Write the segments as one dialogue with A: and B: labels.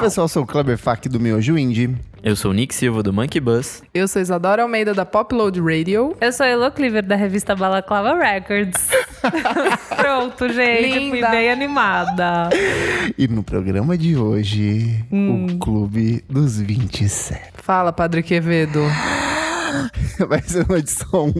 A: pessoal, eu sou o Kleber Fak do Miojo Indie.
B: Eu sou o Nick Silva do Monkey Bus.
C: Eu sou Isadora Almeida da Popload Radio.
D: Eu sou a Elo Cleaver da revista Balaclava Records. Pronto, gente. Fui
C: Linda.
D: bem animada.
A: E no programa de hoje, o Clube dos 27.
C: Fala, Padre Quevedo.
A: Vai ser uma edição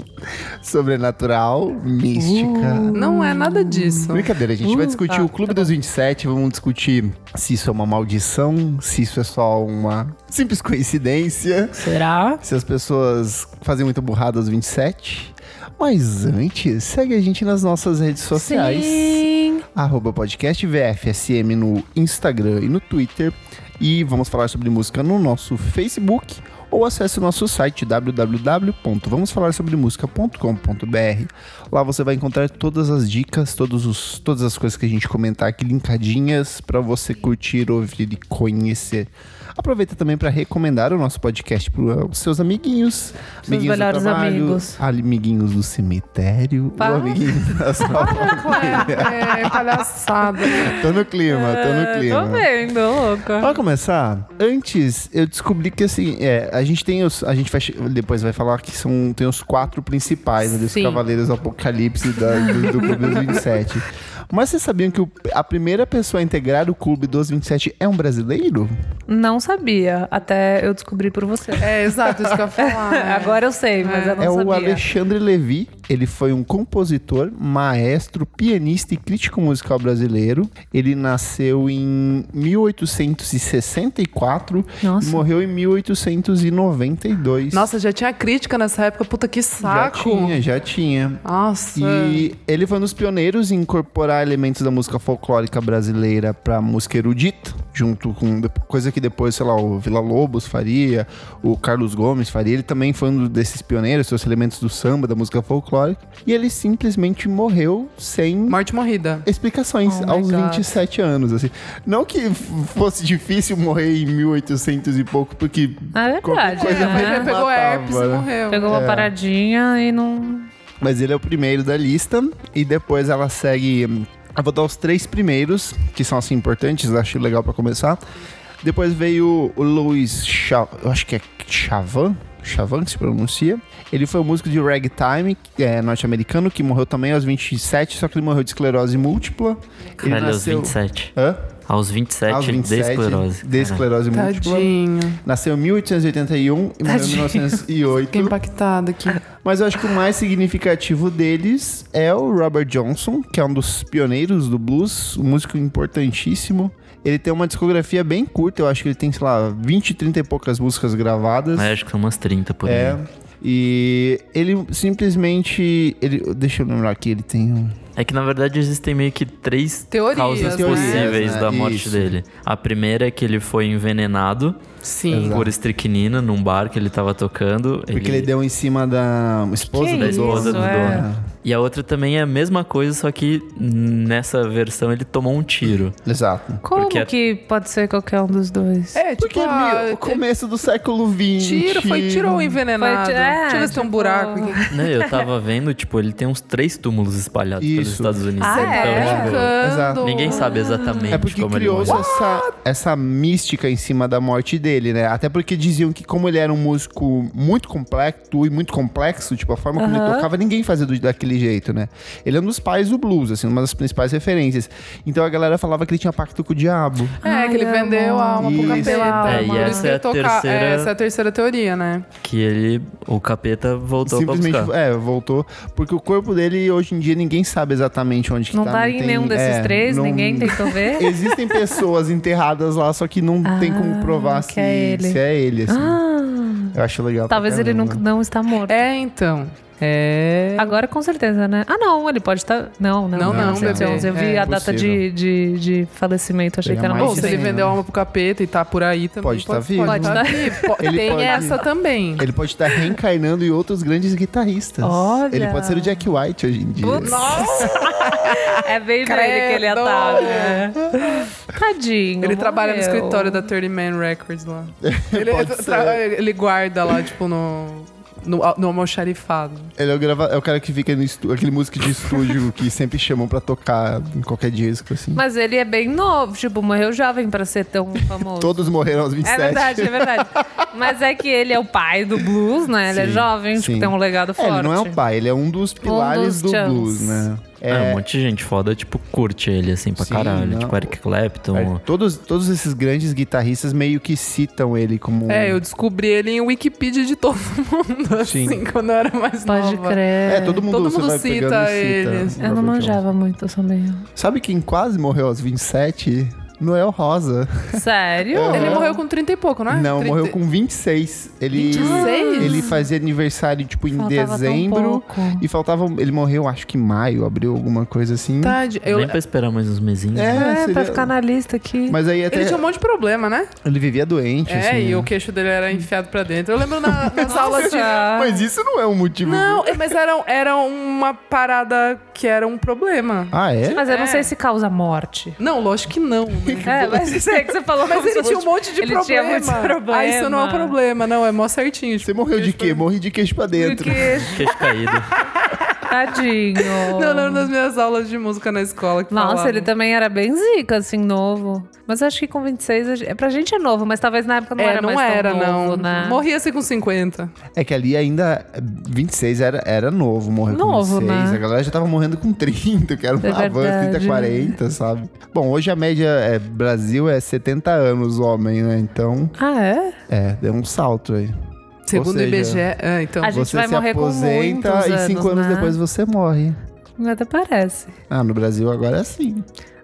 A: sobrenatural, mística.
C: Não é nada disso.
A: Brincadeira, a gente vai discutir
D: tá,
A: o Clube dos 27, vamos discutir se isso é uma maldição, se isso é só uma simples coincidência,
D: Será?
A: se as pessoas fazem muita burrada aos 27. Mas antes, segue a gente nas nossas redes sociais.
D: Sim.
A: arroba podcast VFSM no Instagram e no Twitter. E vamos falar sobre música no nosso Facebook ou acesse o nosso site www.vamosfalarsobremusica.com.br. Lá você vai encontrar todas as dicas, todos os, todas as coisas que a gente comentar aqui linkadinhas para você curtir, ouvir e conhecer. Aproveita também para recomendar o nosso podcast para os seus amiguinhos, amiguinhos do
D: melhores
A: trabalho,
D: amigos.
A: amiguinhos do cemitério,
C: Para.
A: ou amiguinhos da sua família.
C: É, é palhaçada.
A: Tô no clima, tô no
D: É, Ah, Tô
A: clima.
D: vendo, louca.
A: Pra começar, antes eu descobri que assim, é, a gente tem os. A gente vai, che- depois vai falar que são, tem os quatro principais, ali, os
D: Sim.
A: Cavaleiros do Apocalipse da- do, do Clube dos 27. Mas vocês sabiam que o- a primeira pessoa a integrar o Clube dos 27 é um brasileiro?
D: Não sabia, até eu descobri por você.
C: É, exato, isso que eu ia
D: É.
C: falar. né?
D: Agora eu sei, mas eu não
A: é o
D: sabia.
A: Alexandre Levi. Ele foi um compositor, maestro, pianista e crítico musical brasileiro. Ele nasceu em 1864
D: Nossa.
A: e morreu em 1892.
C: Nossa, já tinha crítica nessa época. Puta, que
A: já
C: saco.
A: tinha, já tinha.
C: Nossa.
A: E ele foi um dos pioneiros em incorporar elementos da música folclórica brasileira pra música erudita, junto com coisa que depois, sei lá, o Vila Lobos faria, o Carlos Gomes faria. Ele também foi um desses pioneiros, seus elementos do samba, da música folclórica. E ele simplesmente morreu sem
C: Morte morrida.
A: explicações
C: Oh my
A: aos
C: God.
A: 27 anos, assim. Não que f- fosse difícil morrer em 1800 e pouco, porque
D: É
A: qualquer
D: verdade.
A: coisa
D: né?
A: vai
C: Ele pegou
A: matava,
C: herpes e
A: né?
C: morreu.
D: Pegou uma paradinha e não.
A: Mas ele é o primeiro da lista. E depois ela segue. hum, Eu vou dar os três primeiros, que são assim importantes, acho legal pra começar. Depois veio o Louis Cha- eu acho que é Chavan, Chavan que se pronuncia. Ele foi um músico de ragtime é, norte-americano que morreu também aos 27, só que ele morreu de esclerose múltipla. Ele
B: Caralho, aos 27.
A: Hã?
B: Aos 27,
A: Aos 27,
B: de esclerose.
A: de esclerose múltipla.
C: Tadinho.
A: Nasceu em 1881 e morreu em
D: Tadinho.
A: 1908.
C: Fiquei impactada aqui.
A: Mas eu acho que o mais significativo deles é o Robert Johnson, que é um dos pioneiros do blues, um músico importantíssimo. Ele tem uma discografia bem curta, eu acho que ele tem, sei lá, 20, 30 e poucas músicas gravadas.
B: Caralho. É, acho que são umas 30 por
A: É.
B: aí.
A: E ele simplesmente. Ele, deixa eu lembrar aqui, ele tem um.
B: É que na verdade existem meio que três
C: Teorias,
B: causas
C: né?
B: possíveis
A: Teorias, né?
B: da morte
A: Isso.
B: dele. A primeira é que ele foi envenenado
C: Sim.
B: por estricnina num bar que ele tava tocando.
A: Porque ele deu em cima da esposa
D: Que
A: do
B: da esposa
D: Isso,
B: do
D: é.
B: dono. E a outra também é a mesma coisa, só que nessa versão ele tomou um tiro.
A: Exato.
C: Tipo,
D: Como
B: Porque-
D: que pode ser qualquer um dos dois?
C: É, tipo,
A: Porque
C: ah,
A: é o começo do século XX.
C: tiro, foi tiro ou envenenado?
D: Foi ti- é,
C: Deixa eu ver se tem um
D: tipo-
C: buraco aqui.
B: Né, eu tava vendo, tipo, ele tem uns três túmulos espalhados pelos
A: Isso.
B: Estados Unidos.
D: Ah, é?
B: tipo,
A: Exato.
B: ninguém sabe exatamente
A: É porque
B: como
A: criou-se
B: ele morreu.
A: essa, essa mística em cima da morte dele, né? Até porque diziam que como ele era um músico muito complexo e muito complexo, tipo, a forma como ele tocava, ninguém fazia do- daquele jeito, né? Ele é um dos pais do blues, assim, uma das principais referências. Então a galera falava que ele tinha pacto com o diabo.
C: É, que ele
D: Ai,
C: vendeu
D: amor.
C: a alma pro
A: Isso.
C: capeta.
D: É, e
C: Por isso
B: essa
C: que
B: é
C: ele
B: a terceira-
C: é, Essa é a terceira teoria, né?
B: Que ele, o capeta
D: Então,
B: voltou pra
A: Simplesmente,
B: buscar.
A: é, voltou. Porque o corpo dele, hoje em dia, ninguém sabe exatamente onde que
D: não
A: tá.
D: tá em
A: tem-
D: nenhum desses
A: é,
D: três,
A: não-
D: ninguém tentou ver.
A: Existem pessoas enterradas lá, só que não tem como provar
D: que
A: se
D: é ele.
A: se é ele, assim.
D: Ah,
A: Eu acho legal. pra
D: talvez ele
A: caramba.
D: nunca não está morto.
C: É, então. É.
D: Agora com certeza, né? Ah, não, ele pode estar. Não, não,
C: Não,
D: não,
C: não,
D: 1911. Eu vi
C: bebê.
D: a
A: É,
D: data de,
A: impossível.
D: de, de falecimento, achei
A: Pega
D: que era
A: mais
C: Ou
D: mais
A: de
C: se ele
A: cem.
C: vendeu a alma pro capeta e tá por aí também.
A: Pode tá vivo.
C: Pode tá
A: Né?
C: vivo. Po-
A: Ele
C: Tem
A: pode-
C: essa também.
A: Ele pode estar reencarnando em outros grandes guitarristas.
D: Olha!
A: Ele pode ser o Jack White hoje em dia.
D: Nossa! é bem nele que ele
C: Credo!
D: ataca. Tadinho.
C: Ele trabalha no
D: morreu.
C: escritório da 30 Man Records lá. Ele,
A: Pode
C: tra-
A: ser.
C: ele guarda lá, tipo, no. no, no almoxarifado.
A: Ele é o, grava... é o cara que fica no estúdio, aquele músico de estúdio que sempre chamam pra tocar em qualquer disco, assim.
D: Mas ele é bem novo, tipo, morreu jovem pra ser tão famoso.
A: Todos morreram aos 27.
D: É verdade, é verdade. Mas é que ele é o pai do blues, né? Ele é
A: Sim,
D: jovem, tipo,
A: sim.
D: tem um legado
A: É,
D: forte.
A: ele não é o pai, ele é um dos pilares
D: dos
A: do
D: chans.
A: blues, né?
B: É. um monte de gente foda, tipo, curte ele, assim, pra
A: Sim,
B: caralho.
A: não.
B: Tipo, Eric Clapton.
A: É, todos, todos esses grandes guitarristas meio que citam ele como.
C: É, eu descobri ele em Wikipedia de todo mundo, assim,
A: Sim.
C: quando eu era mais
D: Pode
C: nova.
D: crer.
A: É, todo mundo, então.
C: Todo
A: você
C: mundo
A: vai
C: cita
A: pegando e
C: ele.
A: cita
D: Eu não
A: Robert Johnson.
D: manjava muito, eu sou meio...
A: Sabe quem quase morreu aos 27? Noel Rosa.
D: Sério?
C: Ele morreu com 30 e pouco, não é?
A: Não,
C: 30
A: morreu com 26. Ele,
C: 26?
A: ele fazia aniversário, tipo, em
D: Faltava tão
A: dezembro.
D: pouco.
A: E faltava. um, Ele morreu, acho que em maio, abril, alguma coisa assim.
C: Tarde. Eu,
B: Nem pra esperar mais uns mesinhos.
A: É,
B: né?
D: É, pra
A: seria-
D: ficar na lista aqui.
A: Mas aí até.
C: Ele tinha um monte de problema, né?
A: Ele vivia doente,
C: É,
A: assim.
C: e
A: né?
C: o queixo dele era enfiado pra dentro. Eu lembro na- nas aulas de.
A: Mas isso não é um motivo.
C: Não, é, mas era, era uma parada que era um problema.
A: Ah, é?
D: Mas eu não
C: É.
D: sei se causa morte.
C: Não, lógico que não. né?
D: É, mas isso aí que você falou.
C: Mas ele tinha um monte de
D: Ele
C: problema.
D: tinha muitos
C: Ah, isso não é um
D: problema.
C: problema, não. É mó certinho. tipo,
A: Você morreu de quê? Morri de queixo pra dentro.
D: Porque...
B: Queixo caído.
D: Tadinho.
C: Não, eu lembro das minhas aulas de música na escola. Que
D: Nossa,
C: falavam.
D: ele também era bem zica, assim, novo. Mas acho que com 26, a gente- pra gente é novo, mas talvez na época não
C: É,
D: era
C: não
D: mais tão
C: era, não.
D: novo, né?
C: Morria assim com 50.
A: É que ali ainda. 26 era, era novo, morreu com
D: Novo,
A: 26.
D: né?
A: A galera já tava morrendo com 30, que era um
D: É
A: avanço, 30,
D: verdade.
A: 40, sabe? Bom, hoje a média é, Brasil é 70 anos, homem, né? Então,
D: Ah, é?
A: é, deu um salto aí.
C: Segundo o
A: seja,
C: IBGE. É, então.
D: A gente
A: você
D: vai
A: se
D: morrer com
A: aposenta
D: muitos
A: e cinco
D: anos,
A: anos
D: né?
A: depois você morre.
D: Até parece.
A: Ah, no Brasil agora é assim.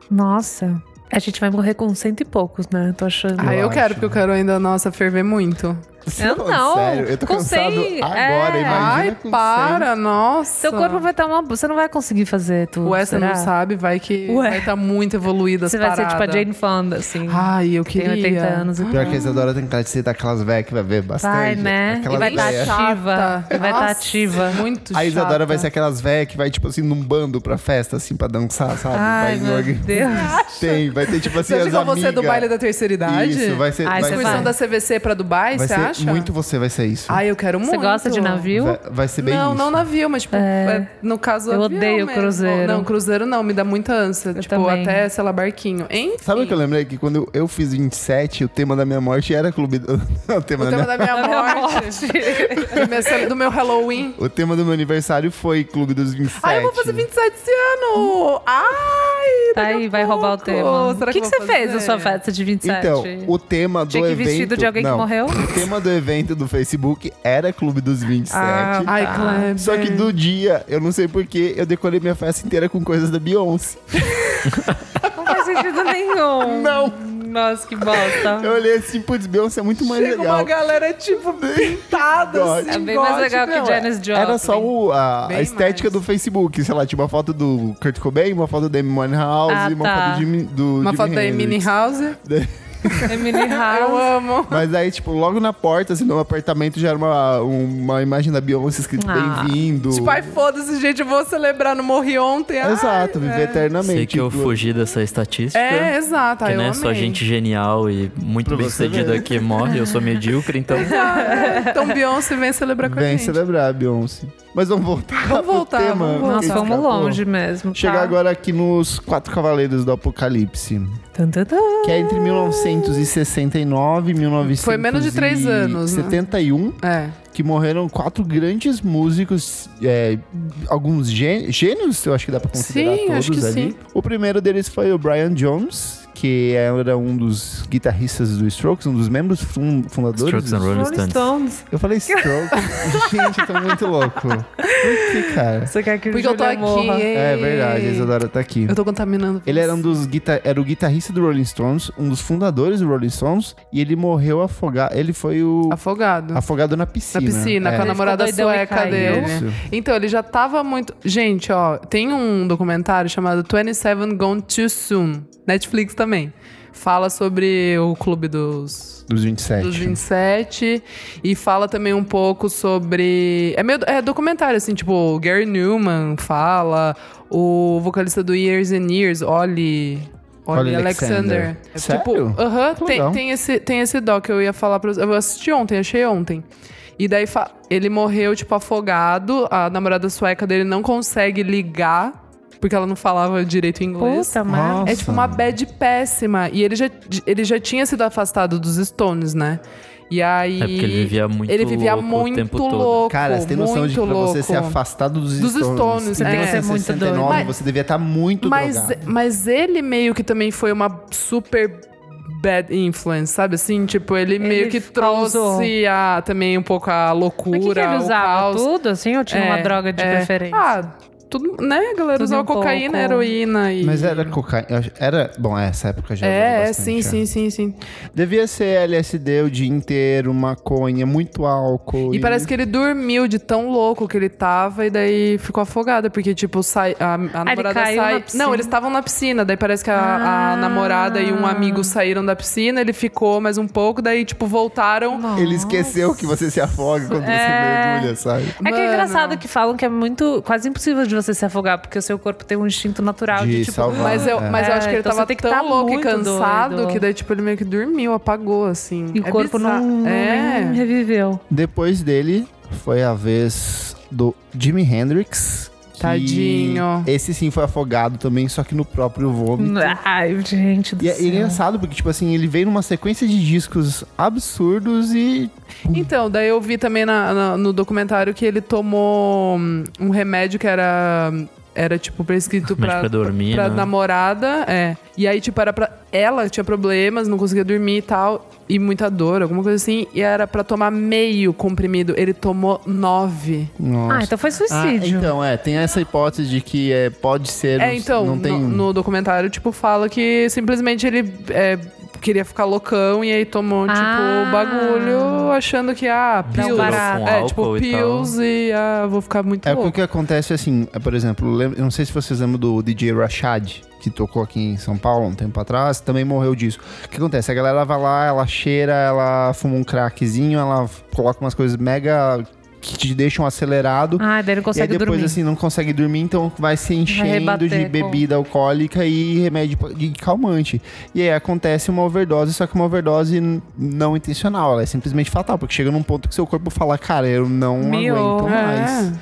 D: Nossa. A gente vai morrer com cento e poucos, né? Tô achando.
C: Ah,
A: eu
C: eu quero,
A: acho.
C: porque eu quero ainda, nossa, ferver muito.
D: Eu não.
A: Sério, eu tô
D: Com
A: cansado
D: cem,
A: agora,
D: é.
A: imagina
C: Ai,
A: com cem.
C: para, nossa.
D: Seu corpo vai estar uma. Você não vai conseguir fazer tudo.
C: Ué, você
D: será?
C: não sabe, vai que
D: Ué.
C: vai estar muito evoluída as
D: Você vai ser tipo a
C: paradas.
D: Jane Fonda, assim.
C: Ai, eu
D: tem
C: Ah, queria.
D: 80 anos.
A: Pior que a Isadora tem cara de ser daquelas velhas que vai ver bastante.
D: Vai, né?
A: Aquelas
D: E vai estar
A: véia.
D: ativa.
C: Chata.
D: E vai estar
C: Nossa,
D: ativa.
C: Muito
A: é. A Isadora
C: chata.
A: vai ser aquelas velhas que vai, tipo assim, num bando pra festa, assim, pra dançar, sabe?
D: Ai,
A: vai
D: meu
A: orga-
D: Deus.
A: Tem, vai ter, tipo assim,
C: Você
A: as
C: acha que eu
A: amigas.
C: vou ser do baile da terceira idade?
A: Isso, vai ser... vai
D: Ai, você
A: ser,
C: Excursão
D: vai.
C: da CVC pra Dubai,
A: vai
C: você
A: ser
C: acha?
A: Muito você vai ser isso.
C: Ai, eu quero muito.
D: Você gosta de navio?
A: vai, vai ser bem
C: não,
A: isso.
C: não navio, mas tipo, é, no caso
D: Eu
C: avião
D: odeio
C: mesmo.
D: cruzeiro.
C: Não, cruzeiro não, me dá muita ânsia. tipo,
D: também.
C: até, sei lá, barquinho. Enfim,
A: Sabe o que eu lembrei? Que quando eu- eu fiz 27, o tema da minha morte era clube... do- o tema da
C: o tema
A: minha...
C: da minha
D: Tá
C: morte, do meu cel- do meu Halloween.
A: O tema do meu aniversário foi Clube dos 27.
C: Ai, Ah, eu vou fazer 27 esse ano! Ai!
D: Tá
C: daqui a
D: aí, vai roubar o
C: pouco.
D: tema.
C: Será
D: O que, que
C: eu
D: você
C: vou
D: fez na
C: fazer?
D: sua festa de 27?
A: Então, o tema do
D: Tinha que ir
A: evento...
D: vestido de alguém que
A: não.
D: morreu?
A: O tema do evento do Facebook era Clube dos 27.
D: Ah,
C: Ai,
D: Ah,
C: Kleber.
A: Só que do dia, eu não sei porquê, eu decorei minha festa inteira com coisas da Beyoncé.
D: Não faz sentido nenhum.
A: Não.
D: Nossa, que bosta.
A: Eu olhei assim, putz, Beyoncé é muito mais
C: Ah. Chega
A: legal.
C: uma galera, tipo, pintada, assim.
A: Gótica.
D: É bem mais legal
C: gótica.
D: que Janis Joplin.
A: Era só um. o- a,
C: Bem
A: a estética
C: mais.
A: do Facebook, sei lá, tinha uma foto do Kurt Cobain, uma foto da Amy Winehouse,
D: Ah,
A: uma
D: tá.
A: foto de, Mi- do
C: Uma
A: Jimi
C: foto da
A: Hendrix.
C: Mini House.
D: Emily
C: Ah, Eu
D: House.
C: amo.
A: Mas aí, tipo, logo na porta, assim, no apartamento já era uma, uma imagem da Beyoncé escrito
D: Ah.
A: bem-vindo.
C: Tipo, ai, foda-se, gente, eu vou celebrar, não morri ontem. Ah, Ai,
A: Exato, viver eternamente.
B: Sei que é eu
A: Tipo,
B: fugi dessa estatística.
C: É,
B: Que
C: exato. ai, eu
B: não
D: né,
B: é
C: amei.
B: só gente genial e muito
A: Pra
B: bem
A: você
B: sucedida
A: ver.
B: que morre, eu sou medíocre, então.
C: Então Beyoncé vem celebrar com a
A: Vem
C: gente.
A: celebrar a Beyoncé. Mas vamos voltar
C: Vamos
A: pro
C: voltar,
A: tema.
C: vamos voltar.
A: que
D: Nossa, fomos
A: escapou.
D: longe mesmo. tá?
A: Chegar agora aqui nos Quatro Cavaleiros do Apocalipse.
D: Tum, tum, tum.
A: Que é entre 1969 e 1971.
C: Foi menos de três anos, né? É.
A: que morreram quatro grandes músicos, é, alguns gê- gênios, eu acho que dá pra considerar
C: Sim,
A: todos
C: acho que
A: ali.
C: sim.
A: O primeiro deles foi o Brian Jones, que era um dos guitarristas do Strokes, um dos membros fun- fundadores.
B: Strokes and
A: dos-
B: Rolling
D: Rolling
B: Stones.
D: Stones.
A: Eu falei Strokes. Gente, eu tô muito louco. Por que, cara?
D: Você quer que o
C: Porque eu tô
D: Júlia
C: aqui.
D: morra?
A: É verdade, a Isadora tá aqui.
C: Eu tô contaminando.
A: Ele era um dos guita era o guitarrista do Rolling Stones, um dos fundadores do Rolling Stones, e ele morreu afogado. Ele foi o
C: Afogado.
A: afogado na
C: Na
A: um piscina.
C: piscina,
A: é.
C: com a namorada
D: ficou doidão e
C: sueca
D: caiu. né?
C: dele.
A: Isso.
C: Então, ele já tava muito. Gente, ó, tem um documentário chamado 27 Gone Too Soon. Netflix também. Fala sobre o clube dos.
A: Dos 27.
C: Dos 27. E fala também um pouco sobre. É meio é documentário, assim, tipo, o Gary Newman fala, o vocalista do Years and Years, Ollie. Ollie
A: Ollie
C: Alexander.
A: Alexander.
C: É,
A: Sério?
C: Tipo, aham,
A: Que
C: tem,
A: legal.
C: tem, esse, tem esse doc, eu ia falar pra você. Eu assisti ontem, achei ontem. E daí fa- ele morreu, tipo, afogado. A namorada sueca dele não consegue ligar, porque ela não falava direito inglês.
D: Puta, mano.
A: Nossa.
C: É tipo uma bad péssima. E ele já, ele já tinha sido afastado dos Stones, né? E aí.
B: É porque ele vivia muito
C: ele vivia
B: louco
C: muito
B: o tempo todo.
C: louco.
A: Cara, você tem noção de que pra
C: muito
A: você
C: louco.
A: ser afastado dos,
C: Dos Stones,
A: Stones,
C: é.
A: você
D: Você é muito doido.
A: muito
C: Mas-
A: você devia estar muito
C: mas, é-
A: drogado.
C: mas ele meio que também foi uma super bad influence, sabe assim? Tipo, ele, meio que
D: causou.
C: trouxe a, também um pouco a loucura,
D: Mas o que, que ele
C: o
D: usava?
C: um caos.
D: Tudo, assim? Ou tinha uma
C: É,
D: droga de
C: é.
D: preferência?
C: Ah, tudo, né, galera?
D: Tudo
C: usava
D: um
C: cocaína,
D: pouco.
C: heroína e...
A: Mas era cocaína. eu acho- Era. Bom, essa época já. usava
C: É, é,
A: bastante,
C: sim,
A: é.
C: sim, sim, sim.
A: Devia ser LSD o dia inteiro, maconha, muito álcool.
C: E parece que ele dormiu de tão louco que ele tava e daí ficou afogado, porque, tipo, sai, a, a namorada
D: Ah, caiu na
C: sai.
D: piscina.
C: Não, eles estavam na piscina, daí parece que a, a
D: Ah.
C: namorada e um amigo saíram da piscina, ele ficou mais um pouco, daí, tipo, voltaram.
A: Ele esqueceu que você se afoga quando você mergulha, sabe?
D: É que é
C: Mano.
D: engraçado que falam que é muito, quase impossível de você se afogar, porque o seu corpo tem um instinto natural de,
A: De
D: tipo,
A: salvar.
C: Mas eu,
A: É.
C: mas eu acho que ele
D: então você
C: tava
D: tem que
C: tão
D: tá
C: louco e
D: muito
C: cansado
D: doido.
C: que daí, tipo, ele meio que dormiu, apagou, assim.
D: e o
C: É
D: corpo não,
C: bizarro.
D: não nem
C: É.
D: reviveu.
A: Depois dele, foi a vez do Jimi Hendrix. que
C: Tadinho.
A: Esse sim foi afogado também, só que no próprio vômito.
D: Ai, gente do
A: Então. E é
D: céu.
A: e é engraçado, porque, tipo assim, ele veio numa sequência de discos absurdos e. tipo,
C: Então, daí eu vi também na- na- no documentário que ele tomou hum, um remédio que era. Era, tipo, prescrito
B: Remédio
C: pra,
B: pra dormir,
C: pra
B: né?
C: namorada. É. E aí, tipo, era pra. Ela tinha problemas, não conseguia dormir e tal. E muita dor, alguma coisa assim. E era pra tomar meio comprimido. Ele tomou nove.
A: Nossa.
D: Ah, então foi
A: Ah,
D: suicídio.
A: então, é, tem essa hipótese de que é, pode ser.
C: É, então,
A: não tem. um.
C: no, no documentário, tipo, fala que simplesmente ele é, queria ficar loucão e aí tomou, tipo,
D: Ah.
C: o bagulho achando que, ah,
B: Misturou
C: pills.
D: com
C: é,
B: álcool
C: tipo,
B: e
C: pills e, ah, vou ficar muito
A: É
C: louco.
A: o que acontece assim, é, por exemplo, lem- eu não sei se vocês lembram do DJ Rashad, que tocou aqui em São Paulo um tempo atrás, também morreu disso. O que acontece? A galera vai lá, ela cheira, ela fuma um crackzinho, ela f- coloca umas coisas mega que te deixam acelerado.
D: Ah, daí não
A: E aí
D: consegue
A: depois,
D: dormir.
A: assim, não consegue dormir, então vai se enchendo
D: rebater
A: de
D: com-
A: bebida alcoólica e remédio pa- de calmante. E aí acontece uma overdose, só que uma overdose n- não intencional, ela é simplesmente fatal, porque chega num ponto que seu corpo fala, cara, eu não
D: Miou.
A: aguento mais.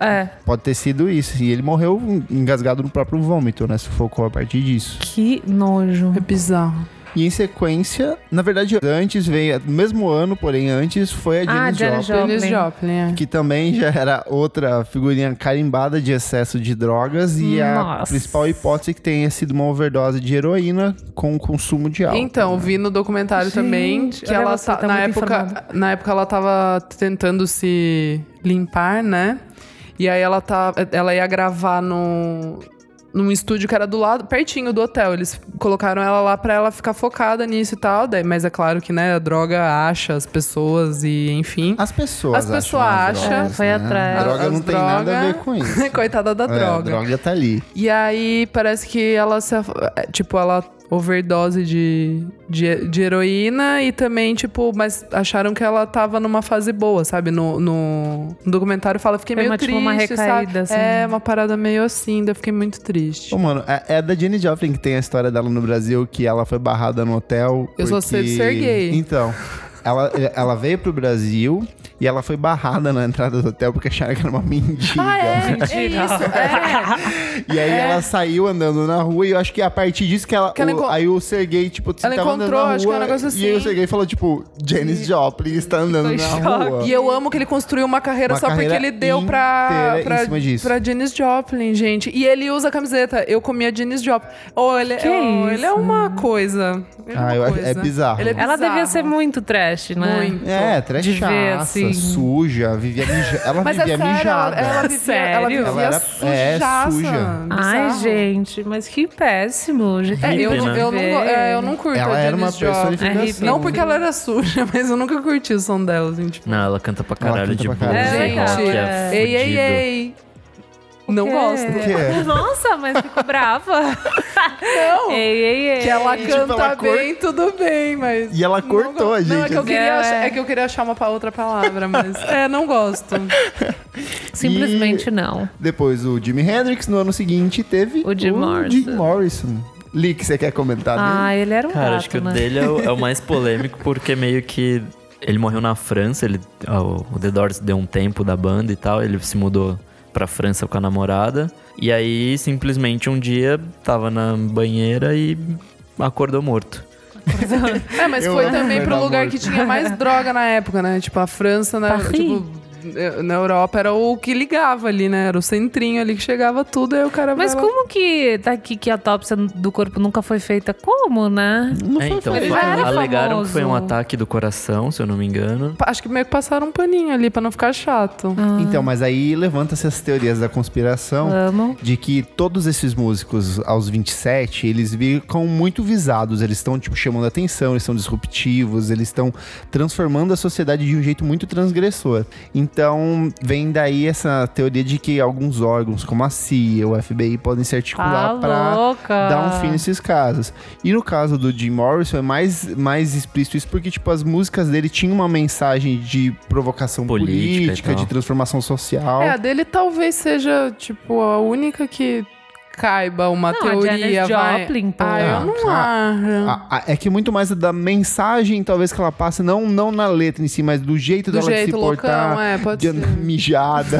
C: É.
D: É.
A: Pode ter sido isso. E ele morreu engasgado no próprio vômito, né? Sufocou a partir disso.
D: Que nojo.
C: É bizarro.
A: E em sequência, na verdade, antes veio, no mesmo ano, porém antes, foi a Janis
D: Ah, Janis
A: Joplin,
D: Joplin.
C: Janis Joplin, é.
A: que também já era outra figurinha carimbada de excesso de drogas. E a
D: Nossa.
A: principal hipótese é que tenha sido uma overdose de heroína com consumo de álcool.
C: Então, vi no documentário
D: Gente,
C: também que
D: olha
C: ela
D: você,
C: tá-
D: tá
C: na
D: muito
C: época,
D: informada.
C: na época ela tava tentando se limpar, né? E aí ela tá ela ia gravar no num estúdio que era do lado, pertinho do hotel. Eles colocaram ela lá pra ela ficar focada nisso e tal, daí- mas é claro que, né, a droga acha as pessoas e enfim.
A: As pessoas
C: As pessoas
A: acham as
C: acham,
A: drogas,
D: foi
A: né?
D: atrás.
A: Droga
C: As
A: não tem nada a ver
C: droga-
A: com isso.
C: Coitada da
A: É, a
C: droga.
A: droga tá ali.
C: E aí parece que ela se. af- é, Tipo, ela overdose de, de, de heroína e também, tipo, mas acharam que ela tava numa fase boa, sabe? No, no, no documentário fala, fiquei
D: Foi
C: meio
D: uma,
C: triste.
D: tipo, uma
C: sabe?
D: recaída, assim.
C: É, uma parada meio assim, daí eu fiquei muito triste.
A: Ô, mano, é, é da Jenny Joplin que tem a história dela no Brasil, que ela foi barrada no hotel.
C: Eu só sei de ser gay.
A: Então. Ela, ela veio pro Brasil e ela foi barrada na entrada do hotel porque acharam que era uma mendiga.
C: Ah, é, é
D: Mentira.
C: isso. É.
A: E aí ela saiu andando na rua e eu acho que é a partir disso que ela.
C: Que ela
A: o-
C: encon-
A: Aí o Sergei, tipo,
C: Ela
A: tava andando
C: encontrou,
A: na rua,
C: acho que é um negócio
A: E aí o
C: assim.
A: Sergei falou, tipo, Janis Joplin está andando na
D: Ficou em
A: rua.
C: E eu amo que ele construiu uma carreira
A: Uma
C: só
A: carreira
C: porque ele deu pra,
A: inteira em
C: pra,
A: cima disso.
C: pra Janis Joplin, gente. E ele usa a camiseta. Eu comia Janis Joplin. Ou ele,
D: Que
C: oh, ele é
D: isso?
C: uma coisa. Ele é
A: Ah,
C: uma
A: eu acho-
C: coisa.
A: é bizarro.
C: Ele é
D: Ela devia
C: bizarro.
D: ser muito trash, né?
C: Muito.
A: É,
D: De ver,
A: trechaça,
D: assim.
A: suja, vivia mijada. Ela
C: Mas é
A: vivia
C: sério, ela,
A: mijada.
C: ela vivia, ela
D: Sério?
C: vivia
A: Ela era- é,
C: sujaça.
A: suja.
D: Ai,
C: Bizarro.
D: gente, mas que péssimo. gente.
C: É, eu,
B: Hippie,
C: não-
B: né?
C: eu, não, go- é, eu não curto
A: Ela
C: a
A: era uma
C: Janis Joplin.
A: personificação.
D: É hippie.
C: Não porque ela era suja, mas eu nunca curti o som dela, assim, tipo...
B: Não, ela canta pra
A: Ela
B: caralho
A: canta
B: de
A: pra
B: boa.
A: caralho.
D: É,
B: esse rock
C: gente,
B: é
C: ei, ei,
B: fudido.
C: ei. Não
D: Que-
C: gosto.
A: O quê?
D: Nossa, mas ficou brava.
C: Não,
D: ei, ei, ei.
C: que ela
A: tipo, ela
C: canta bem, tudo bem, mas...
A: E ela
C: não
A: cortou
C: go-
A: a gente,
C: Não, é que eu
A: assim.
C: queria,
D: É,
C: achar,
D: é.
C: é que eu queria achar uma pa- outra palavra, mas... É, não gosto.
D: Simplesmente não.
A: Depois o Jimi Hendrix, no ano seguinte, teve
D: O Jim Morrison.
A: Jim Morrison. Lee, que você quer comentar dele?
D: Ah, ele era um
B: Cara,
D: gato,
B: acho que o
D: né?
B: dele é o, é o mais polêmico, porque meio que Ele morreu na França, ele, ah, o o The Doors deu um tempo da banda e tal, ele se mudou pra França com a namorada. E aí, simplesmente, um dia, tava na banheira e acordou morto.
C: É, mas
A: Eu
C: foi
A: amo
C: também
A: ver
C: pro
A: namoro.
C: lugar que tinha mais droga na época, né? Tipo, a França, né?
D: Paris.
C: Tipo, na Europa era o que ligava ali, né? Era o centrinho ali que chegava tudo, aí o cara
D: Mas
C: vai lá-
D: como que tá aqui que a autópsia do corpo nunca foi feita? Como, né?
A: Não
B: É,
A: foi
B: então,
A: feito.
D: Ele
B: foi-
D: já era
B: alegaram
D: famoso.
B: que foi um ataque do coração, se eu não me engano.
C: Acho que meio que passaram um paninho ali pra não ficar chato.
D: Ah.
A: Então, mas aí levanta-se as teorias da conspiração
D: Amo.
A: de que todos esses músicos aos 27, eles ficam muito visados, eles estão tipo chamando atenção, eles são disruptivos, eles estão transformando a sociedade de um jeito muito transgressor. Então, vem daí essa teoria de que alguns órgãos como a CIA, o FBI podem se
D: Tá
A: articular pra
D: louca.
A: dar um fim nesses casos. E no caso do Jim Morrison é mais, mais explícito isso porque tipo as músicas dele tinham uma mensagem de provocação
B: Política e
A: política,
B: tal.
A: de transformação social.
C: É, a dele talvez seja, tipo, a única que caiba uma
D: Não, a
C: teoria.
D: Janis
C: vai.
D: Joplin, pô.
C: Ah, eu
A: Ah,
C: não acho.
A: A- a- é que muito mais da mensagem, talvez, que ela passa, não, não na letra em si, mas do jeito
C: Do
A: dela de
C: jeito
A: se portar.
C: loucão, é, pode
A: de
C: ser.
A: andar mijada.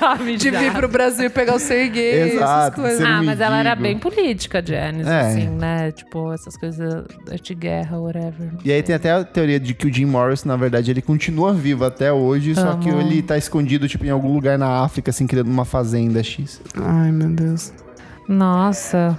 D: Tá,
C: De vir
D: mijada.
C: pro Brasil e pegar o ser gay, essas
A: Exato,
C: coisas.
A: ser
D: Ah,
A: me
D: mas ela era
A: digo.
D: bem política, Janice,
A: É.
D: assim, né? Tipo, essas coisas de guerra, whatever. não
A: e aí
D: sei.
A: tem até a teoria de que o Jim Morrison, na verdade, ele continua vivo até hoje, só que
D: Amo.
A: ele tá escondido, tipo, em algum lugar na África, assim, criando uma fazenda X.
C: Ai, meu Deus.
D: Nossa.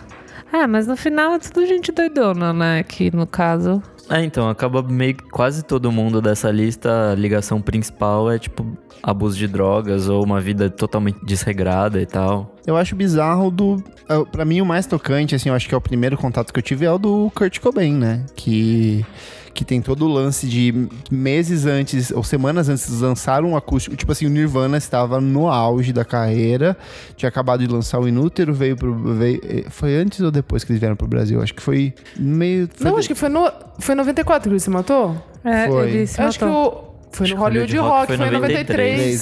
D: É, mas no final é tudo gente doidona, né? Que no caso.
B: É, então, acaba meio que quase todo mundo dessa lista, a ligação principal é tipo abuso de drogas ou uma vida totalmente desregrada e tal.
A: Eu acho bizarro do. ah, Pra mim, o mais tocante, assim, eu acho que é o primeiro contato que eu tive é o do Kurt Cobain, né? Que. Que tem todo o lance de meses antes, ou semanas antes, de lançar um acústico. Tipo assim, o Nirvana estava no auge da carreira, tinha acabado de lançar o Inútero, veio pro. Veio, eh, foi antes ou depois que eles vieram pro Brasil? Acho que foi meio. foi
C: Não,
A: de-
C: acho que foi no. Foi em 94 que ele se matou?
D: É,
A: Foi.
D: ele se
C: Eu acho que
D: matou.
C: o. Foi
B: Acho
C: no
B: que
C: Hollywood Rock, foi em 93.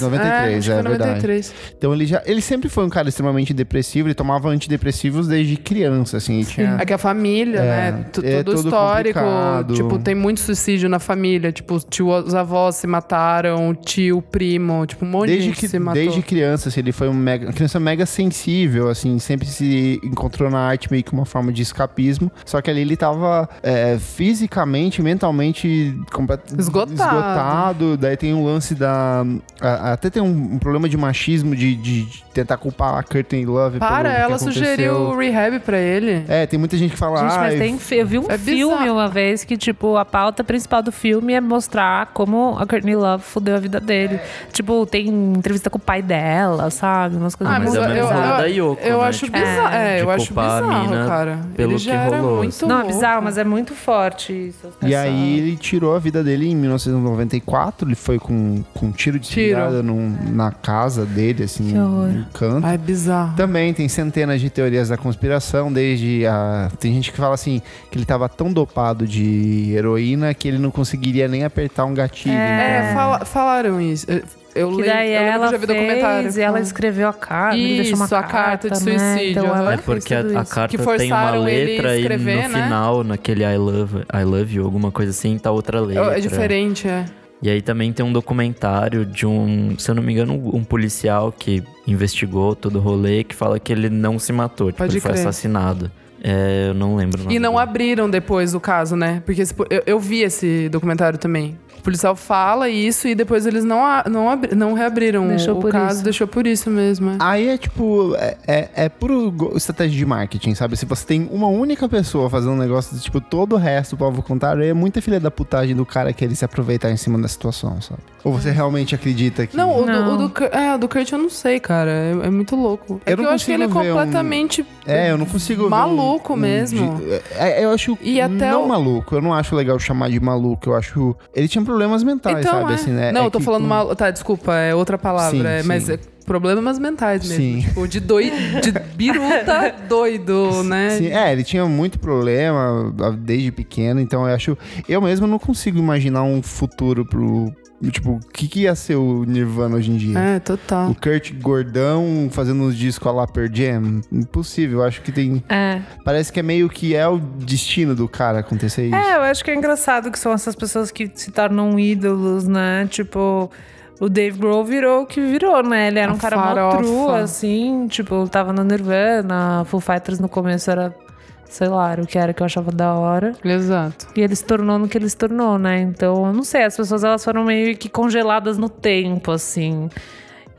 A: 93, é
C: acho que foi em
A: verdade.
C: 93.
A: Então ele já. Ele sempre foi um cara extremamente depressivo, ele tomava antidepressivos desde criança, assim. e Tinha,
C: É que a família,
A: É,
C: né? tu-
A: é
C: todo o
A: tudo
C: histórico.
A: complicado.
C: Tipo, tem muito suicídio na família. Tipo, os tio, os avós se mataram, o tio, o primo. Tipo, um monte de
A: Desde,
C: gente
A: que,
C: se matou.
A: desde criança, assim, ele foi um mega- uma criança mega sensível, assim, sempre se encontrou na arte meio que uma forma de escapismo. Só que ali ele tava é, fisicamente, mentalmente complet-
C: Esgotado.
A: esgotado. Daí tem um lance da. a- até tem um, um problema de machismo de, de- de tentar culpar a Curtin Love. pelo
C: Para,
A: que
C: ela
A: aconteceu.
C: sugeriu o rehab pra ele.
A: É, tem muita gente que fala.
D: Gente, mas
A: "Ai,
D: tem fi- eu vi um
C: é bizarro.
D: filme uma vez que, tipo, a pauta principal do filme é mostrar como a Courtney Love fudeu a vida dele. Tipo, tem entrevista com o pai dela, sabe? Umas coisas
C: Ah,
D: muito
B: mas é
C: eu-
B: a mesma
C: eu-
B: coisa
C: eu-
B: da Yoko,
C: Eu
B: né?
C: acho
B: Tipo,
C: bizarro. É,
B: de
C: eu acho
B: culpar a
C: bizarro,
B: mina
C: cara.
B: pelo
C: ele
B: que
C: já era
B: rolou,
C: muito
B: assim.
D: Não, é
C: louco.
D: bizarro, mas é muito forte isso.
A: E
D: essa-
A: aí ele tirou a vida dele em 1994, ele foi com, com um tiro de
C: Tiro.
A: espingarda num- na casa dele, assim,
D: Que horror.
A: no canto.
C: Ai, bizarro.
A: Também tem centenas de teorias da conspiração, desde a. Tem gente que fala assim que ele tava tão dopado de heroína que ele não conseguiria nem apertar um gatilho.
C: É,
A: então-
C: fala- falaram isso. Eu- Eu
D: Que
C: lembro,
D: daí
C: eu lembro que
D: ela
C: eu já vi
D: fez,
C: documentário. Hum.
D: e ela escreveu a carta, ele deixou uma
C: Isso, a carta de
D: Né?
C: suicídio,
D: Então, ela
C: aham.
B: É
D: fez
B: porque a,
D: tudo
B: a
D: isso.
B: carta
C: Que
B: tem uma
C: forçaram ele
B: letra e
C: escrever,
B: no
C: né?
B: final, naquele I love, I love you, alguma coisa assim, tá outra letra.
C: É diferente, é.
B: E aí também tem um documentário de um, se eu não me engano, um policial que investigou todo o rolê, que fala que ele não se matou, tipo,
C: Pode
B: ele foi
C: crer.
B: assassinado. É, eu não lembro. o nome
C: E não
B: dele.
C: abriram depois o caso, né? Porque esse po- eu, eu vi esse documentário também. O policial fala isso e depois eles não, a- não, abri- não reabriram
D: Deixou
C: o
D: por
C: caso,
D: isso.
C: deixou por isso mesmo. é.
A: Aí é tipo, é, é, é puro go- estratégia de marketing, sabe? Se você tem uma única pessoa fazendo um negócio, tipo, todo o resto, o povo contrário, aí é muita filha da putagem do cara querer se aproveitar em cima da situação, sabe? Ou você realmente acredita que.
C: Hum. Não, o, Do,
D: Não.
C: o do Cur- é, o do Kurt eu não sei, cara. É, é muito louco. É
A: Eu
C: que
A: não
C: eu acho que ele é
A: consigo ver um-
C: completamente.
A: É, eu não consigo. ver um-
C: Maluco mesmo.
A: de- é, é, eu acho.
C: E até
A: não
C: o-
A: maluco. Eu não acho legal chamar de maluco. Eu acho. Ele tinha problemas mentais,
C: Então,
A: sabe?
C: é.
A: Assim, né?
C: Não,
A: É
C: eu tô
A: que
C: falando
A: com-
C: mal. Tá, desculpa, é outra palavra.
A: Sim,
C: é,
A: sim.
C: Mas é problemas mentais mesmo.
A: Sim.
C: Tipo, de doido. De biruta doido, né?
A: Sim, é, ele tinha muito problema ah, desde pequeno, então eu acho. Eu mesmo não consigo imaginar um futuro pro. Tipo, o que, que ia ser o Nirvana hoje em dia?
C: É,
A: O
C: total.
A: Kurt Gordão fazendo uns discos a lá per Jam? Impossível, acho que tem.
D: É.
A: Parece que é meio que é o destino do cara acontecer isso.
D: É, eu acho que é engraçado que são essas pessoas que se tornam ídolos, né? Tipo, o Dave Grohl virou o que virou, né? Ele era
C: A
D: um cara mó tru,
C: farofa.
D: assim, tipo, tava na Nirvana, Full Fighters no começo era, sei lá, era o que era que eu achava da hora.
C: Exato.
D: E ele se tornou no que ele se tornou, né? Então, eu não sei, as pessoas elas foram meio que congeladas no tempo, assim.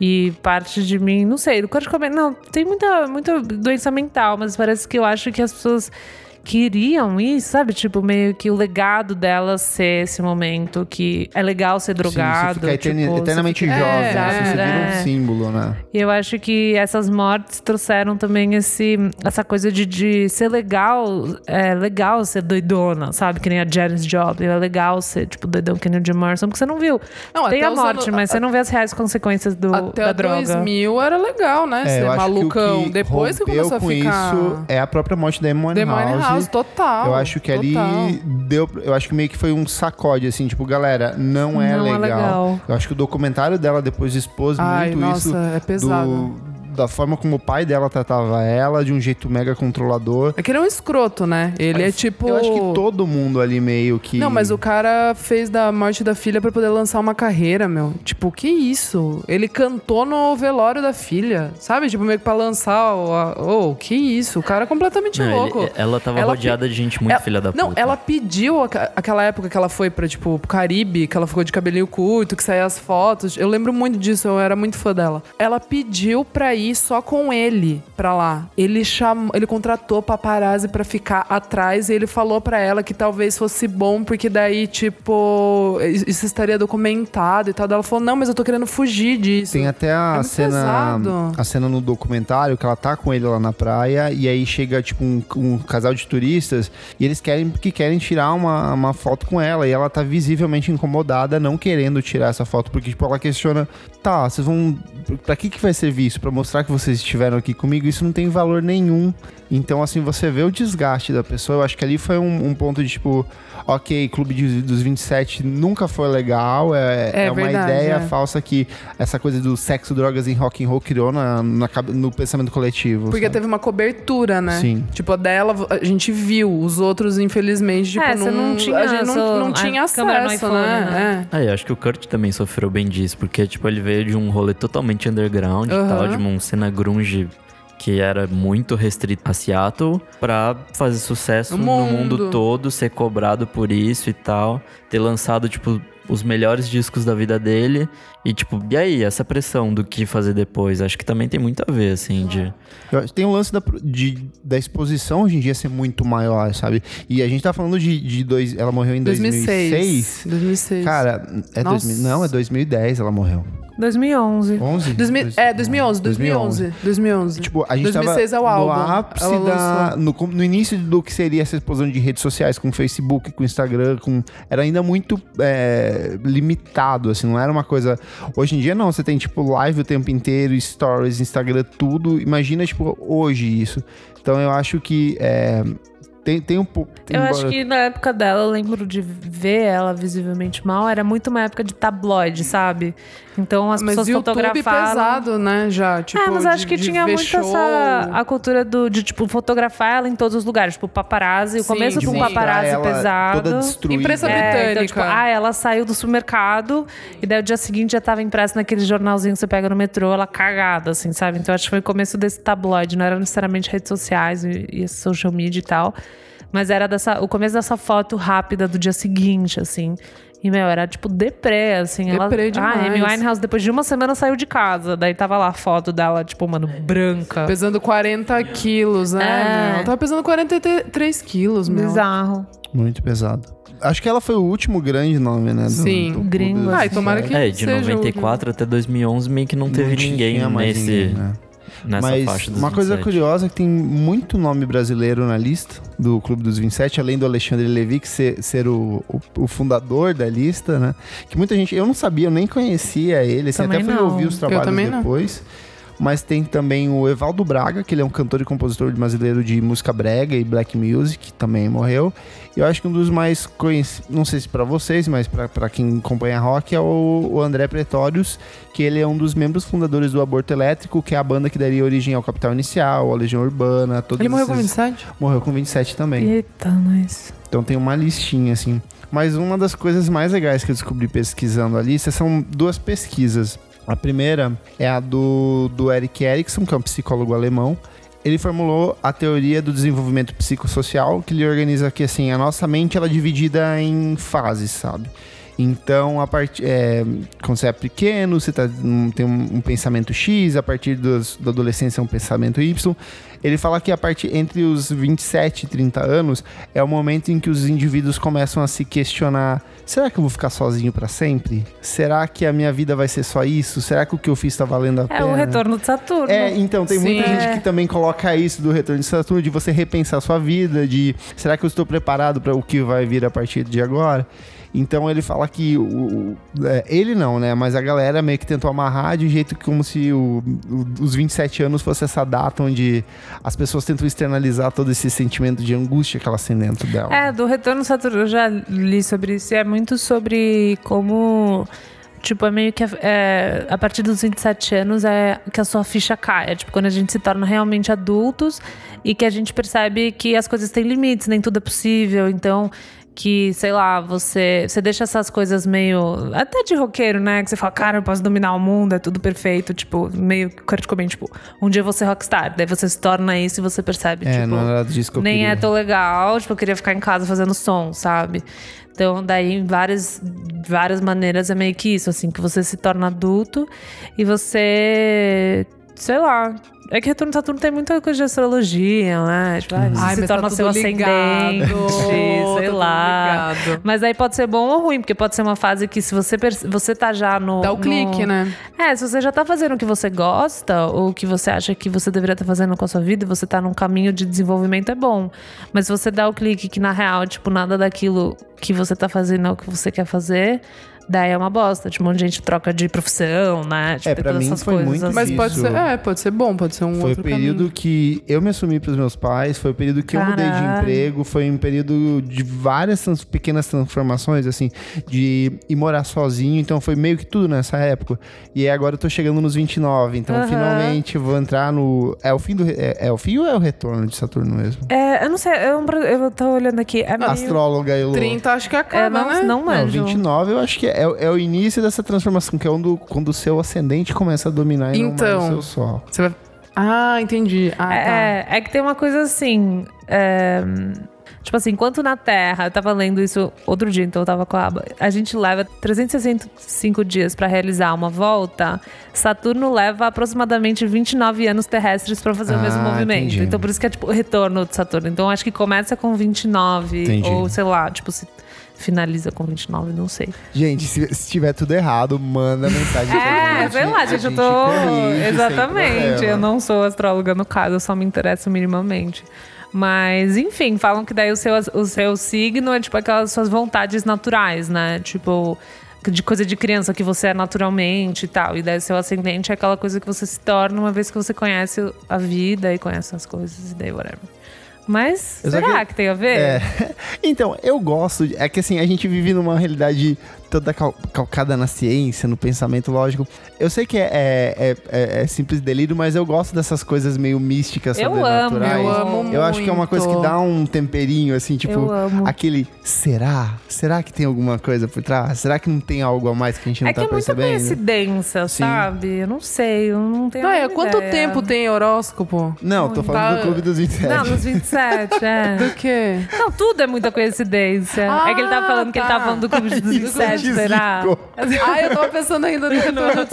D: E parte de mim, não sei, do Kurt Cobain, não, tem muita, muita doença mental, mas parece que eu acho que as pessoas queriam isso, sabe? Tipo, meio que o legado delas ser esse momento que é legal ser
A: Sim,
D: drogado.
A: você fica eterni-
D: tipo, você
A: eternamente
D: fica-
A: jovem,
C: É,
A: assim, você vira
D: é,
A: um
D: é.
A: símbolo, né?
D: e eu acho que essas mortes trouxeram também esse, essa coisa de, de ser legal, é legal ser doidona, sabe? Que nem a Janis Joplin, é legal ser, tipo, doidão que nem o Jim Morrison, porque você não viu.
C: Não,
D: Tem
C: até
D: a
C: os
D: morte,
C: anos-
D: mas você não vê as reais consequências do, da
C: Até
D: droga.
C: 2000 era legal, né?
A: É,
C: ser
A: eu acho
C: malucão.
A: que o que
C: Depois que
A: rompeu
C: começou a
A: com
C: ficar.
A: isso é a própria morte da Emma
C: The Mine House, total.
A: Eu acho que
C: total.
A: ali deu. Eu acho que meio que foi um sacode, assim, tipo, galera, não é,
D: Não é
A: legal.
D: legal.
A: Eu acho que o documentário dela depois expôs
C: Ai,
A: muito
C: nossa,
A: isso.
C: é pesado.
A: do- da forma como o pai dela tratava ela, de um jeito mega controlador.
C: É que ele é um escroto, né? Ele é tipo.
A: Eu acho que todo mundo ali meio que.
C: Não, mas o cara fez da morte da filha pra poder lançar uma carreira, meu. Tipo, que isso? Ele cantou no velório da filha, sabe? Tipo, meio que pra lançar. o- a- Oh, que isso? O cara é completamente
B: Não, ele-
C: louco.
B: ela tava
C: Ela
B: rodeada de gente muito
C: Ela-
B: filha da puta.
C: É, Não, ela pediu aca- aquela época que ela foi pra, tipo, pro Caribe, que ela ficou de cabelinho curto, que saía as fotos. Eu lembro muito disso, eu era muito fã dela. Ela pediu pra ir só com ele pra lá. Ele chamou, ele contratou paparazzi pra ficar atrás e ele falou pra ela que talvez fosse bom, porque daí, tipo, i- isso estaria documentado e tal. Daí Ela falou, não, mas eu tô querendo fugir disso.
A: Tem até a
C: É muito
A: cena.
C: pesado.
A: A cena no documentário que ela tá com ele lá na praia. E aí chega, tipo, um, um casal de turistas. E eles querem que querem tirar uma, uma foto com ela. E ela tá visivelmente incomodada, não querendo tirar essa foto. Porque, tipo, ela questiona: tá, vocês vão. Pra que, que vai servir isso? Pra mostrar que vocês estiveram aqui comigo? Isso não tem valor nenhum. Então, assim, você vê o desgaste da pessoa. Eu acho que ali foi um, um ponto de, tipo, ok, Clube de- dos 27 nunca foi legal. É, é,
C: É
A: uma
C: verdade,
A: ideia
C: é.
A: falsa que essa coisa do sexo, drogas e rock and roll criou na, na cabe- no pensamento coletivo.
C: Porque
A: sabe?
C: teve uma cobertura, né?
A: Sim.
C: Tipo, a dela a gente viu. Os outros, infelizmente, tipo,
D: É, você
C: não,
D: não tinha
C: a gente não,
D: essa-
C: não
D: a
C: tinha acesso,
D: câmera no
C: né?
D: iPhone, né?
B: Ah, eu acho que o Kurt também sofreu bem disso, porque, tipo, ele veio de um rolê totalmente underground e
C: Aham.
B: tal, de uma um cena grunge que era muito restrita a Seattle, pra fazer sucesso
C: No
B: no
C: mundo.
B: mundo todo, ser cobrado por isso e tal, ter lançado, tipo, os melhores discos da vida dele. E, tipo, e aí, essa pressão do que fazer depois? Acho que também tem muito a ver, assim, de...
A: Eu acho que Tem um lance da, pro- de- da exposição hoje em dia ser muito maior, sabe? E a gente tá falando de, de dois. Ela morreu em
C: É.
A: 2006.
C: 2006. 2006.
A: Cara, é
C: Nossa.
A: 2000, não, é 2010 ela morreu.
D: 2011.
A: 11?
C: Dois mil- é, 2011, 2011. 2011.
A: Tipo, a gente
C: 2006
A: tava
C: é o álbum.
A: no ápice
C: Ela
A: da,
C: lançou.
A: no, com- no início do que seria essa explosão de redes sociais, com Facebook, com Instagram, com era ainda muito é, limitado, assim, não era uma coisa... Hoje em dia não, você tem, tipo, live o tempo inteiro, stories, Instagram, tudo. Imagina, tipo, hoje isso. Então eu acho que é, tem, tem um pouco...
D: Eu acho que na época dela, eu lembro de ver ela visivelmente mal, era muito uma época de tabloide, sabe? Então as
C: Ah, mas
D: pessoas
C: YouTube
D: fotografaram.
C: pesado, né? Já, tipo,
D: é, mas
C: de-
D: acho que
C: de
D: tinha
C: ver
D: muito
C: show.
D: essa a cultura do, de, tipo, fotografar ela em todos os lugares. Tipo, paparazzi. O
C: Sim,
D: começo
C: de
D: do
C: mostrar
D: paparazzi pesado.
A: toda destruída.
C: Imprensa
A: né?
C: britânica.
D: É, então, tipo, ah, ela saiu do supermercado e daí o dia seguinte já tava impressa naquele jornalzinho que você pega no metrô, ela cagada, assim, sabe? Então acho que foi o começo desse tabloide, não era necessariamente redes sociais e, e social media e tal. Mas era dessa, o começo dessa foto rápida do dia seguinte, assim. E, meu, era tipo deprê, assim. Ela,
C: Deprê
D: ah, Amy
C: demais.
D: Winehouse, depois de uma semana, saiu de casa. Daí tava lá a foto dela, tipo, mano,
C: É.
D: branca.
C: Pesando 40 quilos, né?
D: É.
C: meu? Ela tava pesando 43 quilos, meu.
D: Bizarro.
A: Muito pesado. Acho que ela foi o último grande nome, né? do-
C: Sim.
A: do- do-
D: Gringo.
A: desse
C: Ah, e tomara
A: século.
C: que
B: é, de
C: seja o-
B: 94 até 2011 meio que não teve
A: Não
B: ninguém
A: tinha mais
B: nesse,
A: ninguém, né?
B: nessa
A: Mas
B: faixa dos
A: uma coisa
B: 27.
A: curiosa é que tem muito nome brasileiro na lista do Clube dos 27, além do Alexandre Levi, que ser, ser o, o, o fundador da lista, né? Que muita gente... Eu não sabia, eu nem conhecia ele, assim,
D: Também
A: até fui
D: não.
A: ouvir os
D: Eu
A: trabalhos
C: também não.
A: depois. mas tem também o Evaldo Braga, que ele é um cantor e compositor brasileiro de música brega e black music, que também morreu. E eu acho que um dos mais conhecidos, não sei se para vocês, mas para quem acompanha rock, é o, o André Pretórios, que ele é um dos membros fundadores do Aborto Elétrico, que é a banda que daria origem ao Capital Inicial, à Legião Urbana, todos
C: Ele morreu com
A: esses-
C: 27?
A: Morreu com 27 também.
D: Eita, nós.
A: Então tem uma listinha, assim. Mas uma das coisas mais legais que eu descobri pesquisando a lista são duas pesquisas. A primeira é a do, do Eric Erickson, que é um psicólogo alemão. Ele formulou a teoria do desenvolvimento psicossocial, que ele organiza que assim, a nossa mente ela é dividida em fases, sabe? Então, a partir, é, quando você é pequeno, você tá, um- tem um, um pensamento X, a partir dos- da adolescência é um pensamento Y. Ele fala que a partir entre os 27 e 30 anos é o momento em que os indivíduos começam a se questionar: será que eu vou ficar sozinho pra sempre? Será que a minha vida vai ser só isso? Será que o que eu fiz tá valendo a
D: É,
A: pena?
D: o retorno de Saturno.
A: É, então, tem muita
C: Sim.
A: gente
D: É.
A: que também coloca isso do retorno de Saturno, de você repensar sua vida, de será que eu estou preparado para o que vai vir a partir de agora? Então ele fala que o, o- é, ele não, né? Mas a galera meio que tentou amarrar de um jeito que como se o- o- os 27 anos fosse essa data onde as pessoas tentam externalizar todo esse sentimento de angústia que elas têm dentro dela.
D: É, do retorno Saturno, eu já li sobre isso. E é muito sobre como. Tipo, é meio que. é, a partir dos 27 anos é que a sua ficha cai. É tipo quando a gente se torna realmente adultos e que a gente percebe que as coisas têm limites, nem tudo é possível. Então. Que, sei lá, você, você deixa essas coisas meio. Até de roqueiro, né? Que você fala, cara, eu posso dominar o mundo, é tudo perfeito. Tipo, meio que Kurt Cobain, tipo, um dia eu vou ser rockstar. Daí você se torna isso e você percebe,
A: É,
D: tipo.
A: não era disso que eu
D: Nem
A: queria.
D: é tão legal, tipo, eu queria ficar em casa fazendo som, sabe? Então, daí, em várias, várias maneiras, é meio que isso, assim, que você se torna adulto e você. Sei lá. É que Retorno de Saturno tem muita coisa de astrologia, né?
A: Uhum.
D: Tipo, ah, você
C: Ai, mas
D: se
C: tá
D: torna
C: tudo
D: seu ascendente,
C: ligado, tá
D: sei
C: tudo
D: lá.
C: ligado.
D: Mas aí pode ser bom ou ruim, porque pode ser uma fase que se você, perce- você tá já no...
C: Dá o
D: no-
C: clique, né?
D: é, se você já tá fazendo o que você gosta, ou o que você acha que você deveria estar fazendo com a sua vida, e você tá num caminho de desenvolvimento, é bom. Mas se você dá o clique que, na real, tipo, nada daquilo que você tá fazendo é o que você quer fazer, daí é uma bosta. Tipo, um monte de gente troca de profissão, né? Tipo,
A: É,
D: tem
A: pra
D: todas
A: mim
D: essas
A: foi
D: coisas
A: muito
D: assim.
C: Mas pode
A: Isso.
C: ser, é, pode ser bom, pode ser um
A: Foi o
C: outro
A: período
C: caminho.
A: que eu me assumi para os meus pais, foi o período que eu mudei de
D: Caralho.
A: emprego, foi um período de várias trans- pequenas transformações, assim, de ir morar sozinho, então foi meio que tudo nessa época. E agora eu tô chegando nos 29, então
D: Aham.
A: finalmente vou entrar no. É o fim do. re- É, é o fim ou é o retorno de Saturno mesmo?
D: É, eu não sei, eu, eu tô olhando aqui. É meio...
A: Astróloga eu
C: 30 acho que acaba,
D: é, não,
C: né?
D: não
A: Não,
D: manjo.
A: 29 eu acho que é, é o início dessa transformação, que é quando, quando o seu ascendente começa a dominar e não mais
C: Então.
A: o seu sol.
C: Você vai... Ah, entendi. Ah, tá.
D: É, é que tem uma coisa assim. é, tipo assim, enquanto na Terra, eu tava lendo isso outro dia, então eu tava com a aba. A gente leva 365 dias pra realizar uma volta, Saturno leva aproximadamente 29 anos terrestres pra fazer
A: Ah,
D: o mesmo movimento.
A: entendi.
D: Então por isso que é tipo o retorno de Saturno. Então acho que começa com 29,
A: Entendi.
D: ou sei lá, tipo se finaliza com 29, não sei.
A: Gente, se, se tiver tudo errado, manda mensagem pra
D: É,
A: gente.
D: sei lá,
A: Tipo, A
D: gente, eu
A: gente
D: tô.
A: corrige, sem
D: Exatamente.
A: problema.
D: Eu não sou astróloga no caso, eu só me interesso minimamente. Mas, enfim, falam que daí o seu, o seu signo é tipo aquelas suas vontades naturais, né? Tipo, de coisa de criança que você é naturalmente e tal. E daí seu ascendente é aquela coisa que você se torna uma vez que você conhece a vida e conhece as coisas e daí whatever. Mas,
A: Eu só
D: será
A: que-
D: que... tem a ver?
A: É. Então, eu gosto. de- É que assim, a gente vive numa realidade toda cal- calcada na ciência, no pensamento lógico. Eu sei que é, é- é- é simples delírio, mas eu gosto dessas coisas meio místicas,
D: Eu
A: sobrenaturais.
D: amo,
C: Eu amo
A: Eu acho que é uma coisa que
C: muito.
A: dá um temperinho, assim, tipo.
D: eu amo.
A: Aquele, será? Será que tem alguma coisa por trás? Será que não tem algo a mais que a gente não
D: É que
A: tá
D: é muita
A: percebendo?
D: coincidência,
A: Sim.
D: sabe? Eu não sei, eu não tenho
C: Não,
D: a
C: é,
D: mínima
C: quanto
D: ideia.
C: tempo tem horóscopo?
A: Não, tô falando
C: Tá-
A: do Clube dos 27.
D: Não, nos 27, é.
C: Do quê?
D: Não, tudo é muita coincidência.
C: Ah,
D: é que ele tava falando que ele
C: tá.
D: tava falando do clube dos
A: é
D: 27, será?
A: Desligou.
C: Ah, eu tava pensando ainda no retorno de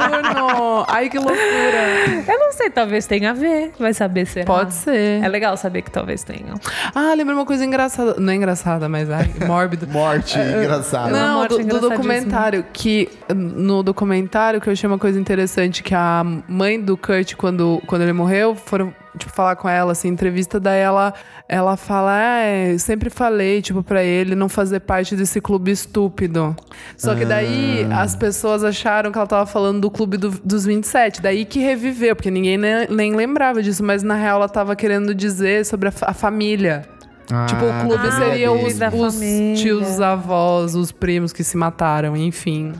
C: Saturno. Ai, que loucura.
D: Eu não sei, talvez tenha a ver. Vai saber será.
C: Pode ser.
D: É legal saber que talvez tenha.
C: Ah, lembrei uma coisa engraçada. Não é engraçada, mas ai, mórbido.
A: Morte,
C: É,
A: engraçado.
D: Uma
C: Não,
D: morte
C: do, do
D: engraçadíssima.
C: documentário. Que no documentário que eu achei uma coisa interessante: que a mãe do Kurt, quando, quando ele morreu, foram tipo, falar com ela, assim, entrevista, daí ela, ela fala, "Ah, é, sempre falei, tipo, pra ele não fazer parte desse clube estúpido. Só que daí as pessoas acharam que ela tava falando do clube do- dos 27, daí que reviveu, porque ninguém ne- nem lembrava disso, mas na real ela tava querendo dizer sobre a, fa- a família. Tipo, o clube
D: Ah,
C: seria
D: dele.
C: os,
D: Da
C: os
D: família.
C: tios, os avós, os primos que se mataram, enfim.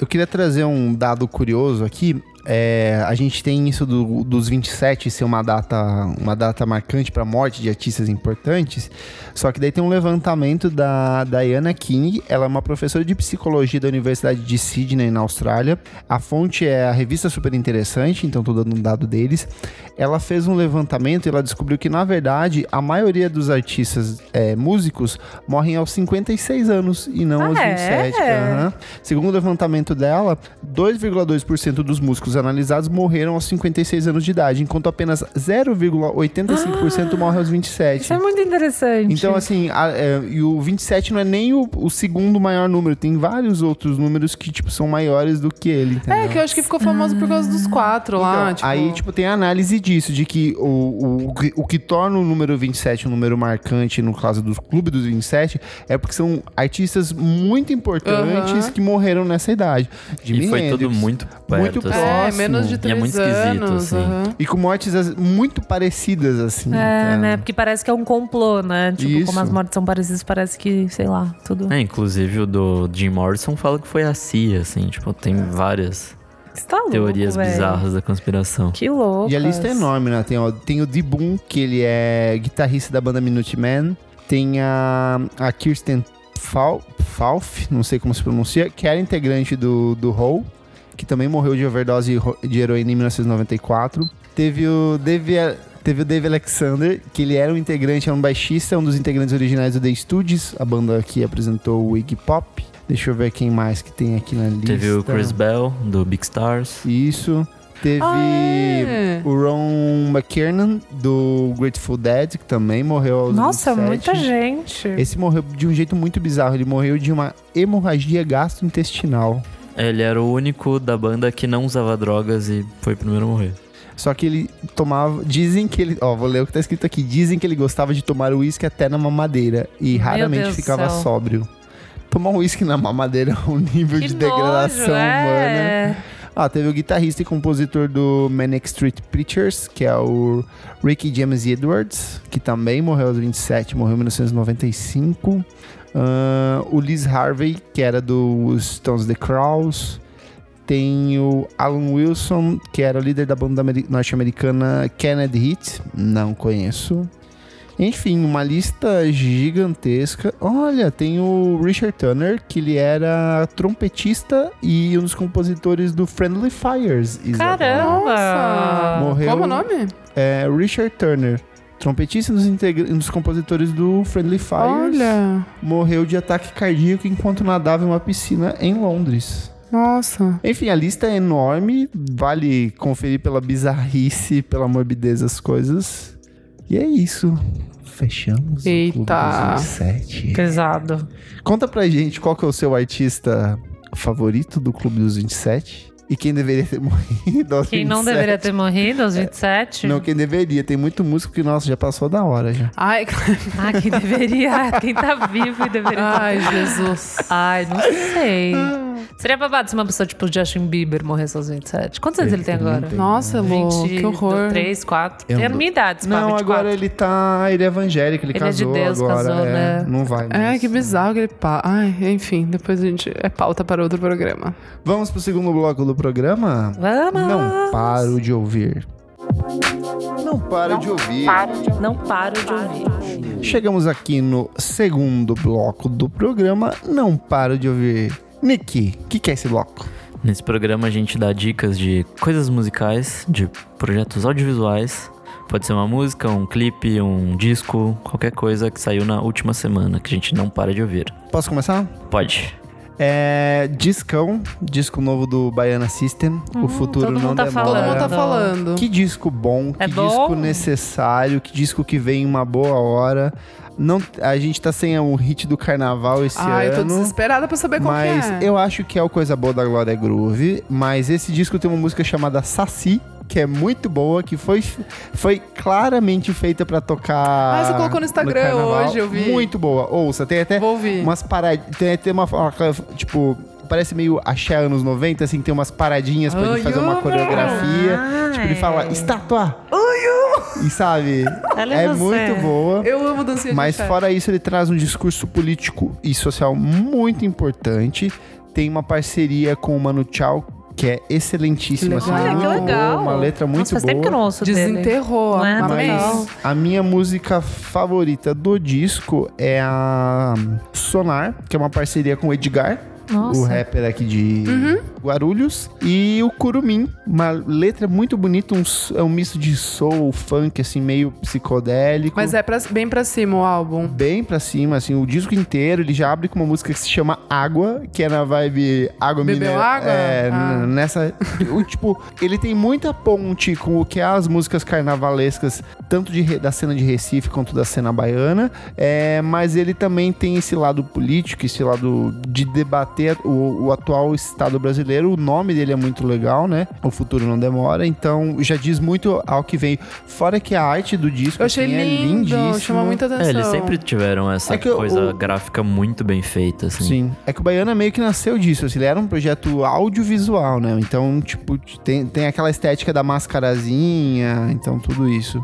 A: Eu queria trazer um dado curioso aqui. É, a gente tem isso do- dos 27 ser uma data, uma data marcante para a morte de artistas importantes. Só que daí tem um levantamento da Diana King. Ela é uma professora de psicologia da Universidade de Sydney, na Austrália. A fonte é a revista Super Interessante, então tô dando um dado deles. Ela fez um levantamento e ela descobriu que, na verdade, a maioria dos artistas é, músicos morrem aos 56 anos e não
D: Ah,
A: aos
D: é?
A: 27. aham. Segundo o levantamento dela, 2,2% dos músicos analisados morreram aos 56 anos de idade, enquanto apenas 0,85% morre aos 27.
D: Ah, Isso é muito interessante.
A: Então, assim, a- é, e o 27 não é nem o, o segundo maior número. Tem vários outros números que, tipo, são maiores do que ele, entendeu?
C: É, que eu acho que ficou famoso por causa dos quatro lá,
A: Então,
C: tipo...
A: Aí, tipo, tem a análise disso, de que o, o, o que- o que torna o número 27 um número marcante, no caso do Clube dos 27, é porque são artistas muito importantes
C: Aham.
A: que morreu nessa idade. Jimi
B: e foi
A: Hendrix,
B: tudo é muito perto.
A: muito
B: assim.
A: próximo.
C: É, menos de
A: E é
C: três
B: muito esquisito,
C: anos.
B: assim.
C: aham.
A: E com mortes as- muito parecidas, assim.
D: É,
A: tá?
D: né? Porque parece que é um complô, né? Tipo,
A: Isso.
D: como as mortes são parecidas, parece que, sei lá, tudo.
B: É, inclusive o do Jim Morrison fala que foi a CIA, assim, tipo, tem várias
D: Você tá louco,
B: teorias
D: velho.
B: bizarras da conspiração.
D: Que louco.
A: E a lista é enorme, né? Tem, ó, tem o D. Boon, que ele é guitarrista da banda Minuteman. Tem a, a Kirsten Fal- Falf, não sei como se pronuncia, que era integrante do, do Hole, que também morreu de overdose ro- de heroína em 1994. Teve o Dave, teve o Dave Alexander, que ele era um integrante, era um baixista, um dos integrantes originais do The Studios, a banda que apresentou o Iggy Pop. Deixa eu ver quem mais que tem aqui na lista.
B: Teve o Chris Bell, do Big Stars.
A: Isso. Teve...
C: Ah, é.
A: O Ron McKiernan, do Grateful Dead, que também morreu aos
D: Nossa,
A: 27.
D: muita gente.
A: Esse morreu de um jeito muito bizarro. Ele morreu de uma hemorragia gastrointestinal.
B: Ele era o único da banda que não usava drogas e foi o primeiro a morrer.
A: Só que ele tomava. Dizem que ele. Ó, vou ler o que tá escrito aqui. Dizem que ele gostava de tomar uísque até na mamadeira. E raramente
D: Deus do
A: ficava
D: céu.
A: sóbrio. Tomar uísque na mamadeira é um nível
D: Que
A: de degradação
D: nojo,
A: humana.
D: é.
A: Ah, teve o guitarrista e compositor do Manic Street Preachers, que é o Ricky James Edwards, que também morreu aos 27, morreu em 1995. Ah, o Liz Harvey, que era do Stones The Crows. Tem o Alan Wilson, que era o líder da banda ameri- norte-americana Kennedy Heat. Não conheço. Enfim, uma lista gigantesca. Olha, tem o Richard Turner, que ele era trompetista e um dos compositores do Friendly Fires. Isabela.
D: Caramba!
A: Morreu-
C: Como é o nome?
A: É, Richard Turner, trompetista e um dos, integra- um dos compositores do Friendly Fires,
C: Olha,
A: morreu de ataque cardíaco enquanto nadava em uma piscina em Londres.
C: nossa.
A: Enfim, a lista é enorme, vale conferir pela bizarrice, pela morbidez das coisas. E é isso. Fechamos. O
C: Eita.
A: Clube dos 27.
D: Pesado.
A: Conta pra gente qual que é o seu artista favorito do Clube dos 27 e quem deveria ter morrido aos
D: Quem não
A: 27.
D: deveria ter morrido aos 27?
A: Não, quem deveria. Tem muito músico que, nossa, já passou da hora já.
C: Ai,
D: Ah, quem deveria? Quem tá vivo e deveria ter
C: ai Jesus.
D: Ai, não sei. Seria babado se uma pessoa tipo Justin Bieber morresse aos 27. Quantos anos ele tem
A: Ele não
D: agora?
A: tem.
C: Nossa, Lu, que horror.
D: 3, 4.
A: Eu
D: Tem a
A: não-
D: minha idade, se pá,
A: Não,
D: 24.
A: agora ele tá. Ele é evangélico, ele,
D: Ele é de
A: casou
D: Deus,
A: agora.
D: casou,
A: é,
D: né?
A: Não vai.
C: É,
A: mais.
C: que bizarro que ele pá. Ai, enfim, depois a gente. É pauta para outro programa.
A: Vamos pro segundo bloco do programa?
D: Vamos!
A: Não paro de ouvir. Não paro de ouvir.
D: Não paro de ouvir.
A: Chegamos aqui no segundo bloco do programa. Não paro de ouvir. Nick, o que, que é esse bloco?
B: Nesse programa a gente dá dicas de coisas musicais, de projetos audiovisuais. Pode ser uma música, um clipe, um disco, qualquer coisa que saiu na última semana, que a gente não para de ouvir.
A: Posso começar?
B: Pode.
A: É. Discão, disco novo do Baiana System. o futuro
D: todo
A: não
D: mundo tá
A: demora.
C: Todo mundo tá
D: Não.
C: falando.
A: Que disco bom,
D: É
A: que
D: bom?
A: disco necessário, que disco que vem em uma boa hora. Não, a gente tá sem o hit do carnaval esse
C: Ai, eu tô
A: ano.
C: desesperada pra saber qual que
A: Mas
C: é.
A: eu acho que é o Coisa Boa da Glória Groove. Mas esse disco tem uma música chamada Saci, que é muito boa, que foi, foi claramente feita pra tocar.
C: Ah, você colocou no Instagram
A: carnaval.
C: hoje, eu vi.
A: Muito boa. Ouça, tem até
C: Vou ouvir.
A: umas paradinhas. Tem até uma. uma- Tipo, parece meio axé anos 90, assim, tem umas paradinhas pra
C: Ai,
A: ele fazer uma
C: eu-
A: coreografia.
D: Ai.
A: Tipo, ele fala, estátua! E sabe?
D: Olha
A: é
D: você.
A: muito boa.
C: Eu amo dancinha
A: Mas
C: de axé.
A: fora isso, ele traz um discurso político e social muito importante. Tem uma parceria com o Mano Tchau, que é excelentíssima.
C: Que legal.
A: assim,
D: Olha, que
A: muito boa,
D: legal.
A: uma letra muito
D: Nossa, faz
A: boa.
D: tempo que eu não ouço dele.
C: Desenterrou,
D: Não é?
C: amei.
D: Legal.
A: Mas a minha música favorita do disco é a Sonar, que é uma parceria com o Edgar.
D: Nossa.
A: O rapper aqui de Guarulhos. E o Curumim. Uma letra muito bonita, um, s- é um misto de soul, funk, assim, meio psicodélico.
C: Mas é pra- bem pra cima o álbum.
A: Então, bem pra cima, assim, o disco inteiro, ele já abre com uma música que se chama Água, que é na vibe água
C: Bebeu
A: mineral.
C: água?
A: É,
C: Ah.
A: n- nessa, o, tipo, ele tem muita ponte com o que é as músicas carnavalescas, tanto de, Re- da cena de Recife quanto da cena baiana, é, mas ele também tem esse lado político, esse lado de debater o, o atual estado brasileiro, o nome dele é muito legal, né? O futuro não demora, então já diz muito ao que vem. Fora que a arte do disco
C: Eu achei
A: assim,
C: lindo,
A: é lindíssima.
C: chama muita atenção.
B: É, eles sempre tiveram essa
A: É que o-
B: coisa
A: o-
B: gráfica muito bem feita, assim.
A: Sim. É que o Baiana meio que nasceu disso. Assim, ele era um projeto audiovisual, né? Então, tipo, tem, tem aquela estética da mascarazinha, então tudo isso.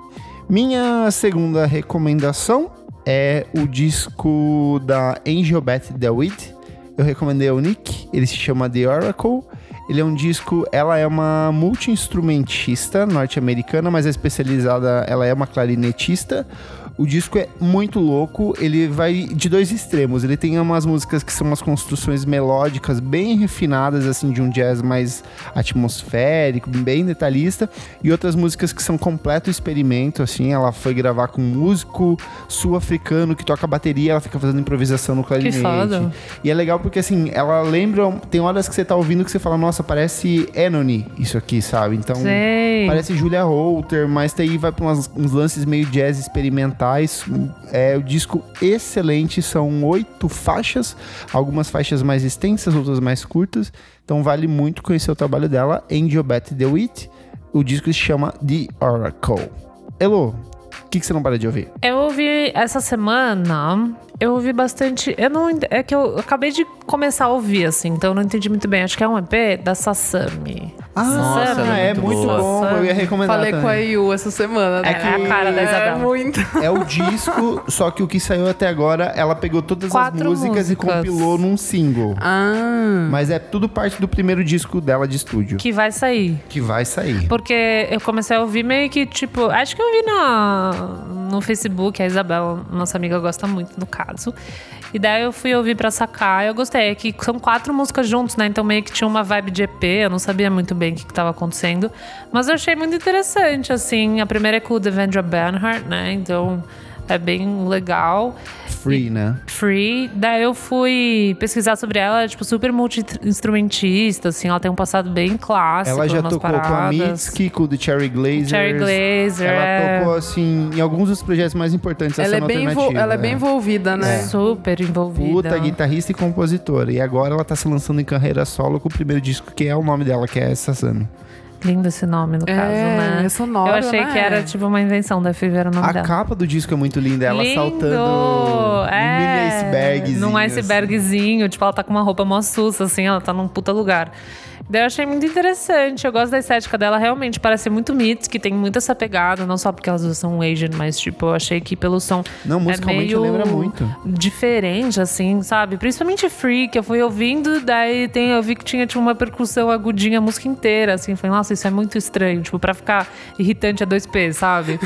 A: Minha segunda recomendação é o disco da Angel Beth DeWitt. Eu recomendei ao Nick, ele se chama The Oracle. Ele é um disco, ela é uma multi-instrumentista norte-americana, mas é especializada, ela é uma clarinetista. O disco é muito louco, ele vai de dois extremos. Ele tem umas músicas que são umas construções melódicas bem refinadas, assim, de um jazz mais atmosférico, bem detalhista, e outras músicas que são completo experimento, assim. Ela foi gravar com um músico sul-africano que toca bateria, ela fica fazendo improvisação no clarinete.
D: foda.
A: E é legal porque, assim, ela lembra. Tem horas que você tá ouvindo que você fala, nossa, parece Enony isso aqui, sabe? Então.
D: Sei.
A: Parece Julia Holter, mas daí vai pra umas- uns lances meio jazz experimentais. É o disco excelente, são oito faixas, algumas faixas mais extensas, outras mais curtas. Então vale muito conhecer o trabalho dela, Angel Betty DeWitt. O disco se chama The Oracle. Elo, o que, que você não para de ouvir?
D: Eu ouvi essa semana, eu ouvi bastante. Eu não. ent- É que eu acabei de começar a ouvir, assim, então eu não entendi muito bem. Acho que é um EP da Sassami.
B: Nossa, ela
A: é,
B: é
A: muito
B: muito boa.
A: bom. Eu ia recomendar.
C: Falei com
A: também.
C: a Yu essa semana. né?
D: É que- a cara da
C: É
D: Isabela.
C: muito.
A: É o disco, só que o que saiu até agora, ela pegou todas as
D: Quatro
A: músicas, e
D: músicas.
A: compilou num single.
C: Ah,
A: Mas é tudo parte do primeiro disco dela de estúdio, que,
D: Que vai sair.
A: vai sair.
D: Porque eu comecei a ouvir meio que, tipo, acho que eu vi na, no Facebook, a Isabela, nossa amiga, gosta muito, no caso. E daí eu fui ouvir pra sacar, eu gostei. É que são quatro músicas juntos, né? Então meio que tinha uma vibe de EP, eu não sabia muito bem o que, que tava acontecendo. Mas eu achei muito interessante, assim. A primeira é com o Devendra Banhart, né? Então é bem legal.
A: Free, né?
D: Free. Daí eu fui pesquisar sobre ela, ela é, tipo, super multi-instrumentista, assim. Ela tem um passado bem clássico.
A: Ela já
D: umas
A: tocou com a
D: paradas.
A: Mitski, com o The Cherry Glazers.
D: Cherry Glazer.
A: Ela
D: é
A: tocou, assim, em alguns dos projetos mais importantes da
C: ela é,
A: cena
C: bem envol-
A: alternativa. É.
C: ela é bem envolvida, né?
D: super envolvida.
A: Puta, guitarrista e compositora. E agora ela tá se lançando em carreira solo com o primeiro disco, que é o nome dela, que é Sassami.
D: Lindo esse nome, no
C: É,
D: caso, né?
C: é sonoro,
D: Eu achei
C: né?
D: que era tipo uma invenção da FIV, era o nome
A: A
D: dela.
A: capa do disco é muito linda, ela
D: Lindo! É.
A: saltando num mini icebergzinho,
D: Num
A: assim.
D: icebergzinho, tipo, ela tá com uma roupa mó sussa, assim, ela tá num puta lugar. Daí eu achei muito interessante, eu gosto da estética dela, realmente parece muito Mitz, que tem muito essa pegada, não só porque elas são Asian, mas tipo, eu achei que pelo som
A: Não, musicalmente
D: é meio
A: lembra muito.
D: Diferente, assim, sabe? Principalmente Free, que eu fui ouvindo, daí tem, eu vi que tinha tipo, uma percussão agudinha a música inteira, assim. Falei, nossa, isso é muito estranho, tipo, pra ficar irritante a 2P, sabe?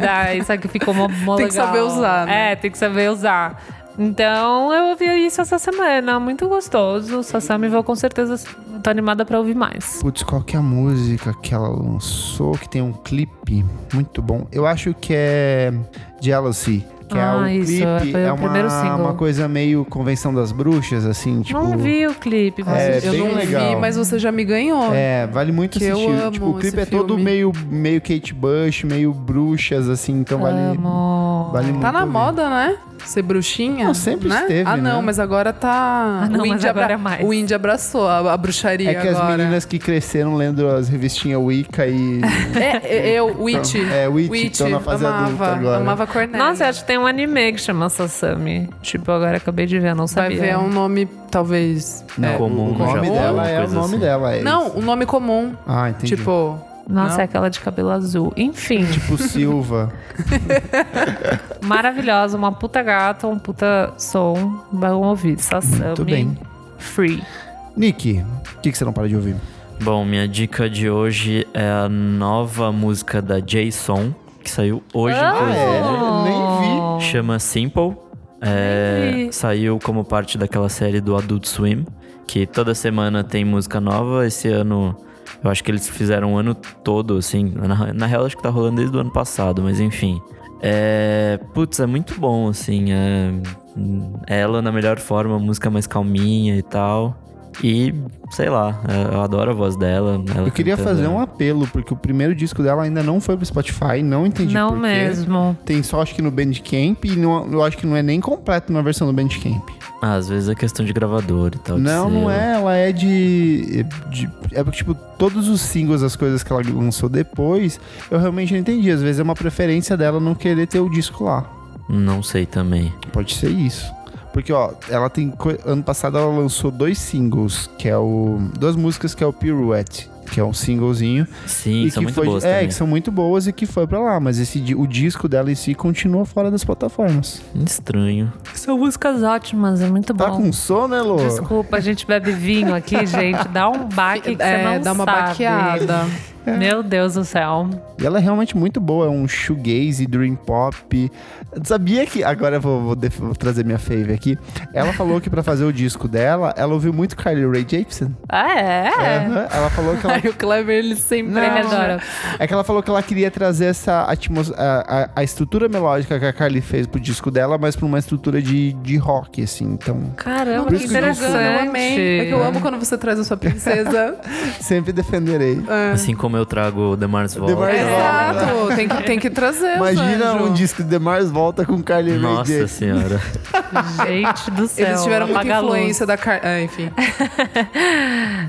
D: daí, sabe que ficou mó, mó
C: Tem que
D: legal.
C: saber usar, né?
D: É, tem que saber usar. Então, eu ouvi isso essa semana, muito gostoso. Sassami, vou com certeza, tô animada pra ouvir mais.
A: Putz, qual que é a música que ela lançou que tem um clipe muito bom? Eu acho que é Jealousy, que é
D: Ah,
A: o
D: isso,
A: clipe,
D: foi o
A: é
D: primeiro
A: uma,
D: single.
A: uma coisa meio convenção das bruxas, assim, tipo...
D: Não vi o clipe, mas
A: É,
C: eu
A: bem
C: não vi,
A: legal.
C: mas você já me ganhou.
A: É, vale muito
C: Que eu
A: assistir.
C: amo
A: tipo, o clipe
C: esse
A: é todo
C: filme.
A: meio, meio Kate Bush, meio bruxas, assim, então vale...
D: amo.
A: Vale muito.
C: Tá na
A: ouvir.
C: moda, né? Ser bruxinha.
A: Não, sempre
C: né?
A: esteve,
C: Ah, não,
A: né?
C: mas agora tá.
D: Ah, não,
C: o
D: mas
C: indie
D: agora é mais.
C: O indie abraçou a, a bruxaria
A: É que as
C: agora.
A: meninas que cresceram lendo as revistinhas Wicca e.
C: É, é, eu, Witch.
A: É, Witch, tão na fase
C: amava,
A: adulta agora.
C: amava Cornélia.
D: Nossa, eu acho que tem um anime que chama Sasami. Tipo, agora acabei de ver, eu não
C: Vai
D: sabia.
C: ver, é um nome, talvez... é,
B: comum
A: o
B: no
A: nome
B: Japão,
A: dela é o
B: coisa
A: nome
B: assim.
A: dela. É
C: Não,
A: isso.
C: um nome comum.
A: Ah, entendi. Tipo,
C: Tipo...
D: Nossa,
C: Não.
D: é aquela de cabelo azul. Enfim,
A: Silva.
D: maravilhosa. Uma puta gata, um puta som. Vão ouvir. Sasami.
A: Muito bem.
D: Free.
A: Nick, o que, que você não para de ouvir?
B: Bom, minha dica de hoje é a nova música da Jason, que saiu hoje,
A: Ah, é?
B: inclusive.
D: Oh.
A: nem
B: Chama Simple. É,
D: Ai.
B: saiu como parte daquela série do Adult Swim, que toda semana tem música nova. Esse ano, eu acho que eles fizeram o ano todo, assim. Na, na real, acho que tá rolando desde o ano passado, mas enfim. É, putz, é muito bom, assim. é, ela na melhor forma, música mais calminha e tal. E, sei lá, é, eu adoro a voz dela. ela
A: Eu queria
B: cantando.
A: fazer um apelo, porque o primeiro disco dela ainda não foi pro Spotify, não entendi
D: Não
A: por quê.
D: mesmo.
A: Tem só acho que no Bandcamp e não- eu acho que não é nem completo na versão do Bandcamp.
B: Ah, às vezes é questão de gravador e tal. de
A: não,
B: selo.
A: não é, ela é de, de- É porque, tipo, todos os singles, as coisas que ela lançou depois, eu realmente não entendi. Às vezes é uma preferência dela não querer ter o disco lá.
B: Não sei também.
A: Pode ser isso. Porque, ó, ela tem. coi- Ano passado ela lançou dois singles, que é o. Duas músicas que é o Pirouette, que é um singlezinho.
B: Sim, são
A: que
B: muito
A: foi,
B: boas
A: É,
B: também.
A: que são muito boas e que foi pra lá. Mas esse, di- o disco dela em si continua fora das plataformas.
B: Estranho.
D: São músicas ótimas, é muito
A: Tá
D: bom.
A: com som, né, Lô?
D: Desculpa, a gente bebe vinho aqui, gente. Dá um baque que você
C: é,
D: não
C: dá uma
D: sabe.
C: baqueada.
A: É.
D: Meu Deus do céu.
A: E ela é realmente muito boa, é um shoegaze, dream pop. Sabia que... Agora eu vou, vou def- vou trazer minha fave aqui. Ela falou que pra fazer o disco dela, ela ouviu muito Carly Rae Jepsen.
D: Ah, é?
A: Aham, Ela falou que ela...
C: Ai, o Kleber, ele sempre...
A: Não.
D: Ele adora.
A: É que ela falou que ela queria trazer essa atmos a, a- a estrutura melódica que a Carly fez pro disco dela, mas pra uma estrutura de, de rock, assim. Então,
D: Caramba,
A: Por
D: que
A: isso que eu não sou,
D: interessante.
C: Eu amei. É que eu amo quando você traz a sua princesa. É.
A: sempre defenderei.
B: Assim como eu trago o The Mars Volta.
A: Mars Volta.
C: Exato, tem que, tem que trazer.
A: Imagina
C: Sanjo.
A: um disco de The Mars volta com Carly Rae
B: Nossa
A: Jepsen.
B: senhora.
D: Gente do céu.
C: Eles tiveram muita
D: apaga a luz.
C: influência da Car... Ah, enfim.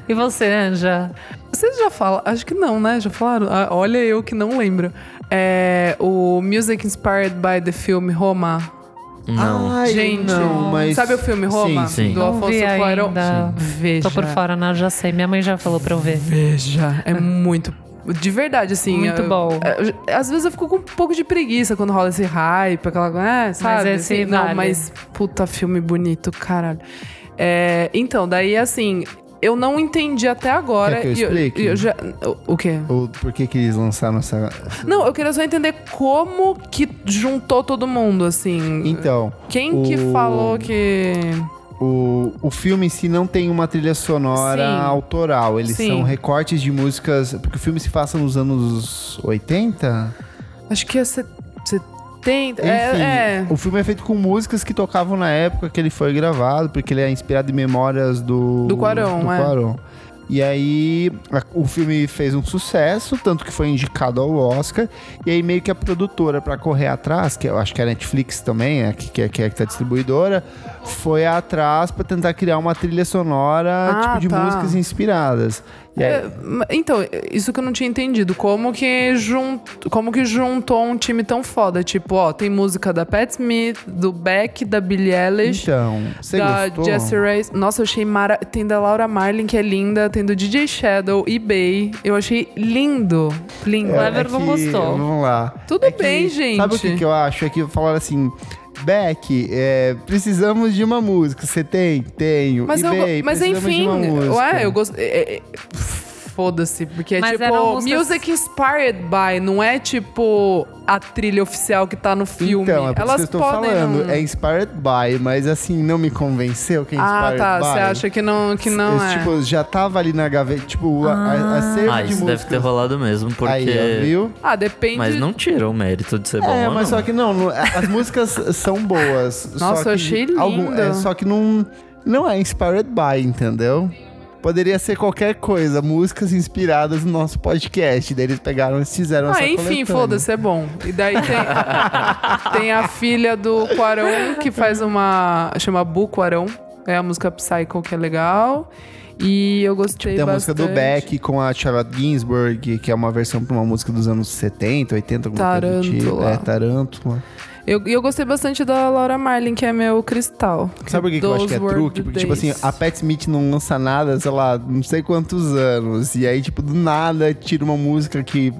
D: E você, Anja?
C: Vocês já falam? Acho que não, né? Já falaram? Ah, olha eu que não lembro. É, o Music Inspired by the Film Roma.
B: Não.
A: Ai,
C: Gente,
A: não, mas...
C: sabe o filme Roma?
A: Sim, sim.
C: Do
D: Não
C: Afonso
D: vi
C: Cuarón?
D: ainda.
C: Veja.
D: Tô por fora, não, já sei. Minha mãe já falou pra eu ver.
C: Veja. É muito... De verdade, assim.
D: Muito
C: eu-
D: bom.
C: é, Às vezes eu fico com um pouco de preguiça quando rola esse hype, aquela. É, sabe?
D: esse
C: Assim, Não,
D: vale.
C: mas puta filme bonito, caralho. É, então, daí assim, eu não entendi até agora.
A: Quer que eu
C: e
A: explique?
C: e eu já- o, o quê?
A: Ou por que que eles lançaram essa...
C: Não, eu queria só entender como que juntou todo mundo, assim.
A: Então,
C: Quem que
A: o-
C: falou que.
A: o, o filme em si não tem uma trilha sonora
C: Sim.
A: autoral. Eles
C: Sim.
A: são recortes de músicas... Porque o filme se passa nos anos 80?
C: Acho que é 70.
A: Enfim,
C: É, é.
A: o filme é feito com músicas que tocavam na época que ele foi gravado, porque ele é inspirado em memórias do...
C: Do Cuarón,
A: do
C: é.
A: Cuarón. E aí, a- o filme fez um sucesso, tanto que foi indicado ao Oscar. E aí, meio que a produtora, pra correr atrás, que eu acho que é a Netflix também, é, que, que, é- que é a que tá distribuidora, foi atrás pra tentar criar uma trilha sonora,
C: Ah,
A: tipo, de
C: tá.
A: músicas inspiradas. E aí,
C: É, ma- Então, isso que eu não tinha entendido. Como que, jun... Como que juntou um time tão foda? Tipo, ó, tem música da Pat Smith, do Beck, da Billie Eilish,
A: então, você
C: da
A: gostou?
C: Jessie Reyes. Nossa, eu achei mara... Tem da Laura Marlin, que é linda. Tem do DJ Shadow, eBay. Eu achei lindo. Lindo.
D: É. Kleber não
A: que-
D: gostou.
A: Vamos lá. É
C: Tudo bem, gente.
A: Sabe o que, que eu acho? É que falaram assim. Beck, é, precisamos de uma música. Você tem? Tenho.
C: Mas,
A: e
C: eu, go-
A: bem,
C: mas
A: precisamos de
C: enfim,
A: uma música.
C: ué, eu gosto. é, é, é, Foda-se, porque é
D: Mas
C: tipo
D: eram músicas-
C: Music Inspired by, não é tipo a trilha oficial que tá no filme.
A: Então, é por
C: Elas
A: isso que eu tô
C: podem.
A: falando.
C: não-
A: É Inspired by, mas assim, não me convenceu que é
C: ah,
A: Inspired
C: tá.
A: by.
C: Você acha que não, que não
A: Esse,
C: é.
A: Tipo, já tava ali na gaveta. Tipo, a, a, a cerca
B: Ah,
A: de
B: isso
A: músicas.
B: deve ter rolado mesmo, porque.
A: Aí, ó, viu?
C: ah, depende.
B: Mas não tira o mérito de ser bom.
A: É,
B: ou
A: mas
B: não.
A: só que não, não- as músicas são boas.
C: Nossa,
A: só que
C: eu achei
A: algum-
C: lindo.
A: é, só que não, não é inspired by, entendeu? Poderia ser qualquer coisa, músicas inspiradas no nosso podcast. Daí eles pegaram e fizeram
C: Ah,
A: essa
C: enfim,
A: coletânea.
C: foda-se, é bom. E daí tem, tem a filha do Quarão, que faz uma. chama Bu Quarão. É a música Psycho, que é legal. E eu gostei
A: Tipo, Tem a música
C: bastante.
A: do Beck com a Charlotte Ginsburg, que é uma versão pra uma música dos anos 70, 80, alguma coisa do tipo.
C: Tarântula.
A: É, Tarântula.
C: Eu, e eu gostei bastante da Laura Marlin, que é meu cristal.
A: Sabe por que, que eu acho que é
C: Those
A: truque?
C: were
A: Porque,
C: the
A: tipo assim,
C: days.
A: a Pat Smith não lança nada, sei lá, não sei quantos anos. E aí, tipo, do nada, tira uma música que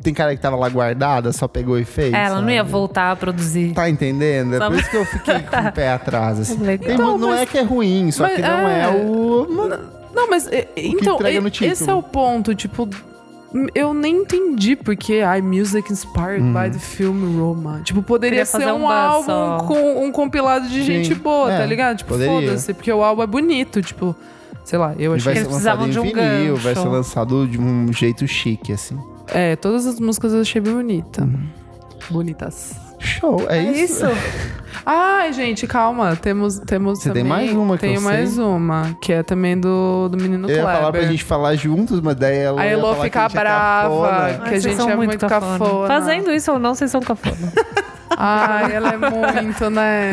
A: tem cara que tava lá guardada, só pegou e fez.
D: ela não
A: sabe?
D: ia voltar a produzir.
A: Tá entendendo? É
D: Só-
A: por isso que eu fiquei com o pé atrás, assim.
D: Legal.
A: Tem mu- não é que é ruim, só
C: mas
A: que não é,
C: é-
A: o...
C: Não, mas é, então,
A: entrega
C: é-
A: no título.
C: esse é o ponto, tipo, eu nem entendi porque ai, music inspired
A: Uhum.
C: by the film Roma. Tipo, poderia
D: Queria
C: ser
D: fazer
C: um,
D: um buzz só.
C: álbum com um compilado de
A: Sim,
C: gente boa,
A: é,
C: tá ligado? Tipo,
A: poderia.
C: foda-se, porque o álbum é bonito, tipo, sei lá, eu
A: Ele
C: achei
A: vai
D: que
A: ser
D: eles
A: lançado
D: precisavam
A: em
D: de um
A: vinil, vai ser
D: gancho.
A: lançado de um jeito chique, assim.
C: É, todas as músicas eu achei bem bonita. Bonitas.
A: Show, é, isso.
C: Ai, gente, calma. Temos, temos
A: Você tem
C: também...
A: mais uma que
C: Tenho
A: eu
C: mais
A: sei.
C: uma, que é também do, do Menino
A: Eu ia falar pra
C: Kleber.
A: gente falar juntos, mas daí ela
C: A
A: ia
C: Elo
A: falar que
C: fica
A: a gente é
C: brava.
A: cafona.
C: Que a
D: vocês
C: gente
D: são
C: é muito cafona.
D: Fazendo isso ou não, vocês são cafona.
C: Ai, ela é muito, né?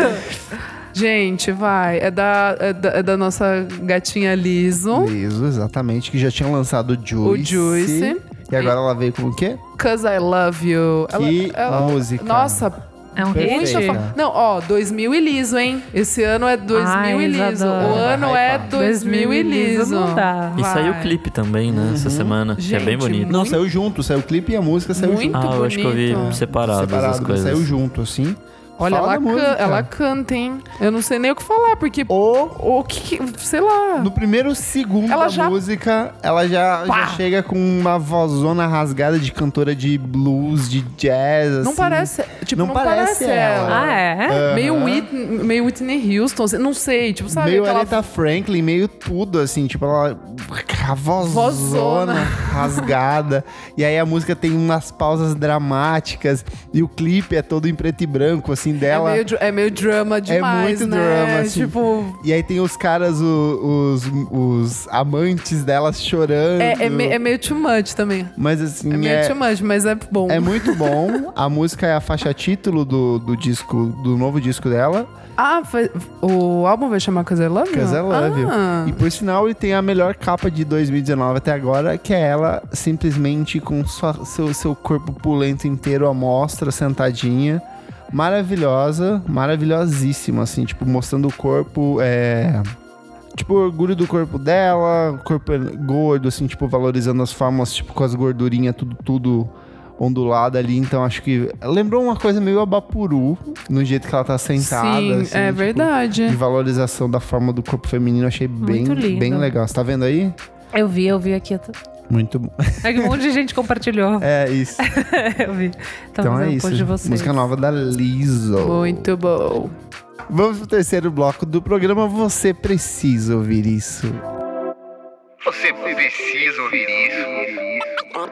C: Gente, vai. É da, é da, é da nossa gatinha Liso.
A: Liso, exatamente, que já tinha lançado o Juice.
C: O Juice.
A: E agora ela veio com o quê?
C: Cause I Love You.
A: Que música.
C: Nossa,
D: É um
A: Perfeito.
D: hit.
C: muita fa... Não, ó, 2000 e liso, hein? Esse ano é 2000
D: Ai,
C: e
D: eles
C: liso.
D: adoram.
C: O ano é 2000 e liso.
D: Não dá.
B: E saiu o
C: Vai. Uhum.
B: clipe também, né? Essa semana. que é
C: Gente,
B: bem bonito.
A: Não,
C: Muito-
A: saiu junto, saiu o clipe e a música saiu junto.
C: Muito
B: ah, eu acho que eu vi
C: bonito.
B: separado,
A: separado,
B: essas
A: mas
B: coisas.
A: saiu junto, assim.
C: Olha,
A: Fala
C: ela,
A: da
C: can-
A: música.
C: ela canta, hein? Eu não sei nem o que falar, porque.
A: Ou
C: O que. que- Sei lá.
A: No primeiro segundo
C: Ela
A: da
C: já-
A: música, ela já, já chega com uma vozona rasgada de cantora de blues, de jazz, assim.
C: Não parece. Tipo,
A: não
C: não,
A: parece
C: parece,
A: ela.
C: ela.
D: Ah, é?
C: Meio, Whitney, meio Whitney Houston, assim, não sei, tipo, sabe?
A: meio
C: aquela
A: Aretha Franklin, meio tudo, assim. Tipo, ela... A vozona,
C: Vozona.
A: rasgada. E aí a música tem umas pausas dramáticas. E o clipe é todo em preto e branco, assim, dela.
C: É meio, dr- é meio drama demais,
A: muito
C: né?
A: drama, assim.
C: Tipo,
A: E aí tem os caras, o- os, os amantes delas chorando.
C: é, é, me- é meio too much também.
A: Mas assim,
C: É meio
A: é-
C: too much, mas é bom.
A: É muito bom. A música é a faixa título do, do disco, do novo disco dela,
C: Ah, vai- o álbum vai chamar Cause I Love You?
A: Cause I Love You.
C: Ah.
A: é E por sinal, ele tem a melhor capa de 2019 até agora, que é ela simplesmente com sua- seu, seu corpo pulento inteiro à mostra, sentadinha. Maravilhosa, maravilhosíssima, assim, tipo, mostrando o corpo. É... Tipo, orgulho do corpo dela, o corpo gordo, assim, tipo, valorizando as formas, tipo, com as gordurinhas, tudo, tudo ondulado ali. Então, acho que lembrou uma coisa meio abapuru, no jeito que ela tá sentada.
C: Sim,
A: assim,
C: é
A: tipo,
C: verdade.
A: de valorização da forma do corpo feminino. Achei bem,
D: Muito lindo.
A: bem legal. Você tá vendo aí?
D: Eu vi, eu vi aqui.
A: Muito bom.
D: É que um monte de gente compartilhou.
A: É isso.
D: Eu vi. Então,
A: então é
D: eu
A: isso.
D: de vocês.
A: Música nova da Lizzo.
C: Muito bom.
A: Vamos pro terceiro bloco do programa. Você precisa ouvir isso.
E: Você precisa ouvir isso.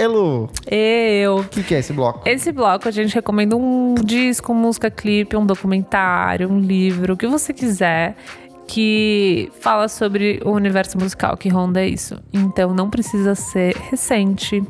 A: Elo, o
D: Eu.
A: que, que é esse bloco?
D: Esse bloco a gente recomenda um disco, música, clipe, um documentário, um livro, o que você quiser que fala sobre o universo musical que ronda isso. Então não precisa ser recente,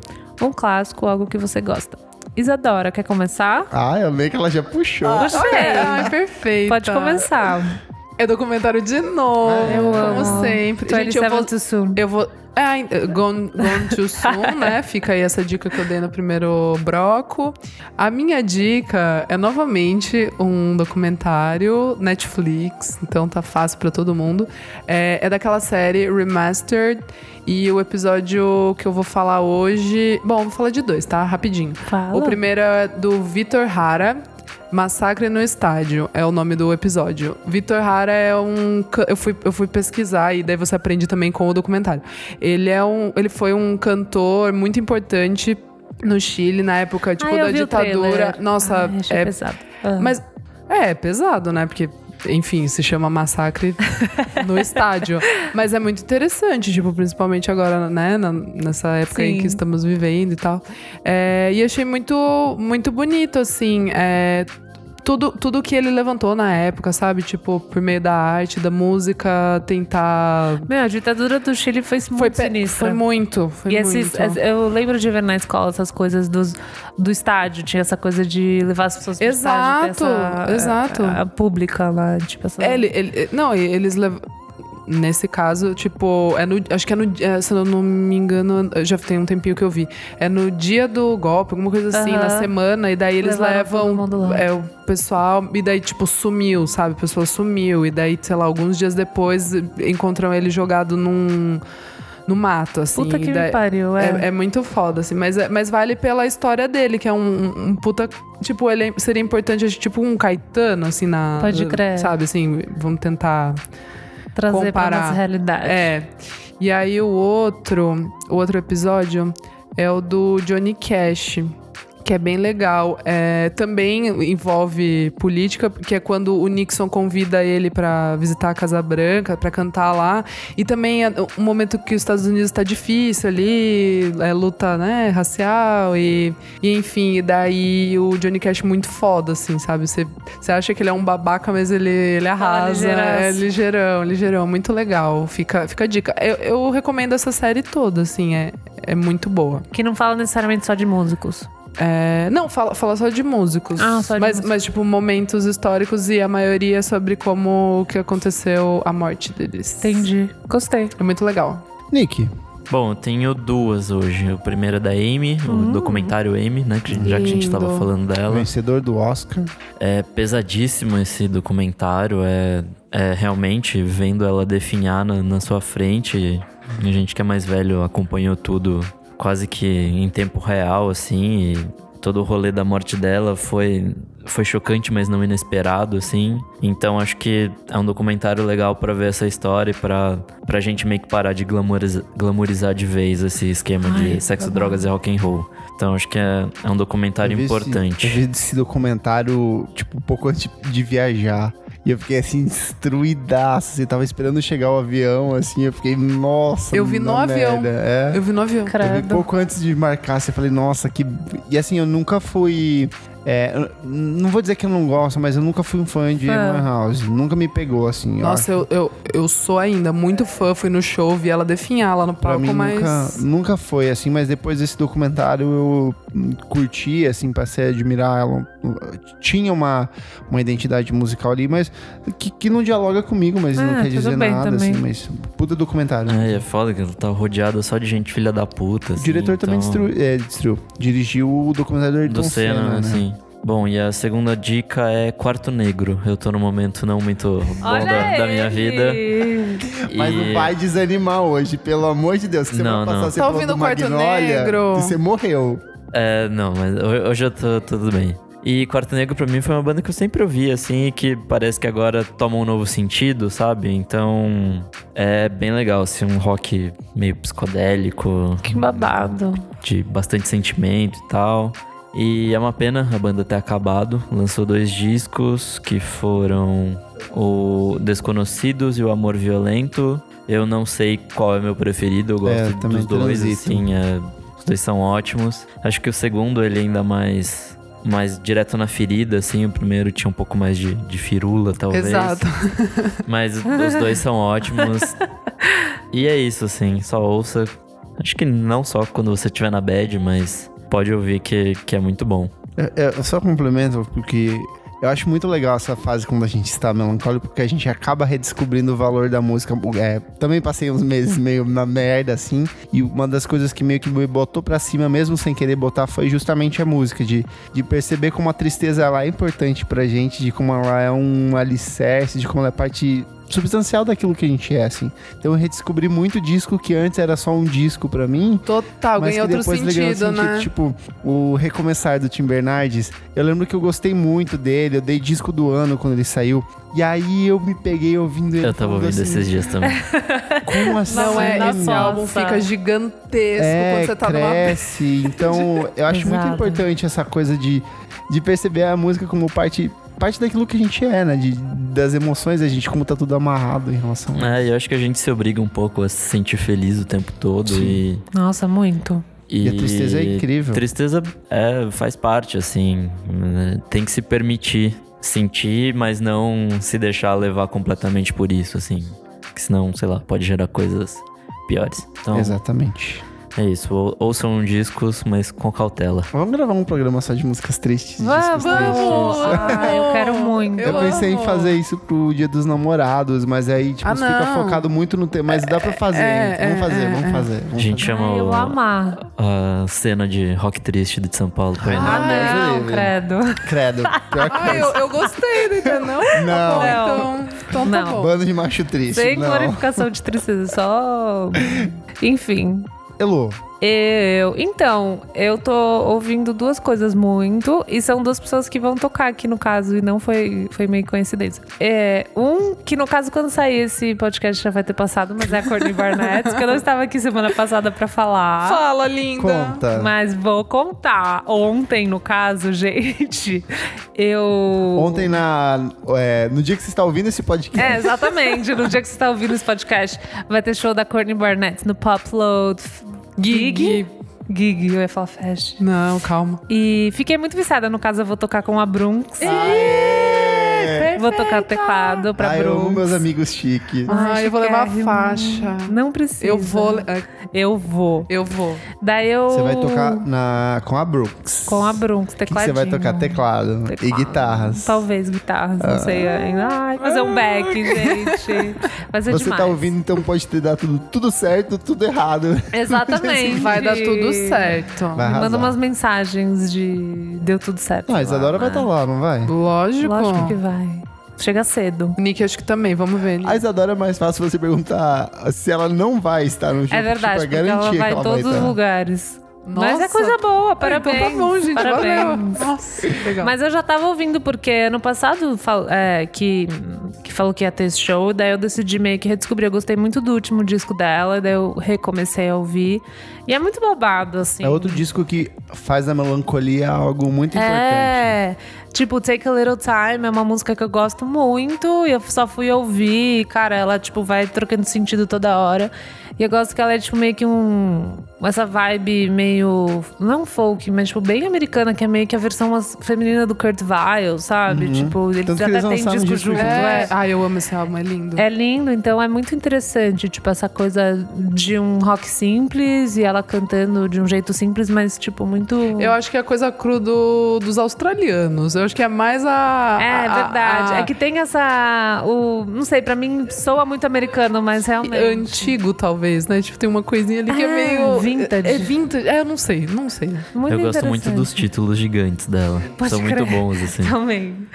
D: um clássico, algo que você gosta. Isadora, quer começar?
A: Ah, eu amei que ela já puxou.
D: Gostei.
C: Ai, perfeito.
D: Pode começar. Ah,
C: É documentário de novo,
A: Eu
C: como
D: amo.
C: sempre. Gente,
D: 27
C: eu vou,
D: too soon.
C: Eu vou. É, ai, gone, gone too soon, né? Fica aí essa dica que eu dei no primeiro broco. A minha dica é novamente um documentário Netflix, então tá fácil pra todo mundo. É, é daquela série Remastered e o episódio que eu vou falar hoje. Bom, vou falar de dois, tá? Rapidinho.
D: Fala.
C: O primeiro é do Vitor Hara. Massacre no Estádio é o nome do episódio. Vitor Hara é um. ca- Eu fui, eu fui pesquisar e daí você aprende também com o documentário. Ele, é um, ele foi um cantor muito importante no Chile na época tipo,
D: Ai, Ah, eu
C: da
D: vi o
C: ditadura.
D: trailer.
C: Nossa,
D: Ai, achei
C: é
D: pesado. Ah.
C: mas é, é pesado, né? Porque, enfim, se chama massacre no estádio. Mas é muito interessante, tipo, principalmente agora, né? na- nessa época em
D: Sim.
C: que estamos vivendo e tal. É, e achei muito, muito bonito, assim. é, tudo, tudo que ele levantou na época, sabe? Tipo, por meio da arte, da música, tentar.
D: Meu, a ditadura do Chile foi muito
C: Foi, pe-
D: sinistra.
C: foi muito. Foi
D: e
C: muito.
D: esses, es- eu lembro de ver na escola essas coisas dos, do estádio. Tinha essa coisa de levar as pessoas pro
C: Exato,
D: estádio. ter
C: exato.
D: A, a pública lá, tipo essa...
C: É, ele, ele- não, e eles levam. Nesse caso, tipo, é no, acho que é no. é, se eu não me engano, já tem um tempinho que eu vi. É no dia do golpe, alguma coisa assim,
D: Aham.
C: na semana, e daí eles
D: Levaram todo mundo
C: levam
D: lá.
C: é, o pessoal, e daí, tipo, sumiu, sabe? A pessoa sumiu, e daí, sei lá, alguns dias depois eh, encontram ele jogado num. no mato, assim.
D: Puta que
C: e daí-
D: me pariu, é.
C: é, é muito foda, assim, mas, é- mas vale pela história dele, que é um, um- um puta. Tipo, ele é- seria importante, acho, tipo, um Caetano, assim, na.
D: Pode crer.
C: Sabe, assim, vamos tentar.
D: trazer
C: é
D: pra
C: comparar.
D: nossa realidade.
C: É. E aí o outro, o outro episódio é o do Johnny Cash. Que é bem legal. É, também envolve política, porque é quando o Nixon convida ele pra visitar a Casa Branca, pra cantar lá. E também é um momento que os Estados Unidos tá difícil ali, é, luta né, racial e, e enfim. E daí o Johnny Cash é muito foda, assim, sabe? Você você acha que ele é um babaca, mas ele, ele arrasa.
D: ligeiraço.
C: É, Ligeirão, ligeirão, muito legal. Fica, fica a dica. Eu, eu recomendo essa série toda, assim, é, é muito boa.
D: Que não fala necessariamente só de músicos.
C: É, não, fala, fala só de músicos.
D: Ah, só de
C: mas,
D: músicos.
C: mas, tipo, momentos históricos e a maioria é sobre como que aconteceu a morte deles.
D: Entendi. Gostei.
C: É muito legal.
A: Nick,
B: Bom, eu tenho duas hoje. A primeira é da Amy, o documentário Amy, né? que- já que a gente tava
C: Hum. Lindo.
B: falando dela.
A: vencedor do Oscar.
B: É pesadíssimo esse documentário. É, é realmente vendo ela definhar na, na sua frente. A gente que é mais velho acompanhou tudo quase que em tempo real, assim. E todo o rolê da morte dela foi, foi chocante, mas não inesperado, assim. Então acho que é um documentário legal pra ver essa história e pra, pra gente meio que parar de glamoriza- glamourizar de vez esse esquema
D: Ai,
B: de sexo,
D: tá bom.
B: drogas e rock and roll. Então acho que é, é um documentário
A: Eu vi esse-
B: importante.
A: eu vi esse documentário, tipo, um pouco antes de viajar. E eu fiquei assim, destruidaço. Assim, tava esperando chegar o avião, assim, eu fiquei, nossa,
C: Eu vi no
A: na
C: avião.
A: merda, É.
C: Eu vi no avião.
A: Eu vi
D: Credo.
A: pouco antes de marcar, você falei, nossa, que. E assim, eu nunca fui. é, eu não vou dizer que eu não gosto, mas eu nunca fui um fã de
D: Fã.
A: One House. Nunca me pegou, assim. eu
C: Nossa,
A: acho.
C: eu, eu, eu sou ainda muito fã, fui no show, vi ela definhar lá no
A: Pra
C: palco,
A: mim
C: mas.
A: nunca, nunca foi assim, mas depois desse documentário eu hum, curti, assim, passei a admirar ela. Hum, Tinha uma, uma identidade musical ali, mas que, que não dialoga comigo, mas
D: Ah,
A: não quer
D: tudo
A: dizer
D: bem
A: nada,
D: também.
A: assim, mas puta documentário. né?
B: É, é foda que ela tá rodeada só de gente filha da puta.
A: O
B: assim,
A: diretor também
B: então,
A: destruiu, é, destruiu. Dirigiu o documentário do Ayrton
B: Do Senna,
A: Senna, né?
B: assim. Bom, e a segunda dica é Quarto Negro. Eu tô num momento não muito bom da, da minha vida.
A: Mas
B: e...
A: não vai desanimar hoje, pelo amor de Deus. Que
B: Não,
A: semana passada
B: não.
A: você
C: Tá
A: falou
C: ouvindo
A: do
C: o Quarto
A: Magnolia,
C: Negro?
A: e Você morreu.
B: É, não, mas ho- hoje eu tô tudo bem. E Quarto Negro pra mim foi uma banda que eu sempre ouvi, assim, e que parece que agora toma um novo sentido, sabe? Então é bem legal, assim, um rock meio psicodélico.
D: Que babado.
B: de bastante sentimento e tal. E é uma pena a banda ter acabado. Lançou dois discos que foram o Desconhecidos e o Amor Violento. Eu não sei qual é meu preferido, eu
A: É,
B: gosto
A: eu também
B: dos dois,
A: transito.
B: assim, é, os dois são ótimos. Acho que o segundo ele é ainda mais mais direto na ferida, assim, o primeiro tinha um pouco mais de, de firula, talvez.
C: Exato.
B: Mas os dois são ótimos. E é isso, assim. Só ouça. Acho que não só quando você estiver na bad, mas pode ouvir que, que é muito bom.
A: Eu, é, eu só complemento, porque eu acho muito legal essa fase quando a gente está melancólico, porque a gente acaba redescobrindo o valor da música. É, também passei uns meses meio na merda, assim, e uma das coisas que meio que me botou pra cima, mesmo sem querer botar, foi justamente a música, de, de perceber como a tristeza ela é importante pra gente, de como ela é um alicerce, de como ela é parte substancial daquilo que a gente é, assim. Então eu redescobri muito disco que antes era só um disco pra mim,
C: Total,
A: mas
C: ganhei
A: que
C: outro
A: depois ele ganhou
C: sentido, né?
A: Tipo, o Recomeçar do Tim Bernardes, eu lembro que eu gostei muito dele, eu dei disco do ano quando ele saiu, e aí eu me peguei ouvindo ele.
B: Eu tava
A: falando
B: ouvindo
A: assim,
B: esses dias também.
A: Como assim?
C: Não é,
D: Nossa.
C: esse álbum
D: Tá.
C: fica gigantesco
A: É,
C: quando você tá numa
A: cresce. Então, eu acho muito
D: Exato.
A: importante essa coisa de, de perceber a música como parte, parte daquilo que a gente é, né? De, das emoções da gente, como tá tudo amarrado em relação a
B: É, eu acho que a gente se obriga um pouco a se sentir feliz o tempo todo e.
D: Nossa, muito.
A: E a tristeza é incrível.
B: Tristeza é, faz parte, assim. né? Tem que se permitir sentir, mas não se deixar levar completamente por isso, assim. Que senão, sei lá, pode gerar coisas piores. Então,
A: Exatamente.
B: é isso. Ou- Ouçam discos, mas com cautela.
A: Vamos gravar um programa só de músicas tristes.
D: Vá,
A: discos
D: vamos!
A: tristes.
D: Ah, eu quero muito.
A: Eu, pensei em
C: amo.
A: fazer isso pro Dia dos Namorados, mas aí, tipo,
C: Ah,
A: fica
C: não.
A: focado muito no tema. Mas dá pra fazer,
C: é,
A: hein? Vamos
C: é,
A: fazer,
C: é,
A: vamos
C: é.
A: fazer. Vamos
B: A gente
A: fazer.
B: chama
D: Ai, Ah, eu
B: o-
D: amar.
B: a cena de rock triste de São Paulo. pra
A: Ah,
B: ele.
A: Deus
D: não,
A: livre.
D: credo.
A: Credo. Pior que
C: Ah, eu, eu gostei, não entendeu? Não?
A: Não.
C: Bom, então, então tá
D: Não.
C: bom.
A: Bando de macho triste.
D: Sem
A: não.
D: glorificação de tristeza, só. Enfim.
A: Elô,
D: Eu. Então, eu tô ouvindo duas coisas muito. E são duas pessoas que vão tocar aqui, no caso, e não foi, foi meio coincidência. É, um, que no caso, quando sair esse podcast já vai ter passado, mas é a Courtney Barnett, que eu não estava aqui semana passada pra falar.
C: Fala, linda.
A: conta.
D: Mas vou contar. Ontem, no caso, gente, eu.
A: Ontem, na, é, no dia que você está ouvindo esse podcast,
D: É, exatamente. No dia que você está ouvindo esse podcast, vai ter show da Courtney Barnett no Pop Load. Gig.
C: Gig.
D: Gig, eu ia falar fest.
C: Não, calma.
D: E fiquei muito viciada. No caso, eu vou tocar com a Brunx. Vou tocar teclado É. pra
A: Ah, eu
D: Brunx.
A: amo meus amigos chique.
C: Ah, eu vou levar a
D: chiquérrimo.
C: faixa.
D: Não precisa.
C: Eu vou.
D: Eu vou.
C: Eu vou.
D: Daí eu...
A: Você vai tocar na, com a Brooks.
D: Com a Brunx,
A: O que que você
D: tecladinho.
A: vai tocar? Teclado, e
D: Teclado.
A: guitarras. Ah.
D: Talvez guitarras, não sei ainda. Ai, fazer um back, gente. Vai
A: Você
D: ser é demais.
A: tá ouvindo, então pode ter dado tudo, tudo certo, tudo errado.
D: Exatamente.
C: Vai dar tudo certo.
A: Vai arrasar.
D: Manda umas mensagens de deu tudo certo.
A: Não, Ah, a Isadora vai
D: mas-
A: estar lá, não vai?
C: Lógico.
D: Lógico que vai. Chega cedo.
C: Nick, acho que também. Vamos ver. Nick.
A: A Isadora é mais fácil você perguntar se ela não vai estar no jogo.
D: é verdade,
A: tipo,
D: porque ela
A: garantir
D: vai em
A: que
D: todos os
A: estar.
D: lugares. Mas é
C: Nossa.
D: coisa boa,
C: Então
D: parabéns.
C: tá bom, gente.
D: parabéns.
C: Valeu. Nossa, legal.
D: Mas eu já tava ouvindo, porque ano passado fal- é, que, que falou que ia ter esse show, daí eu decidi meio que redescobrir. Eu gostei muito do último disco dela, daí eu recomecei a ouvir. E é muito babado, assim.
A: É outro disco que faz a melancolia algo muito importante.
D: É, tipo, Take a Little Time é uma música que eu gosto muito e eu só fui ouvir. e, Cara, ela, tipo, vai trocando sentido toda hora. E eu gosto que ela é, tipo, meio que um. Essa vibe meio. Não folk, mas, tipo, bem americana, que é meio que a versão as- feminina do Kurt Vile, sabe? Tipo, eles
A: Uhum. Tanto que
D: até
A: eles
D: têm
A: lançaram um
D: disco
A: disco
D: junto.
A: juntos.
D: É.
C: É. Ai, eu amo esse álbum, é lindo.
D: É lindo, então é muito interessante, tipo, essa coisa de um rock simples e ela cantando de um jeito simples, mas, tipo, muito.
C: Eu acho que é a coisa cru do- dos australianos. Eu acho que é mais a.
D: É
C: a-
D: verdade.
C: a-
D: É que tem essa. O, não sei, pra mim soa muito americano, mas realmente.
C: Antigo, talvez, né? Tipo, tem uma coisinha ali que é
D: É,
C: meio.
D: vintage.
C: É, é vintage. É, eu não sei, não sei.
D: Muito
B: eu gosto muito
D: interessante.
B: dos títulos gigantes dela.
D: Pode
B: São muito
D: crer. Tá.
B: bons, assim.
D: Também.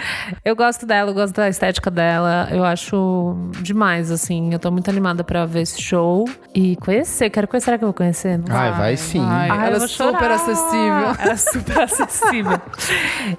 D: Eu gosto dela, eu gosto da estética dela. Eu acho demais, assim. Eu tô muito animada pra ver esse show e conhecer. Quero conhecer. Será que eu vou conhecer? Não
A: Ai, Ah, É, vai sim.
C: Ai,
D: Ai, eu
C: ela é
D: vou
C: super
D: chorar.
C: acessível.
D: Ela é super acessível.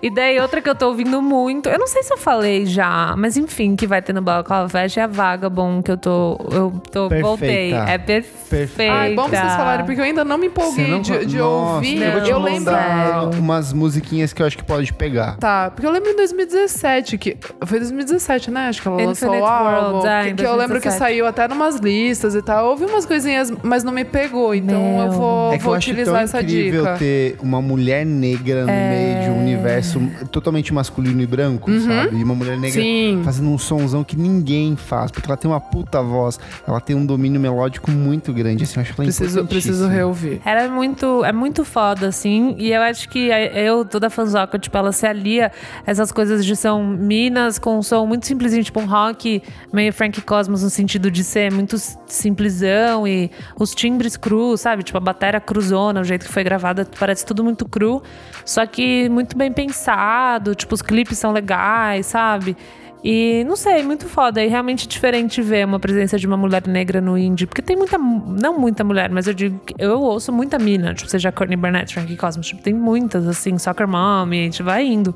D: e daí outra que eu tô ouvindo muito, eu não sei se eu falei já, mas enfim, que vai ter no Balaclava Fest é a Vagabond, que eu tô. Eu tô
A: Perfeita.
D: voltei. É perfeita.
C: Ai, É bom vocês falarem, porque eu ainda não me empolguei de, de
A: Nossa,
C: ouvir.
A: Eu vou te
D: Não,
A: mandar
D: sério.
A: umas musiquinhas que eu acho que pode pegar.
C: Tá, porque eu lembro em 2017, que. Foi 2017, né? Acho que ela lançou
D: Infinite
C: o álbum.
D: Worlds, é, em
C: que, que eu lembro que
D: 2017.
C: saiu até numas listas e tal. Houve umas coisinhas, mas não me pegou. Então
D: Meu.
C: eu vou,
A: é que
C: vou
A: eu acho tão
C: utilizar essa
A: incrível
C: dica.
A: ter uma mulher negra no meio de um universo totalmente masculino e branco, sabe? E uma mulher negra
C: Sim.
A: fazendo um sonzão que ninguém faz, porque ela tem uma puta voz, ela tem um domínio melódico muito grande, assim, eu acho que ela é
C: Preciso, preciso
A: importantíssima.
C: reouvir.
D: Ela é muito, é muito foda, assim. E eu acho que a- eu, toda fanzoca, tipo, ela se alia a essas coisas de são minas com um som muito simplesinho, tipo um rock meio Frank Cosmos, no sentido de ser muito s- simplesão e os timbres crus, sabe? Tipo, a bateria cruzona, o jeito que foi gravada, parece tudo muito cru, só que muito bem pensado. Tipo, os clipes são legais, sabe? E não sei, muito foda. E realmente diferente ver uma presença de uma mulher negra no indie. Porque tem muita. Não muita mulher, mas eu digo que eu ouço muita mina. Tipo, seja Courtney Barnett, Frankie Cosmos. Tipo, tem muitas, assim, Soccer Mom, e a gente vai indo.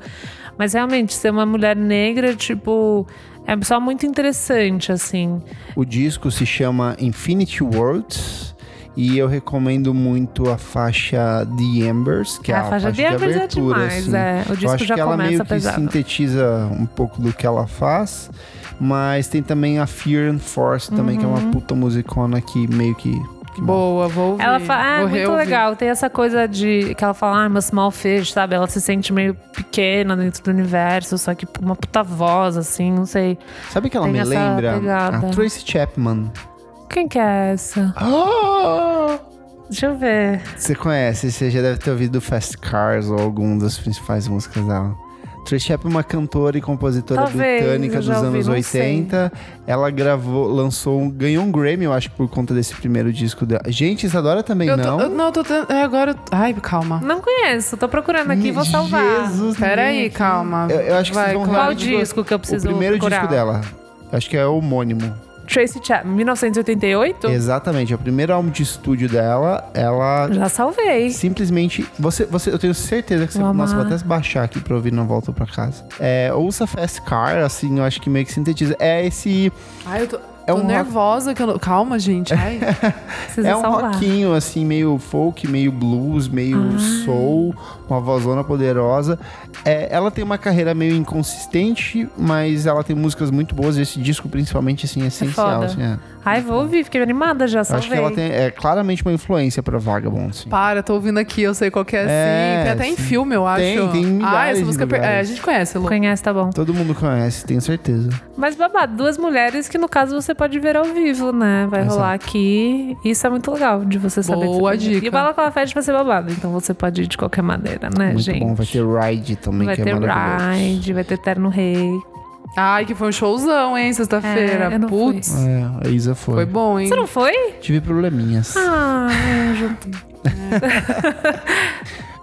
D: Mas realmente, ser uma mulher negra, tipo. É só muito interessante, assim.
A: O disco se chama Infinity Worlds. E eu recomendo muito a faixa The Embers, que é a, faixa, de,
D: Embers é
A: abertura.
D: demais,
A: assim.
D: é. O
A: eu
D: disco
A: acho
D: já
A: que ela
D: começa
A: meio que
D: pesado.
A: sintetiza um pouco do que ela faz.
D: Uhum.
A: Mas tem também a Fear and Force também, que é uma puta musicona que meio que que bom.
C: Boa, vou ouvir.
D: Ela fala, ah, é
C: vou
D: muito
C: reouvir.
D: legal. Tem essa coisa de que ela fala, ah, uma small fish, sabe? Ela se sente meio pequena dentro do universo, só que uma puta voz, assim, não sei.
A: Sabe que ela
D: Tem
A: me
D: essa
A: lembra?
D: pegada.
A: A Tracy Chapman.
D: Quem que é essa?
A: Ah!
D: Deixa eu ver.
A: Você conhece, você já deve ter ouvido Fast Cars ou algum das principais músicas dela. Tracy Chapman é uma cantora e compositora
D: Talvez,
A: britânica
D: eu
A: dos
D: já ouvi,
A: anos
D: não
A: 80. Ela gravou, lançou, um- ganhou um Grammy, eu acho, por conta desse primeiro disco dela. Gente, Isadora também
C: Eu tô-
A: não?
C: eu- não, eu tô tentando. é, Agora. eu- Ai, calma.
D: Não conheço, tô procurando aqui, vou salvar.
A: Jesus,
C: Pera aí,
A: gente.
C: calma.
A: Eu, eu acho que
C: Vai,
A: vocês vão
C: Cláudia.
D: Qual
A: realmente gostar.
D: disco que eu preciso
A: O primeiro
D: procurar?
A: disco dela. Acho que é homônimo.
D: Tracy Chapman, 1988?
A: Exatamente, é o primeiro álbum de estúdio dela. Ela
D: Já
A: É
D: salvei.
A: um simplesmente. Você, você, eu tenho certeza que você.
D: Vou
A: nossa, vou
D: amar.
A: até baixar aqui pra ouvir na volta pra casa. É, ouça Fast Car, assim, eu acho que meio que sintetiza. É esse.
C: Ai, eu tô,
A: É
C: tô
A: um rock-
C: nervosa. Que eu não- Calma, gente. Ai.
D: Precisa
A: é um
D: salvar.
A: rockinho, assim, meio folk, meio blues, meio
D: Ah.
A: soul, uma vozona poderosa. É, ela tem uma carreira meio inconsistente, mas ela tem músicas muito boas. e Esse disco, principalmente, assim, é essencial.
D: foda.
A: assim, é.
D: Ai, vou ouvir, fiquei animada já,
A: Eu acho que
D: salvei.
A: ela tem é, claramente uma influência pra Vagabond, assim.
C: Para, tô ouvindo aqui, eu sei qual que é,
A: É,
C: sim. Tem até em
A: sim.
C: filme, eu acho.
A: Tem, tem
C: Ah,
A: milhares de
C: essa música. é per-
A: lugares.
C: É, a gente conhece, Lu.
D: Conhece, tá bom.
A: Todo mundo conhece, tenho certeza.
D: Mas babado, duas mulheres que no caso você pode ver ao vivo, né? Vai
A: Exato.
D: rolar aqui. Isso é muito legal de você
C: Boa
D: saber. que você pode ir.
C: dica.
D: E bala com a festa vai ser babado, então você pode ir de qualquer maneira, né,
A: Muito
D: gente?
A: bom. Vai ter Ride também,
D: Vai
A: que
D: ter
A: é maravilhoso.
D: ride, vai ter terno rei.
C: Ai, que foi um showzão, hein, sexta-feira.
D: É, eu não fui.
C: Putz,
A: É, a Isa foi.
C: foi bom, hein?
D: Você não foi?
A: Tive probleminhas.
D: Ah, anjo.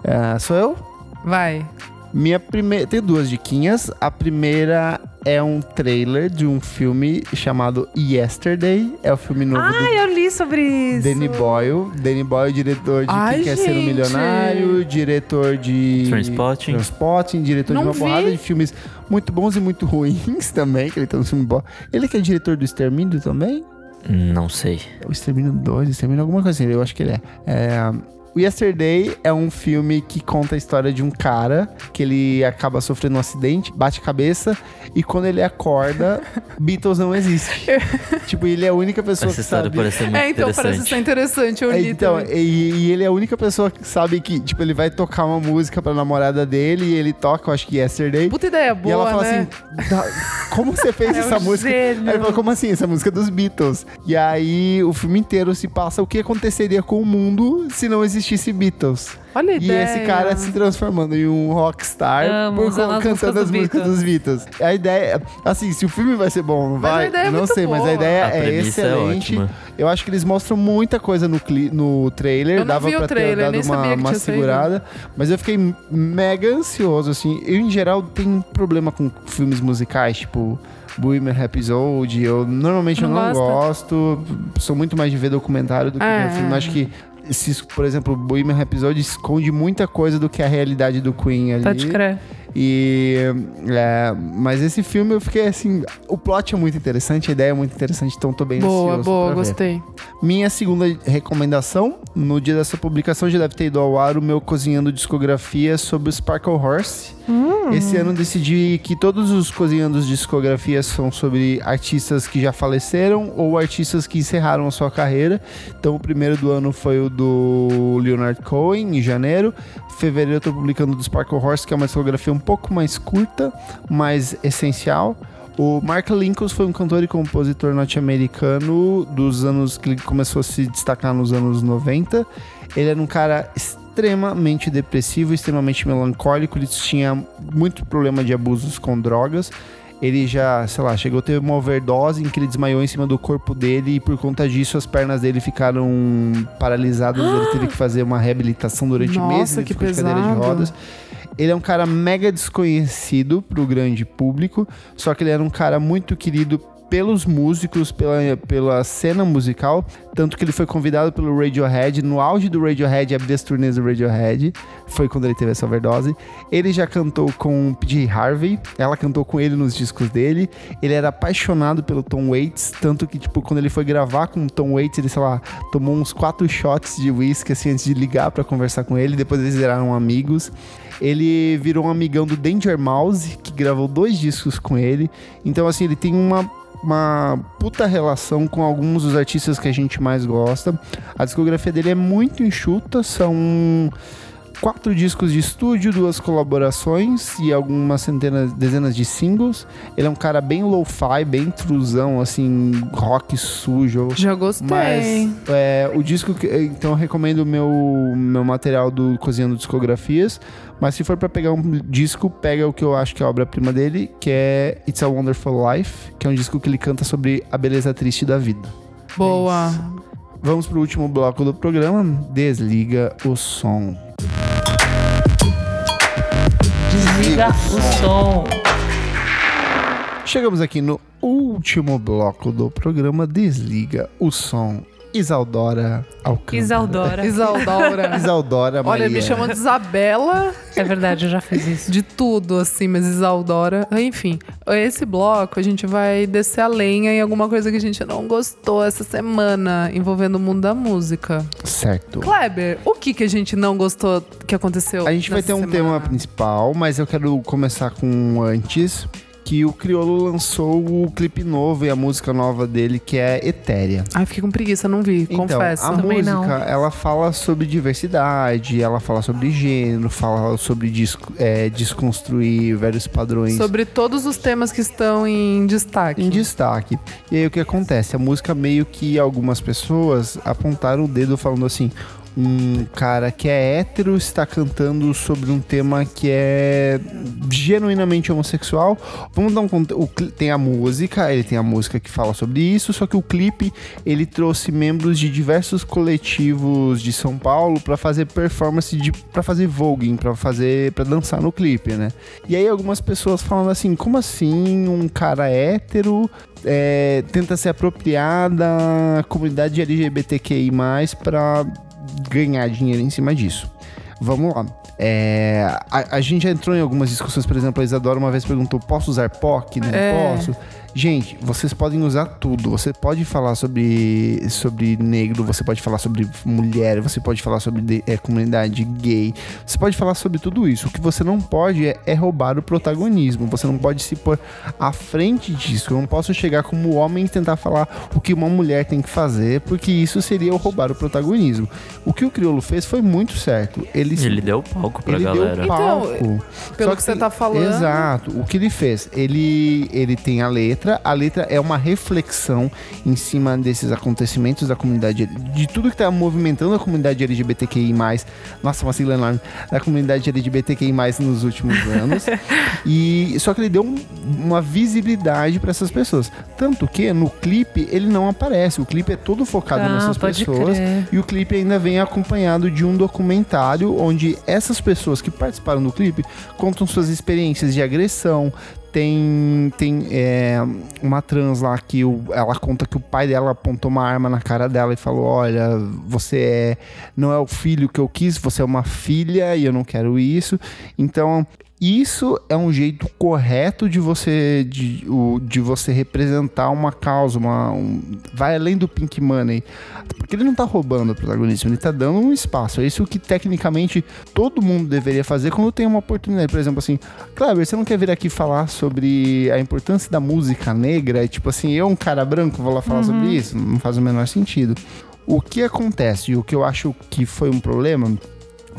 A: É, sou eu?
C: Vai.
A: Minha primeira. Tem duas diquinhas. A primeira é um trailer de um filme chamado Yesterday. É o filme novo
C: Ah,
D: Ai, eu li sobre
A: do
D: isso.
A: Danny Boyle. Danny Boyle, diretor de
C: Ai,
A: Quem Quer Ser um
C: gente.
A: Milionário, diretor de.
B: Transporting.
A: Transporting, diretor
C: Não
A: de uma
C: vi.
A: porrada de filmes muito bons e muito ruins também, que ele tá no filme bom. Ele que é diretor do Extermínio também?
B: Não sei.
A: É O Extermínio 2, Extermínio alguma coisa assim, eu acho que ele é. É, O Yesterday é um filme que conta a história de um cara que ele acaba sofrendo um acidente, bate a cabeça e quando ele acorda, Beatles não existe. tipo, ele é a única pessoa
B: Essa
A: que
B: história
A: sabe.
B: parece muito
C: É, então parece
B: interessante.
C: ser interessante, eu
A: É,
C: li
A: Então,
C: também.
A: e, e ele é a única pessoa que sabe que, tipo, ele vai tocar uma música pra namorada dele e ele toca, eu acho que Yesterday.
C: Puta ideia boa,
A: e ela fala
C: né?
A: assim: "Da- como você fez
D: É
A: essa
D: um
A: música?
D: gênio.
A: Aí ele falou, como assim? Essa música é dos Beatles. E aí o filme inteiro se passa o que aconteceria com o mundo se não existisse Beatles.
C: Olha a
A: E
C: ideia.
A: esse cara é se transformando em um rockstar
D: Amo,
A: por
D: usando
A: co-
D: as
A: cantando
D: músicas
A: as
D: dos
A: músicas
D: Beatles.
A: dos Beatles. A ideia, assim, se o filme vai ser bom, não
C: Mas a
A: vai.
C: ideia é
A: não
C: muito
A: sei, mas a
C: boa.
A: ideia
B: A
A: é
B: premissa é
A: excelente.
B: ótima.
A: Eu acho que eles mostram muita coisa no, cli- no trailer.
C: Eu não
A: Dava
C: vi o
A: pra ter
C: trailer,
A: dado
C: nem sabia
A: uma,
C: que
A: uma
C: tinha saído.
A: segurada. Mas eu fiquei mega ansioso, assim. Eu, em geral, tenho um problema com filmes musicais, tipo. Bohemian Rhapsody, eu normalmente eu
D: Não
A: não gosto, sou muito mais de ver documentário do que
C: É.
A: ver filme. Acho que, se, por exemplo, Bohemian Rhapsody esconde muita coisa do que é a realidade do Queen ali.
D: Pode crer.
A: E. é, mas esse filme eu fiquei assim. O plot é muito interessante, a ideia é muito interessante, então tô bem
C: Boa,
A: ansioso
C: boa,
A: pra ver.
C: gostei.
A: Minha segunda recomendação, no dia dessa publicação já deve ter ido ao ar o meu cozinhando discografia sobre o Sparkle Horse. Esse ano eu decidi que todos os cozinhandos discografias são sobre artistas que já faleceram ou artistas que encerraram a sua carreira. Então o primeiro do ano foi o do Leonard Cohen em janeiro. Em fevereiro eu tô publicando o do Sparkle Horse, que é uma discografia um pouco mais curta, mas essencial. O Mark Lincoln foi um cantor e compositor norte-americano dos anos que ele começou a se destacar nos anos 90. Ele era um cara extremamente depressivo, extremamente melancólico, ele tinha muito problema de abusos com drogas. Ele já, sei lá, chegou a ter uma overdose em que ele desmaiou em cima do corpo dele e por conta disso as pernas dele ficaram paralisadas, ele teve que fazer uma reabilitação durante
C: Nossa,
A: meses, ele
C: que
A: ficou de cadeira de
C: pesado.
A: rodas. Ele é um cara mega desconhecido pro grande público, só que ele era um cara muito querido pelos músicos, pela, pela cena musical, tanto que ele foi convidado pelo Radiohead, no auge do Radiohead, abrir as turnês do Radiohead, foi quando ele teve essa overdose. Ele já cantou com o PJ Harvey, ela cantou com ele nos discos dele, ele era apaixonado pelo Tom Waits, tanto que, tipo, quando ele foi gravar com o Tom Waits, ele, sei lá, tomou uns quatro shots de whisky, assim, antes de ligar pra conversar com ele, depois eles viraram amigos. Ele virou um amigão do Danger Mouse, que gravou dois discos com ele. Então, assim, ele tem uma uma puta relação com alguns dos artistas que a gente mais gosta. A discografia dele é muito enxuta, são quatro discos de estúdio, duas colaborações e algumas centenas, dezenas de singles. Ele é um cara bem lo-fi, bem truzão, assim, rock sujo.
C: Já gostei.
A: Mas é, o disco que. Então eu recomendo o meu, meu material do Cozinhando Discografias. Mas se for pra pegar um disco, pega o que eu acho que é a obra-prima dele, que é It's a Wonderful Life, que é um disco que ele canta sobre a beleza triste da vida. é
C: Boa.
A: Vamos pro último bloco do programa. Desliga o som.
D: Desliga o som.
A: Chegamos aqui no último bloco do programa Desliga o Som. Isaldora Alcântara.
D: Isaldora.
C: Isaudora.
A: Isaldora Maria.
C: Olha, me chamam de Isabela
D: É verdade, eu já fiz isso.
C: de tudo, assim, mas Isaudora. Enfim, esse bloco a gente vai descer a lenha em alguma coisa que a gente não gostou essa semana, envolvendo o mundo da música.
A: Certo.
C: Kleber, o que, que a gente não gostou que aconteceu?
A: A gente vai
C: nessa
A: ter um
C: semana?
A: tema principal, mas eu quero começar com um antes. Que o Criolo lançou o clipe novo e a música nova dele, que é Etérea. Então,
C: Ai, fiquei com preguiça, não vi, confesso.
A: a
D: Também
A: música,
D: não.
A: ela fala sobre diversidade, ela fala sobre gênero, fala sobre des- é, desconstruir vários padrões
C: Sobre todos os temas que estão em destaque.
A: em destaque. E aí o que acontece? A música meio que algumas pessoas apontaram o dedo falando assim: um cara que é hétero está cantando sobre um tema que é genuinamente homossexual. Vamos dar um conte- o cli- tem a música, ele tem a música que fala sobre isso, só que o clipe ele trouxe membros de diversos coletivos de São Paulo para fazer performance de para fazer voguing, para fazer para dançar no clipe, né? E aí algumas pessoas falando assim, como assim um cara hétero é, tenta se apropriar da comunidade LGBTQI+, para ganhar dinheiro em cima disso. Vamos lá. É, a, a gente já entrou em algumas discussões, por exemplo, a Isadora uma vez perguntou, posso usar POC? Não
C: É.
A: posso? Gente, vocês podem usar tudo. Você pode falar sobre, sobre negro, você pode falar sobre mulher, você pode falar sobre de- eh, comunidade gay, você pode falar sobre tudo isso. O que você não pode é, é roubar o protagonismo. Você não pode se pôr à frente disso. Eu não posso chegar como homem e tentar falar o que uma mulher tem que fazer, porque isso seria eu roubar o protagonismo. O que o Criolo fez foi muito certo. Ele,
B: Ele deu palco pra
A: ele
B: galera.
A: deu palco.
C: Então, pelo
A: Só
C: que você tá falando.
A: Exato. O que ele fez? Ele, ele tem a letra. A letra é uma reflexão em cima desses acontecimentos da comunidade, de tudo que tá movimentando a comunidade LGBTQI+. Nossa, uma sigla enorme. Da comunidade LGBTQI+, nos últimos anos. e Só que ele deu um- uma visibilidade para essas pessoas. Tanto que no clipe ele não aparece. O clipe é todo focado
D: Ah,
A: nessas
D: pode
A: pessoas.
D: crer.
A: E o clipe ainda vem acompanhado de um documentário onde essas pessoas que participaram do clipe contam suas experiências de agressão. Tem, tem é, uma trans lá que o- ela conta que o pai dela apontou uma arma na cara dela e falou: Olha, você é, não é o filho que eu quis, você é uma filha e eu não quero isso. Então, isso é um jeito correto de você de, o- de você representar uma causa, uma, um- vai além do Pink Money. Porque ele não tá roubando o protagonismo, ele tá dando um espaço. É isso que tecnicamente todo mundo deveria fazer quando tem uma oportunidade. Por exemplo, assim, Kleber, você não quer vir aqui falar sobre a importância da música negra? É tipo assim, eu, um cara branco, vou lá
D: Uhum.
A: falar sobre isso? Não faz o menor sentido. O que acontece e o que eu acho que foi um problema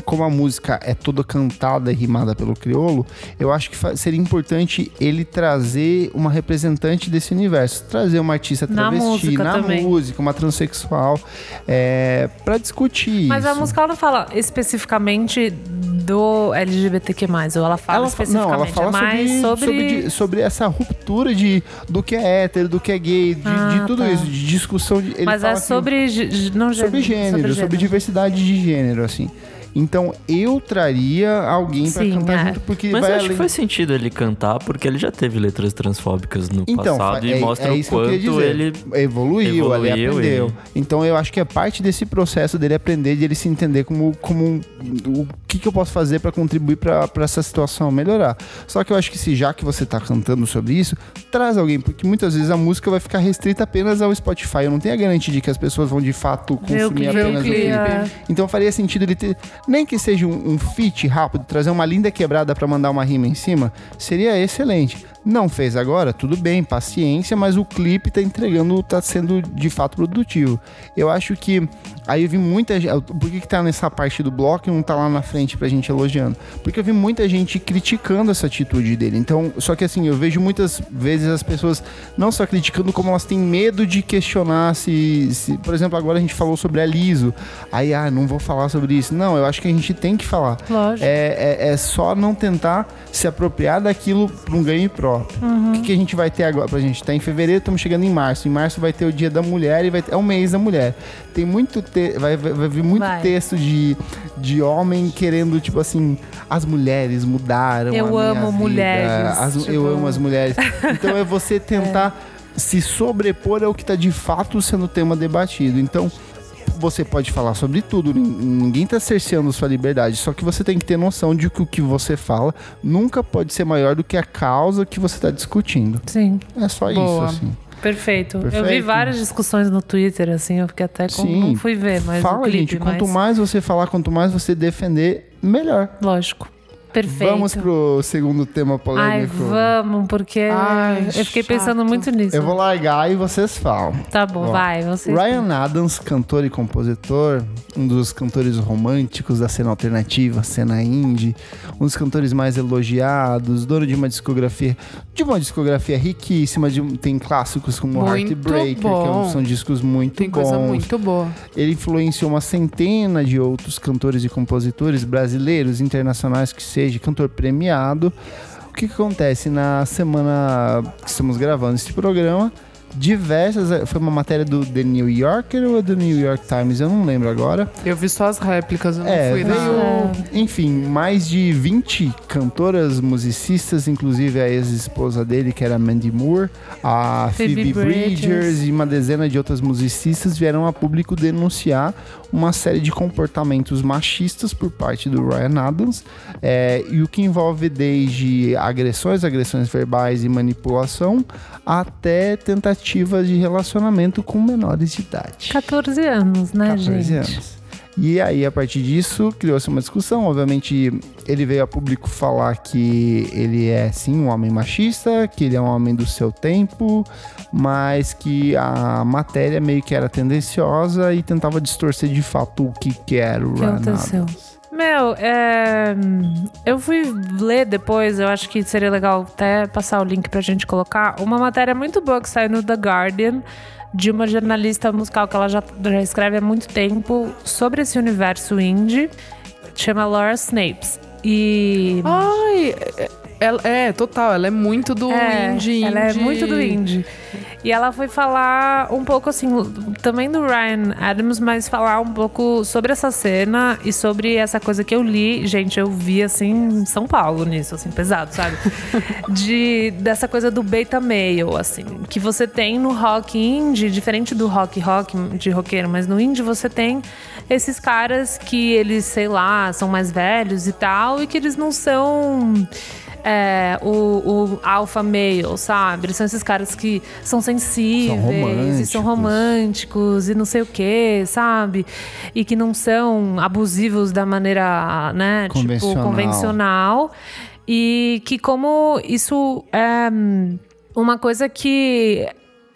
A: como a música é toda cantada e rimada pelo criolo, eu acho que fa- seria importante ele trazer uma representante desse universo, trazer uma artista
D: Na
A: travesti
D: música
A: na música,
D: também.
A: uma transexual, é, para discutir
D: Mas
A: isso.
D: a música ela não fala especificamente do LGBTQ+, ou ela fala
A: Ela fa-
D: especificamente,
A: não, ela fala
D: é mais
A: sobre, sobre...
D: sobre...
A: de- sobre essa ruptura de, do que é hétero, do que é gay, de,
D: Ah,
A: de tudo
D: tá.
A: isso, de discussão. De, ele
D: Mas
A: fala
D: é
A: que-
D: sobre... gê- gê- não gê-
A: sobre gênero, sobre, diversidade de gênero, assim. Então, eu traria alguém pra
D: Sim,
A: cantar
D: é.
A: junto, porque
B: Mas
A: vai
B: eu acho
A: além
B: que faz sentido ele cantar, porque ele já teve letras transfóbicas no
A: Então,
B: passado
A: fa-
B: e
A: é-
B: mostra
A: é
B: o
A: isso que eu queria
B: quanto
A: dizer.
B: ele.
A: evoluiu, ele
B: evoluiu
A: aprendeu.
B: e-
A: Então eu acho que é parte desse processo dele aprender, de ele se entender como, como um- o que, que eu posso fazer para contribuir para essa situação melhorar. Só que eu acho que se já que você tá cantando sobre isso, traz alguém, porque muitas vezes a música vai ficar restrita apenas ao Spotify. Eu não tenho a garantia de que as pessoas vão de fato consumir
D: Ver o é. clipe.
A: apenas o clipe. Então faria sentido ele ter, nem que seja um, um feat rápido, trazer uma linda quebrada pra mandar uma rima em cima, seria excelente. Não fez agora, tudo bem, paciência, mas o clipe tá entregando, tá sendo de fato produtivo. Eu acho que aí eu vi muita gente, por que que tá nessa parte do bloco e não tá lá na frente pra gente elogiando? Porque eu vi muita gente criticando essa atitude dele. Então, só que assim, eu vejo muitas vezes as pessoas não só criticando, como elas têm medo de questionar se, se- por exemplo, agora a gente falou sobre a Liso. Aí, ah, não vou falar sobre isso. Não, eu acho que a gente tem que falar.
D: Lógico.
A: É, é- é só não tentar se apropriar daquilo para um ganho próprio.
D: Uhum.
A: O que, que a gente vai ter agora? Pra gente tá em fevereiro, estamos chegando em março. Em março vai ter o dia da mulher e vai ter, é o mês da mulher. Tem muito te, vai, vai, vai vir muito
D: Vai.
A: texto de, de homem querendo, tipo assim, as mulheres mudaram.
D: Eu
A: a minha
D: amo
A: vida,
D: mulheres,
A: as-
D: tipo-
A: Eu amo as mulheres. Então é você tentar se sobrepor ao que tá de fato sendo tema debatido. Então, você pode falar sobre tudo, nin- ninguém tá cerceando sua liberdade, só que você tem que ter noção de que o que você fala nunca pode ser maior do que a causa que você tá discutindo.
D: Sim,
A: É só isso,
C: Boa.
A: assim.
D: perfeito. Eu vi
A: Perfeito.
D: várias discussões no Twitter, assim, eu fiquei até com.
A: Sim.
D: Não fui ver, É, mas. o
A: Fala,
D: clipe,
A: gente,
D: mas-
A: quanto mais você falar, quanto mais você defender, melhor.
D: Lógico. Perfeito.
A: Vamos pro segundo tema
D: Ai,
A: polêmico.
D: vamos, porque
A: Ai,
D: eu fiquei
C: chato.
D: pensando muito nisso.
A: Eu vou largar e vocês falam.
D: Tá bom,
A: Ó,
D: vai, vocês.
A: Ryan Adams, cantor e compositor, um dos cantores românticos da cena alternativa, cena indie, um dos cantores mais elogiados, dono de uma discografia, de uma discografia riquíssima, de, um, tem clássicos como
C: Muito
A: Heartbreaker, que é um-
C: bom.
A: são discos muito
C: Tem
A: bons.
C: coisa muito boa.
A: Ele influenciou uma centena de outros cantores e compositores brasileiros, internacionais que seja, cantor premiado. O que, que acontece na semana que estamos gravando este programa? Diversas. Foi uma matéria do The New Yorker ou do New York Times? Eu não lembro agora.
C: Eu vi só as réplicas, eu não
A: É,
C: fui né? na-
A: veio, enfim, mais de 20 cantoras, musicistas, inclusive a ex-esposa dele, que era Mandy Moore, a Phoebe,
D: Phoebe
A: Bridgers.
D: Bridgers.
A: e uma dezena de outras musicistas vieram a público denunciar uma série de comportamentos machistas por parte do Ryan Adams, é, e o que envolve desde agressões, agressões verbais e manipulação, até tentativas de relacionamento com menores de idade.
D: 14 anos, né,
A: 14
D: gente?
A: anos. Tá, E aí, a partir disso, criou-se uma discussão. Obviamente, ele veio a público falar que ele é, sim, um homem machista, que ele é um homem do seu tempo, mas que a matéria meio que era tendenciosa e tentava distorcer de fato o que, que era o
D: que
A: Ryan
D: aconteceu?
A: Adams.
D: Meu, é, eu fui ler depois, eu acho que seria legal até passar o link pra gente colocar, uma matéria muito boa que saiu no The Guardian, de uma jornalista musical que ela já, já escreve há muito tempo, sobre esse universo indie, chama Laura Snapes. E...
C: Ah, Ai, é- ela- é, total, ela é muito do
D: É,
C: indie.
D: Ela é
C: indie.
D: muito do indie. E ela foi falar um pouco assim, também do Ryan Adams, mas falar um pouco sobre essa cena e sobre essa coisa que eu li, gente, eu vi assim em São Paulo nisso, assim, pesado, sabe? De dessa coisa do beta male, assim, que você tem no rock indie, diferente do rock rock de roqueiro, mas no indie você tem esses caras que eles, sei lá, são mais velhos e tal, e que eles não são é, o, o alpha male, sabe? Eles são esses caras que são sensíveis
A: São
D: e são
A: românticos.
D: românticos e não sei o que, sabe? E que não são abusivos da maneira, né? Tipo,
A: Convencional.
D: convencional. E que como isso é hum, uma coisa que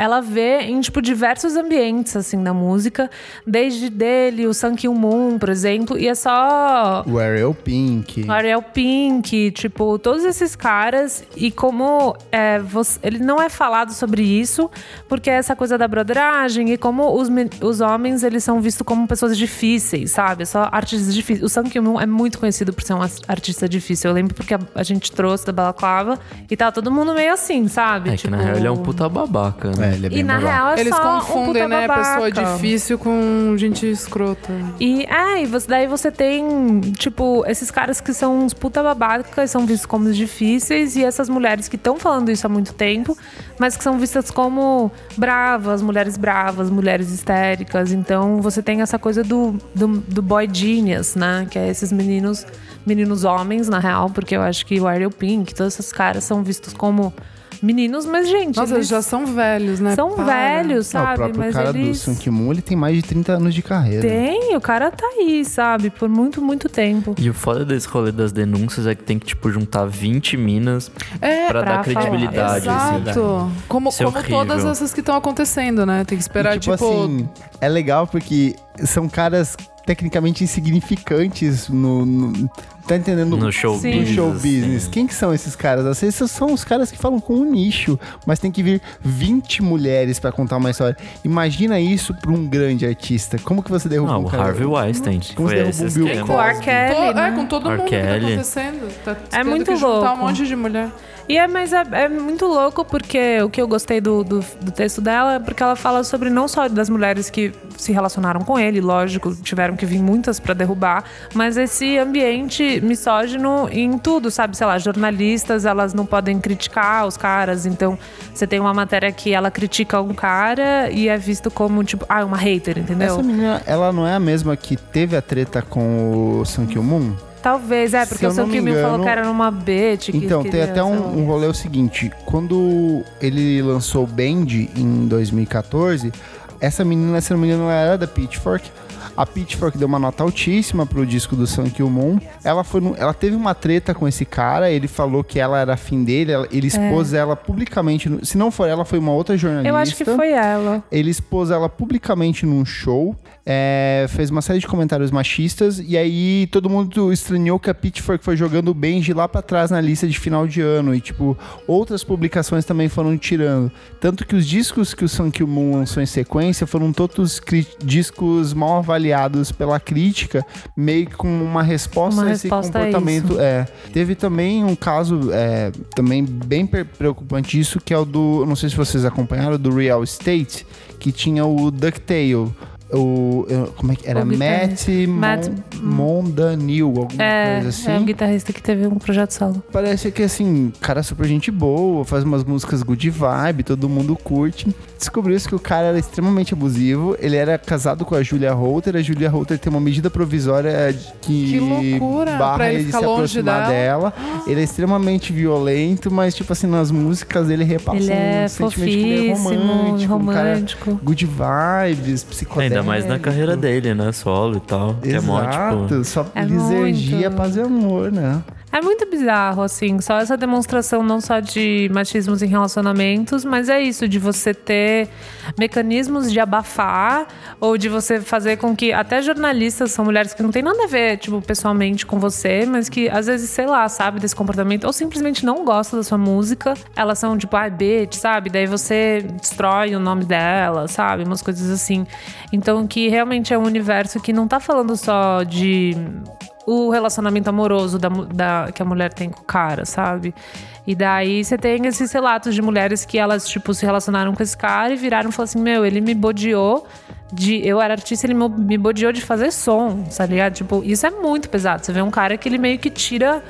D: ela vê em, tipo, diversos ambientes, assim, da música. Desde dele, o Sun Kill Moon, por exemplo. E é só...
A: O Ariel Pink.
D: O Ariel Pink, tipo, todos esses caras. E como é, você- ele não é falado sobre isso, porque é essa coisa da broderagem e como os, men- os homens, eles são vistos como pessoas difíceis, sabe? Só artistas difíceis. O Sam Moon é muito conhecido por ser um as- artista difícil. Eu lembro porque a, a gente trouxe da Balaclava e tá todo mundo meio assim, sabe?
B: tipo, É que na real ele é um puta babaca,
A: É,
B: né?
A: um ele é bem
D: e na
A: babaca.
D: real é
C: Eles
D: só um
C: confundem,
D: puta
C: né? Pessoa
D: babaca.
C: difícil com gente escrota.
D: E ai, você, daí você tem, tipo, esses caras que são uns puta babacas, são vistos como os difíceis, e essas mulheres que estão falando isso há muito tempo, mas que são vistas como bravas, mulheres bravas, mulheres histéricas. Então você tem essa coisa do, do, do boy genius, né? Que é esses meninos, meninos homens, na real, porque eu acho que o Ariel Pink, todos esses caras são vistos como meninos, mas gente.
C: Nossa, eles
D: eles
C: já são velhos, né?
D: são
C: Para.
D: velhos,
A: Ah,
D: sabe?
A: o próprio
D: mas
A: cara
D: eles...
A: do Sun Ki-moon, ele tem mais de 30 anos de carreira.
D: Tem, o cara tá aí, sabe? Por muito, muito tempo.
B: E o foda desse rolê das denúncias é que tem que, tipo, juntar 20 minas
C: É,
B: pra, dar
D: pra falar.
B: credibilidade. assim.
C: Exato. Como,
B: Isso é
C: como
B: horrível.
C: todas essas que estão acontecendo, né? Tem que
A: E,
C: esperar,
A: tipo,
C: tipo.
A: assim, é legal porque são caras tecnicamente insignificantes no... no- tá entendendo?
B: né? No show
D: Sim.
A: no
B: business.
A: show business.
B: assim.
A: Quem que são esses caras? Às vezes são os caras que falam com um nicho, mas tem que vir 20 mulheres pra contar uma história. Imagina isso pra um grande artista. Como que você derruba
B: Ah,
A: um
B: o
A: cara?
B: Harvey Weinstein.
A: Como
B: Foi
A: se um
B: esse
A: derruba o Bill
B: esquema.
D: O R. Kelly,
C: to- É,
D: né? É
C: com todo
B: R.
C: mundo que tá
B: Kelly.
C: acontecendo. Tá tendo
D: muito
C: que juntar um
D: louco.
C: monte de mulher.
D: E é, mas é, é muito louco porque o que eu gostei do, do, do texto dela é porque ela fala sobre não só das mulheres que se relacionaram com ele, lógico, tiveram que vir muitas pra derrubar, mas esse ambiente misógino em tudo, sabe? Sei lá, jornalistas, elas não podem criticar os caras, então você tem uma matéria que ela critica um cara e é visto como, tipo, ah, uma hater, entendeu?
A: Essa menina, ela não é a mesma que teve a treta com o Sun Ki-moon?
D: Talvez, é,
A: Se
D: porque
A: eu
D: o seu
A: não me
D: filme falou
A: engano-
D: que era numa bitch. que
A: Então, tem
D: queria,
A: até
D: sei lá.
A: um, um rolê é o seguinte, quando ele lançou Band em 2014, essa menina, se não me engano, ela era da Pitchfork. A Pitchfork deu uma nota altíssima pro disco do Sun Moon. Ela foi no- ela teve uma treta com esse cara, ele falou que ela era afim dele, ela- ele expôs ela publicamente, no- se não for ela, foi uma outra jornalista.
D: É. Eu acho que foi ela.
A: Ele expôs ela publicamente num show, é, fez uma série de comentários machistas, e aí todo mundo estranhou que a Pitchfork foi jogando o Benji lá pra trás na lista de final de ano, e tipo, outras publicações também foram tirando. Tanto que os discos que o Sun Kill Moon lançou em sequência foram todos cri- discos mal avaliados pela crítica, meio que como uma resposta
D: Uma
A: a esse
D: resposta a
A: comportamento
D: isso.
A: é. Teve também um caso é, também bem per- preocupante isso, que é o do, eu não sei se vocês acompanharam, do Real Estate, que tinha o DuckTale. O, eu- como é que era?
D: O
A: Matt,
D: guitarrista.
A: Mon-
D: Matt-
A: Mondanil, alguma
D: É,
A: coisa assim.
D: é um guitarrista que teve um projeto solo.
A: Parece que assim, cara super gente boa, faz umas músicas good vibe, todo mundo curte. Descobriu-se que o cara era extremamente abusivo, ele era casado com a Julia Holter, a Julia Holter tem uma medida provisória de- que,
C: Que loucura,
A: barra
C: pra ele
A: ele, se
C: ficar longe
A: aproximar dela. Ele é extremamente violento, mas tipo assim, nas músicas ele repassa
D: ele
A: um
D: é
A: sentimento de que ele é
D: fofíssimo,
A: romântico, um cara
D: romântico.
A: good vibes, psicodélico.
B: Ainda mais na carreira dele, né? Solo e tal. Que é mó,
A: Exato,
B: tipo...
A: só
D: É
A: lisergia,
D: muito.
A: paz e amor, né?
D: É muito bizarro, assim, só essa demonstração não só de machismos em relacionamentos, mas é isso, de você ter mecanismos de abafar, ou de você fazer com que até jornalistas são mulheres que não tem nada a ver, tipo, pessoalmente com você, mas que às vezes, sei lá, sabe, desse comportamento, ou simplesmente não gosta da sua música, elas são tipo, ah, bitch, sabe? Daí você destrói o nome dela, sabe? Umas coisas assim. Então, que realmente é um universo que não tá falando só de o relacionamento amoroso da, mu- da- que a mulher tem com o cara, sabe? E daí você tem esses relatos de mulheres que elas, tipo, se relacionaram com esse cara e viraram e falaram assim: Meu, ele me bodeou de. Eu era artista, ele mo- me bodeou de fazer som, tá ligado? Tipo, isso é muito pesado. Você vê um cara que ele meio que tira.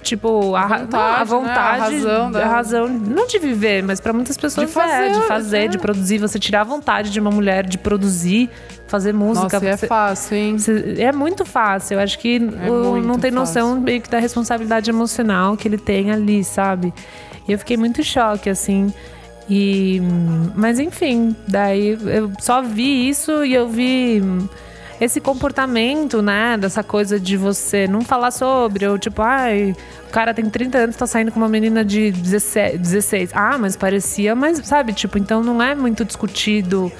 D: Tipo, a, ra- não, a
C: vontade, né? A
D: vontade,
C: razão da-
D: a razão, não de viver, mas pra muitas pessoas
C: De fazer,
D: é, de fazer,
C: é.
D: de produzir. Você tirar a vontade de uma mulher de produzir, fazer música.
C: Nossa, e é
D: você-
C: fácil, hein?
D: Cê- É muito fácil. Eu acho que o- não
C: muito
D: tem noção meio que da responsabilidade emocional que ele tem ali, sabe? E eu fiquei muito em choque, assim. E, mas enfim, daí eu só vi isso e eu vi hum, esse comportamento, né? Dessa coisa de você não falar sobre, ou tipo, ai, o cara tem 30 anos, tá saindo com uma menina de 16. 16. Ah, mas parecia, mas sabe, tipo, então não é muito discutido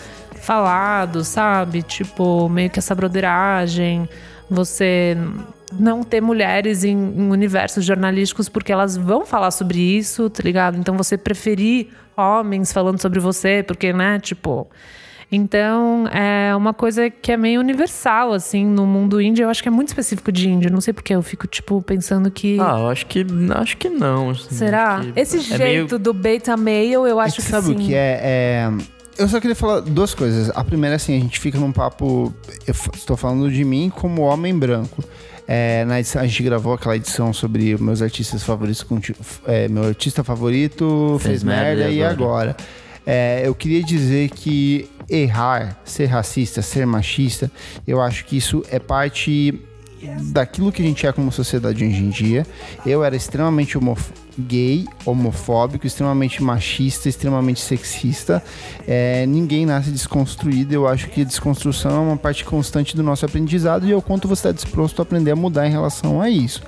D: falado, sabe? Tipo, meio que essa broderagem, você não ter mulheres em, em universos jornalísticos porque elas vão falar sobre isso, tá ligado? Então você preferir homens falando sobre você, porque, né, tipo. Então, é uma coisa que é meio universal, assim, no mundo índio. Eu acho que é muito específico de índio. Não sei porque eu fico, tipo, pensando que.
B: Ah, eu acho que, acho que não. assim,
D: será?
B: acho que
D: Esse
B: é
D: jeito
B: meio-
D: do beta male, eu acho
A: É que
D: que,
A: sabe
D: sim.
A: o que é, é- Eu só queria falar duas coisas. A primeira, assim, a gente fica num papo. Eu f- estou falando de mim como homem branco. É, na edição- a gente gravou aquela edição sobre meus artistas favoritos. com ti- f- é, meu artista favorito fez, merda, e agora. É, eu queria dizer que errar, ser racista, ser machista, eu acho que isso é parte daquilo que a gente é como sociedade hoje em dia. Eu era extremamente homof- gay, homofóbico, extremamente machista, extremamente sexista. É, ninguém nasce desconstruído. Eu acho que a desconstrução é uma parte constante do nosso aprendizado e é o quanto você está disposto a aprender a mudar em relação a isso.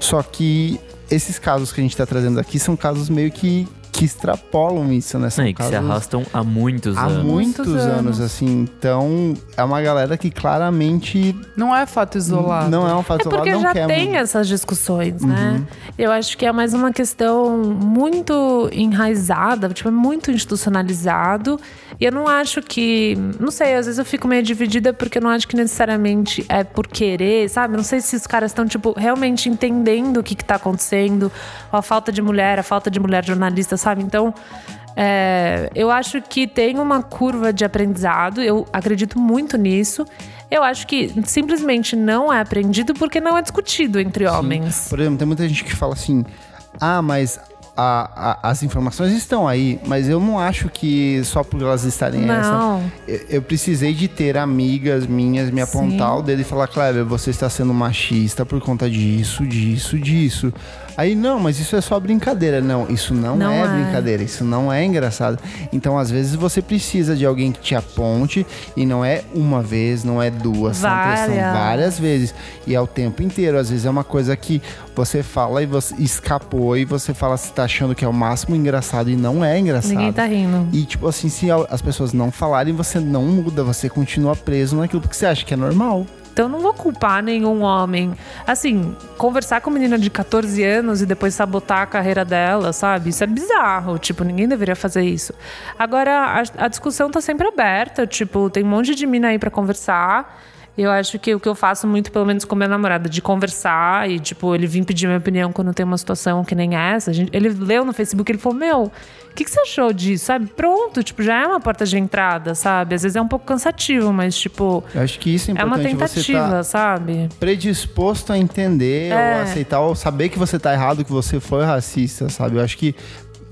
A: Só que esses casos que a gente está trazendo aqui são casos meio que, que extrapolam isso, né? São
D: É,
B: Não, e que se
A: casos-
B: arrastam há muitos
A: Há
B: anos.
A: muitos
D: Muitos
A: anos.
D: anos.
A: assim. Então, é uma galera que claramente
C: Não é fato isolado.
A: não é um fato
D: É porque
A: isolado, não
D: já
A: quer Uhum.
D: tem
A: mudar.
D: essas discussões, né? Eu acho que é mais uma questão muito enraizada, tipo, é muito institucionalizado. E eu não acho que. Não sei, às vezes eu fico meio dividida porque eu não acho que necessariamente é por querer, sabe? Eu Não sei se os caras estão, tipo, realmente entendendo o que, que tá acontecendo, a falta de mulher, a falta de mulher jornalista, sabe? Então. É, eu acho que tem uma curva de aprendizado, eu acredito muito nisso. Eu acho que simplesmente não é aprendido porque não é discutido entre homens.
A: Por exemplo, tem muita gente que fala assim: ah, mas a- a- as informações estão aí, mas eu não acho que só por elas estarem é essa.
D: Não.
A: Eu, eu precisei de ter amigas minhas me apontar o dedo e falar: Kleber, você está sendo machista por conta disso, disso, disso. Aí, não, mas isso é só brincadeira. Não, isso não,
D: Não
A: é,
D: é.
A: brincadeira, isso não é engraçado. Então, às vezes, você precisa de alguém que te aponte e não é uma vez, não é duas, são três, são
D: Várias.
A: várias várias vezes. E é o tempo inteiro. Às vezes é uma coisa que você fala e você escapou e você fala se tá achando que é o máximo engraçado e não é engraçado.
D: Ninguém tá rindo.
A: E tipo assim, se a- as pessoas não falarem, você não muda, você continua preso naquilo porque você acha que é normal.
D: Então não vou culpar nenhum homem. Assim, conversar com menina de 14 anos e depois sabotar a carreira dela, sabe? Isso é bizarro. Tipo, ninguém deveria fazer isso. Agora, a, a discussão tá sempre aberta. Tipo, tem um monte de mina aí pra conversar. Eu acho que o que eu faço muito, pelo menos com meu namorado, de conversar e, tipo, ele vir pedir minha opinião quando tem uma situação que nem essa. A gente- ele leu no Facebook, ele falou: Meu, o que, que você achou disso? Sabe? Pronto, tipo, já é uma porta de entrada, sabe? Às vezes é um pouco cansativo, mas, tipo,
A: Eu acho que isso é
D: é uma
A: importante. Você
D: tentativa,
A: tá
D: sabe?
A: predisposto a entender
D: É.
A: ou aceitar ou saber que você tá errado, que você foi racista, sabe? Eu acho que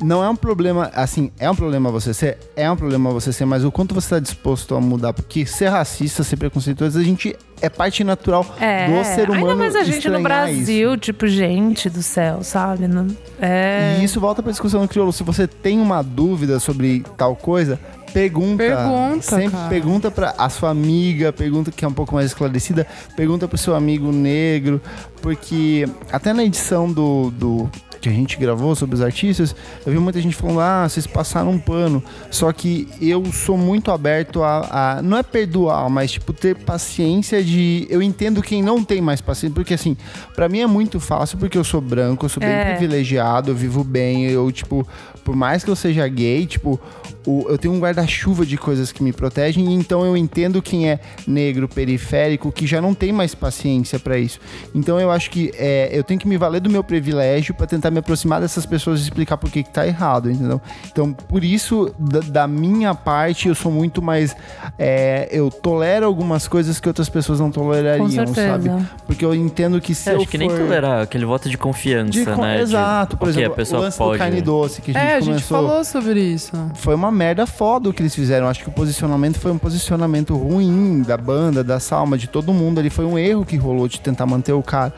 A: não é um problema, assim, é um problema você ser, é um problema você ser, mas o quanto você tá disposto a mudar, porque ser racista, ser preconceituoso, a gente é parte natural
D: É.
A: do ser humano.
D: Ainda mais a gente no
A: estranhar isso.
D: Brasil, tipo, gente do céu, sabe? Não- É.
A: E isso volta pra discussão do crioulo. Se você tem uma dúvida sobre tal coisa, pergunta.
C: Pergunta,
A: Sempre
C: cara.
A: pergunta pra a sua amiga, pergunta que é um pouco mais esclarecida, pergunta pro seu amigo negro, porque até na edição do. do que a gente gravou sobre os artistas, eu vi muita gente falando, ah, vocês passaram um pano. Só que eu sou muito aberto a, a- não é perdoar, mas tipo, ter paciência de. Eu entendo quem não tem mais paciência, porque assim, pra mim é muito fácil, porque eu sou branco, eu sou bem
D: É.
A: privilegiado privilegiado, eu vivo bem, eu, tipo, por mais que eu seja gay, tipo, o- eu tenho um guarda-chuva de coisas que me protegem, então eu entendo quem é negro, periférico, que já não tem mais paciência pra isso. Então eu acho que é, eu tenho que me valer do meu privilégio pra tentar me aproximar dessas pessoas e explicar por que, que tá errado, entendeu? Então, por isso, da, da minha parte, eu sou muito mais. é, eu tolero algumas coisas que outras pessoas não
D: Com
A: tolerariam, sabe?
D: certeza.
A: Porque eu entendo que se
B: É,
A: eu
B: acho que nem
A: for-
B: tolerar aquele voto de confiança,
A: de con-
B: né? De-
A: Exato, por
B: ok,
A: exemplo,
B: a pessoa
A: o lance
B: pode.
A: do carne doce que a gente
C: é, a gente
A: começou.
C: falou sobre isso.
A: Foi uma merda foda o que eles fizeram. Acho que o posicionamento foi um posicionamento ruim da banda, da Salma, de todo mundo. Ali foi um erro que rolou de tentar manter o cara.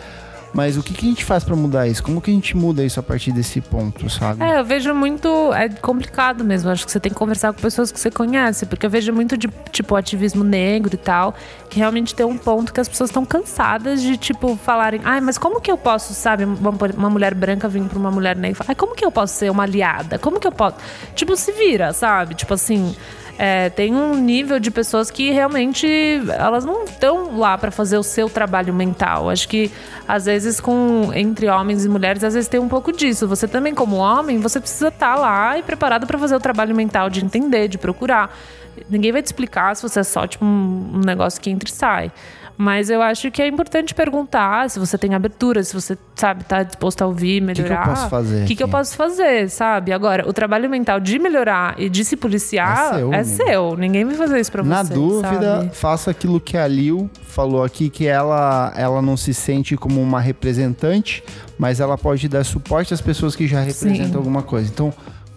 A: Mas o que, que a gente faz pra mudar isso? Como que a gente muda isso a partir desse ponto, sabe?
D: É, eu vejo muito. É complicado mesmo. Acho que você tem que conversar com pessoas que você conhece, porque eu vejo muito de, tipo, ativismo negro e tal, que realmente tem um ponto que as pessoas estão cansadas de, tipo, falarem: ai, mas como que eu posso, sabe, uma, uma mulher branca vindo pra uma mulher negra? Ai, como que eu posso ser uma aliada? Como que eu posso. Tipo, se vira, sabe? Tipo assim. É, tem um nível de pessoas que realmente elas não estão lá para fazer o seu trabalho mental. Acho que às vezes com entre homens e mulheres às vezes tem um pouco disso. Você também como homem você precisa estar lá e preparado para fazer o trabalho mental de entender, de procurar. Ninguém vai te explicar se você é só tipo um, um negócio que entra e sai. Mas eu acho que é importante perguntar se você tem abertura, se você, sabe, tá disposto a ouvir,
A: que eu
D: melhorar.
A: posso fazer
D: O que, que eu
A: aqui?
D: posso fazer, sabe? Agora, o trabalho mental de melhorar e de se policiar
A: É
D: é
A: seu,
D: seu.
A: amigo.
D: Ninguém vai fazer isso pra
A: Na
D: você.
A: dúvida,
D: sabe?
A: faça aquilo que a Lil falou aqui, que ela, ela não se sente como uma representante, mas ela pode dar suporte às pessoas que já representam
D: Sim.
A: alguma coisa. Então,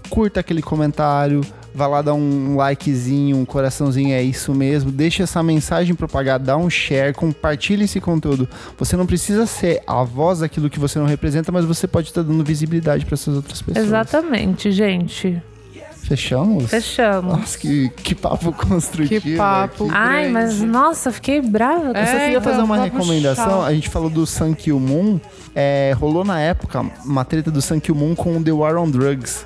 A: curta aquele comentário, vá lá dar um likezinho, um coraçãozinho, é isso mesmo. Deixa essa mensagem propagar, dá um share, compartilhe esse conteúdo. Você não precisa ser a voz daquilo que você não representa, mas você pode estar dando visibilidade para essas outras pessoas.
D: Exatamente, gente.
A: Fechamos?
D: Fechamos.
A: Nossa, que, que papo construtivo.
C: Que papo.
A: aqui.
C: grande.
D: Ai, mas nossa, fiquei
C: É,
D: brava. com
A: Eu só
D: essa-
A: queria
C: então,
A: fazer uma
C: vamos
A: recomendação.
C: chato.
A: A gente falou do Sun Kill Moon. É, rolou na época uma treta do Sun Kill Moon com o The War on Drugs.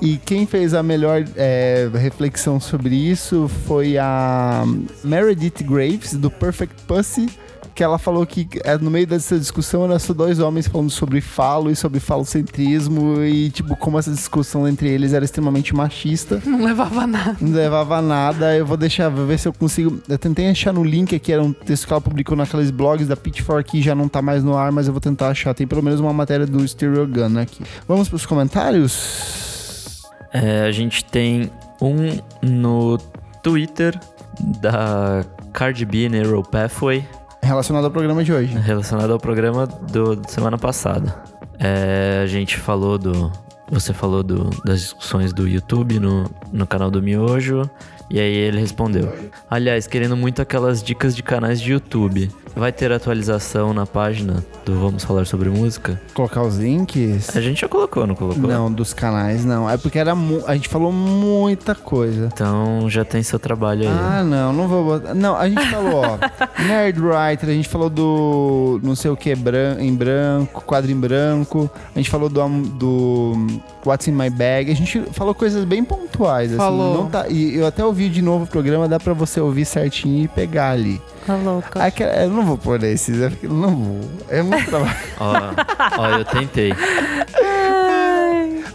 A: E quem fez a melhor é, reflexão sobre isso foi a Meredith Graves, do Perfect Pussy, que ela falou que é, no meio dessa discussão era só dois homens falando sobre falo e sobre falocentrismo e, tipo, como essa discussão entre eles era extremamente machista.
C: Não levava nada.
A: Não levava nada. Eu vou deixar, vou ver se eu consigo. Eu tentei achar no link aqui, era um texto que ela publicou naqueles blogs da Pitchfork que já não tá mais no ar, mas eu vou tentar achar. Tem pelo menos uma matéria do Stereo Gun aqui. Vamos pros comentários?
B: É, a gente tem um no Twitter da Cardi B Neural Pathway,
A: Relacionado ao programa de hoje.
B: relacionado ao programa do, da semana passada. É, a gente falou do. Você falou do- das discussões do YouTube no, no canal do Miojo. E aí ele respondeu. Aliás, querendo muito aquelas dicas de canais de YouTube. Vai ter atualização na página do Vamos Falar Sobre Música?
A: Colocar os links?
B: A gente já colocou, não colocou?
A: Não, dos canais, não. É porque era mu- a gente falou muita coisa.
B: Então já tem seu trabalho aí.
A: Ah, não, não vou botar. Não, a gente falou, ó. Nerdwriter, a gente falou do não sei o que bran em branco, quadro em branco. A gente falou do, am- do What's in My Bag. A gente falou coisas bem pontuais,
C: Falou.
A: assim. Não tá, e eu até ouvi de novo o programa, dá pra você ouvir certinho e pegar ali.
D: Tá louca.
A: Ah, que- eu não vou pôr esses, eu não vou. É muito trabalho.
B: Ó, ó, eu tentei.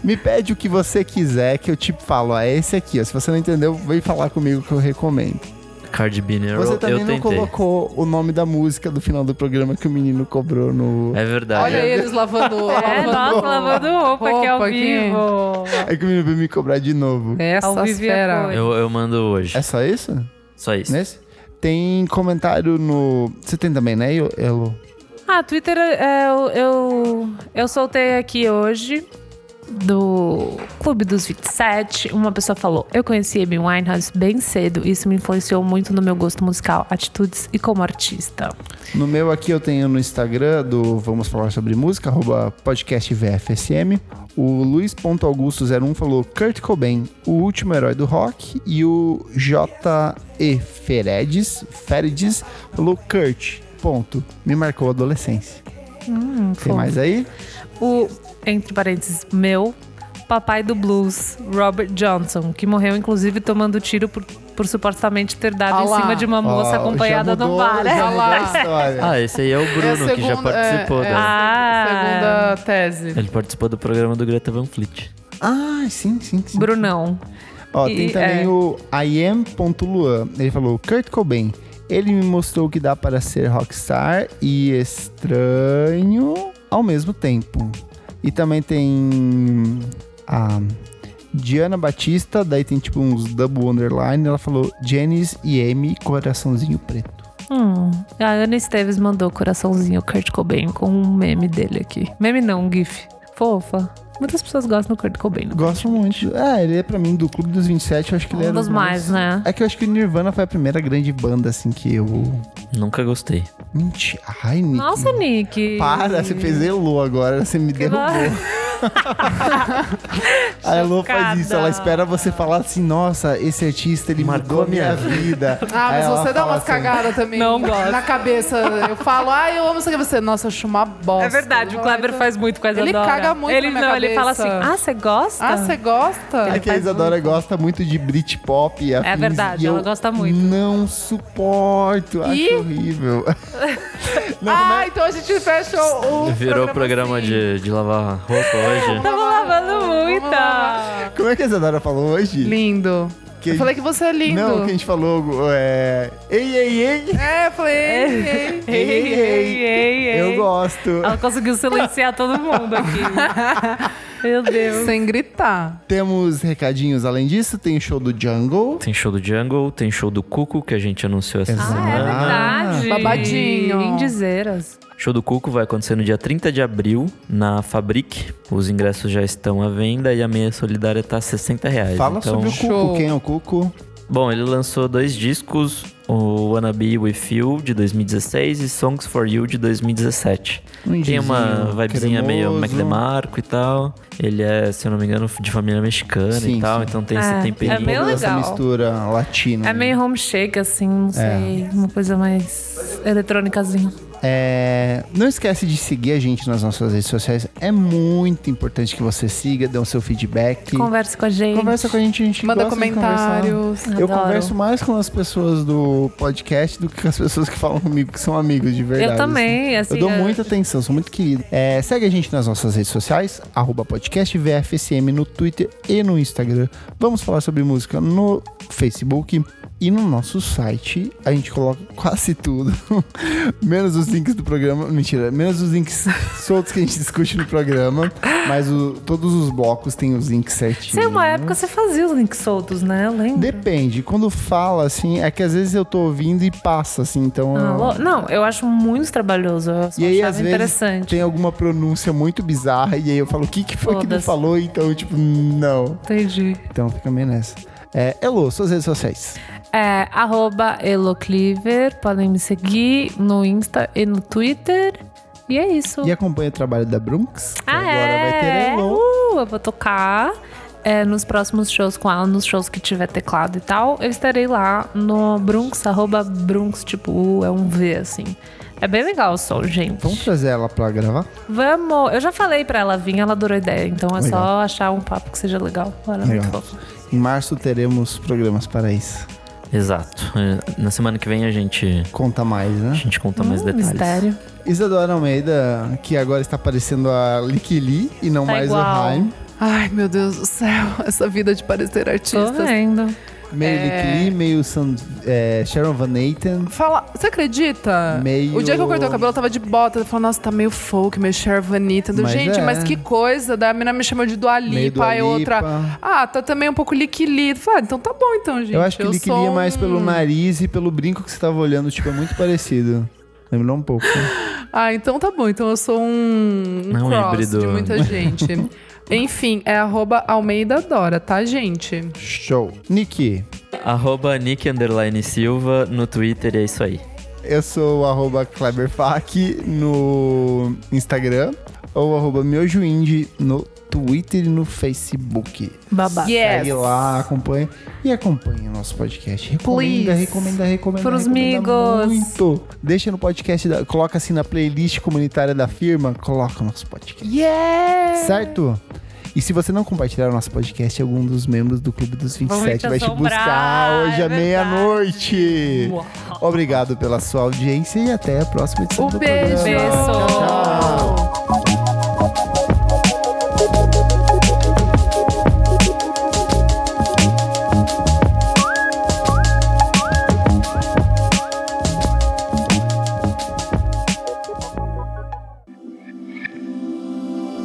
A: Me pede o que você quiser, que eu te falo, ó, é esse aqui, ó. Se você não entendeu, vem falar comigo que eu recomendo.
B: Cardi B Neural,
A: Você
B: eu
A: também não
B: tentei.
A: colocou o nome da música do final do programa que o menino cobrou no.
B: É verdade.
C: Olha eles lavando.
D: É,
C: lavando
D: nossa,
C: roupa.
D: lavando roupa, que é ao
C: Roupa aqui.
D: vivo.
A: É que o menino veio me cobrar de novo.
D: Ao
C: Essas
D: vivo e a
C: fera.
D: cor.
B: Eu, eu mando hoje.
A: É só isso?
B: Só isso.
A: Nesse? Tem comentário no. Você tem também, né, Yo- Elo?
D: Ah, Twitter, é, eu, eu, eu soltei aqui hoje do Clube dos 27. Uma pessoa falou: Eu conheci Amy Winehouse bem cedo. Isso me influenciou muito no meu gosto musical, atitudes e como artista.
A: No meu aqui eu tenho no Instagram do Vamos Falar Sobre Música, arroba podcast VFSM. O Luiz.augusto01 falou Kurt Cobain, o último herói do rock. E o J.E. Feredes, Feredes falou Kurt, ponto. Me marcou a adolescência.
D: Hum,
A: Tem
D: fofo.
A: mais aí?
D: O, entre parênteses, meu papai do blues, Robert Johnson, que morreu inclusive tomando tiro por, por supostamente ter dado
C: Ah lá.
D: em cima de uma moça
A: Ó, já
D: acompanhada
A: mudou-
D: no bar.
A: já
C: Ah
A: mudou
C: lá.
A: a história.
B: Ah, esse aí é o
C: É a
B: Bruno, que já
C: segunda-
B: participou.
C: é, é
B: da...
C: a
D: Ah.
C: Segunda tese.
B: Ele participou do programa do Greta Van Fleet.
A: Ah, sim, sim, sim.
D: Brunão.
A: Ó,
D: E,
A: tem também
D: é.
A: o IM.Luan. Ele falou, Kurt Cobain, ele me mostrou que dá para ser rockstar e estranho ao mesmo tempo. E também tem a Diana Batista, daí tem tipo uns double underline, ela falou Janice e Amy, coraçãozinho preto.
D: Hum, a Ana Esteves mandou coraçãozinho Kurt Cobain com um meme dele aqui. Meme não, um gif. Fofa. Muitas pessoas gostam do Kurt Cobain. Não?
A: Gosto muito. É, ele é pra mim do Clube dos 27, eu acho que ele
D: Um
A: era
D: dos
A: o
D: mais, né?
A: É que eu acho que o Nirvana foi a primeira grande banda, assim, que eu...
B: Nunca gostei.
A: Mentira. Ai, Nick.
D: Nossa, Nick.
A: Para, você fez elô agora, você me derrubou.
D: barra.
A: A Elô faz
D: Chocada.
A: isso, ela espera você falar assim, nossa, esse artista, ele
B: Marcou
A: marcou a minha
B: minha
A: vida.
C: Ah,
A: Aí
C: mas
A: ela
C: você dá
A: fala
C: umas
A: assim,
C: cagadas também.
D: Não gosto.
C: Na cabeça. Eu falo, ah, eu amo isso aqui. Você, nossa, acho uma bosta.
D: É verdade, o
C: Eu
D: Kleber
C: falo,
D: faz muito com a
C: Ele
D: Isadora.
C: caga muito
D: Ele
C: na
D: não,
C: minha
D: ele fala assim:
C: cabeça.
D: "Ah, você gosta?"
C: Ah, você gosta?
A: É que a Isadora gosta muito de Britpop e afins,
D: É verdade,
A: e
D: ela
A: eu
D: gosta muito.
A: não suporto,
C: E?
A: acho horrível. Não, é
C: ah, então a gente fecha o. o
B: é? Virou programa
C: assim.
B: de, de lavar roupa hoje.
D: Tava lavando muita.
A: Como é que a Isadora falou hoje?
C: Lindo.
A: Que-
C: Eu falei que você é lindo.
A: Não, que a gente falou é... Ei, ei, ei!
C: É, eu falei, ei, ei.
A: Ei, ei, ei!
D: ei, ei.
A: Eu gosto.
D: Ela conseguiu silenciar todo mundo aqui. Meu Deus.
C: Sem gritar.
A: Temos recadinhos além disso, tem o show do Jungle.
B: Tem show do Jungle, tem show do Cuco, que a gente anunciou essa
A: Exato.
D: Ah, é
B: semana.
D: verdade.
C: Babadinho.
D: Lindezeiras.
B: Show do Cuco vai acontecer no dia 30 de abril na Fabric. Os ingressos já estão à venda e a meia solidária tá R$ 60 reais.
A: Fala
B: então,
A: sobre o Cuco,
C: Show.
A: quem é o Cuco?
B: Bom, ele lançou dois discos, o Wanna Be With You de 2016 e Songs For You de 2017.
A: Um
B: Tem
A: indiezinho
B: uma vibezinha meio
A: cremoso.
B: Mac DeMarco e tal. Ele é, se eu não me engano, de família mexicana
A: Sim,
B: e tal,
A: sim.
B: então tem esse
D: É,
B: temperinho.
D: é meio
A: Toda essa
D: legal.
A: mistura latina.
D: É
A: né?
D: meio home shake, assim, não sei. Uma coisa mais eletrônicazinha.
A: É, não esquece de seguir a gente nas nossas redes sociais. É muito importante que você siga, dê o seu feedback.
D: Converse com a gente.
A: Conversa com a gente, a gente
C: Manda
A: gosta de conversar.
C: comentários.
A: Eu
D: Adoro.
A: converso mais com as pessoas do podcast do que com as pessoas que falam comigo, que são amigos de é verdade.
D: Eu também, assim.
A: Eu dou
D: é-
A: muita atenção, sou muito querido. É, segue a gente nas nossas redes sociais, arroba podcast VFSM no Twitter e no Instagram. Vamos falar sobre música no Facebook e no nosso site. A gente coloca quase tudo, menos os links do programa. Mentira, menos os links soltos que a gente discute no programa. Mas o- todos os blocos têm os links certinhos.
D: Sei, uma época você fazia os links soltos, né? Eu lembro.
A: Depende, quando fala assim, é que às vezes eu tô ouvindo e passa assim, então.
D: Ah, lo- não, eu acho muito trabalhoso. Eu só
A: E aí,
D: achava
A: às vezes,
D: interessante.
A: tem alguma pronúncia muito bizarra e aí eu falo, o que, que foi que ele
D: Foda-se.
A: falou? Então, tipo, não.
D: Entendi.
A: Então fica meio nessa. É, Elô, suas redes sociais.
D: É, arroba Elocliver, podem me seguir no Insta e no Twitter. E é isso.
A: E acompanha o trabalho da Brunx, que
D: ah,
A: agora
D: é?
A: vai ter Elô.
D: Uh, eu vou tocar é, nos próximos shows com ela, nos shows que tiver teclado e tal. Eu estarei lá no Brunx, arroba Brunx, tipo, U, é um V, assim. É bem legal o som, gente.
A: Vamos trazer ela pra gravar?
D: Vamos! Eu já falei pra ela vir, ela adorou a ideia. Então é
A: Legal.
D: só achar um papo que seja legal. Ela é muito
A: Legal.
D: fofa.
A: Em março teremos programas para isso.
B: Exato. É, Na semana que vem a gente,
A: Conta mais,
B: a
A: né?
B: gente conta mais
D: Hum,
B: detalhes.
D: Mistério.
A: Isadora Almeida, que agora está parecendo a Lick Lee e não
D: Tá
A: mais
D: igual.
A: o Haim.
C: Ai, meu Deus do céu. Essa vida de parecer
D: Tô
C: artista.
D: vendo.
A: Meio Lick Lee, meio Sand- é, Sharon Van Etten.
C: Fala, você acredita?
A: Meio-
C: O dia que eu cortei o cabelo, eu tava de bota. Eu falei, nossa, tá meio folk, meio Shervanita.
A: Mas
C: Gente,
A: é.
C: mas que coisa. Daí a menina me chamou de Dua
A: Meio
C: Lipa,
A: Dua
D: é
C: aí outra.
A: Lipa.
C: Ah, tá também um pouco liquilito. Falei, ah, então tá bom, então, gente.
A: eu acho que ele
C: sou
A: queria mais
C: um-
A: pelo nariz e pelo brinco que você tava olhando, tipo, é muito parecido. Lembrou um pouco.
C: Ah, então tá bom. Então eu sou um, um
B: Não,
C: cross
B: híbrido.
C: de muita gente. Enfim, é arroba Almeida Dora, tá, gente?
A: Show. Niki,
B: Arroba Nick Underline Silva no Twitter e é isso aí.
A: eu sou o arroba Kleberfac no Instagram ou arroba miojoindie no Twitter e no Facebook.
D: Babado.
C: Yes.
A: Segue lá, acompanha e acompanha o nosso podcast. Recomenda,
C: Please.
A: recomenda, recomenda.
D: Pros
A: recomenda
D: amigos.
A: Muito. Deixa no podcast, da- coloca assim na playlist comunitária da firma, coloca o nosso podcast.
C: Yeah!
A: Certo? E se você não compartilhar o nosso podcast, algum dos membros do Clube dos
D: Vão
A: 27
D: te
A: vai te
D: assombrar,
A: buscar hoje
D: é
A: à meia-noite.
D: Uau.
A: Obrigado pela sua audiência e até a próxima edição
C: Um
A: do
C: beijo.
A: programa.
D: Beijo.
A: Tchau.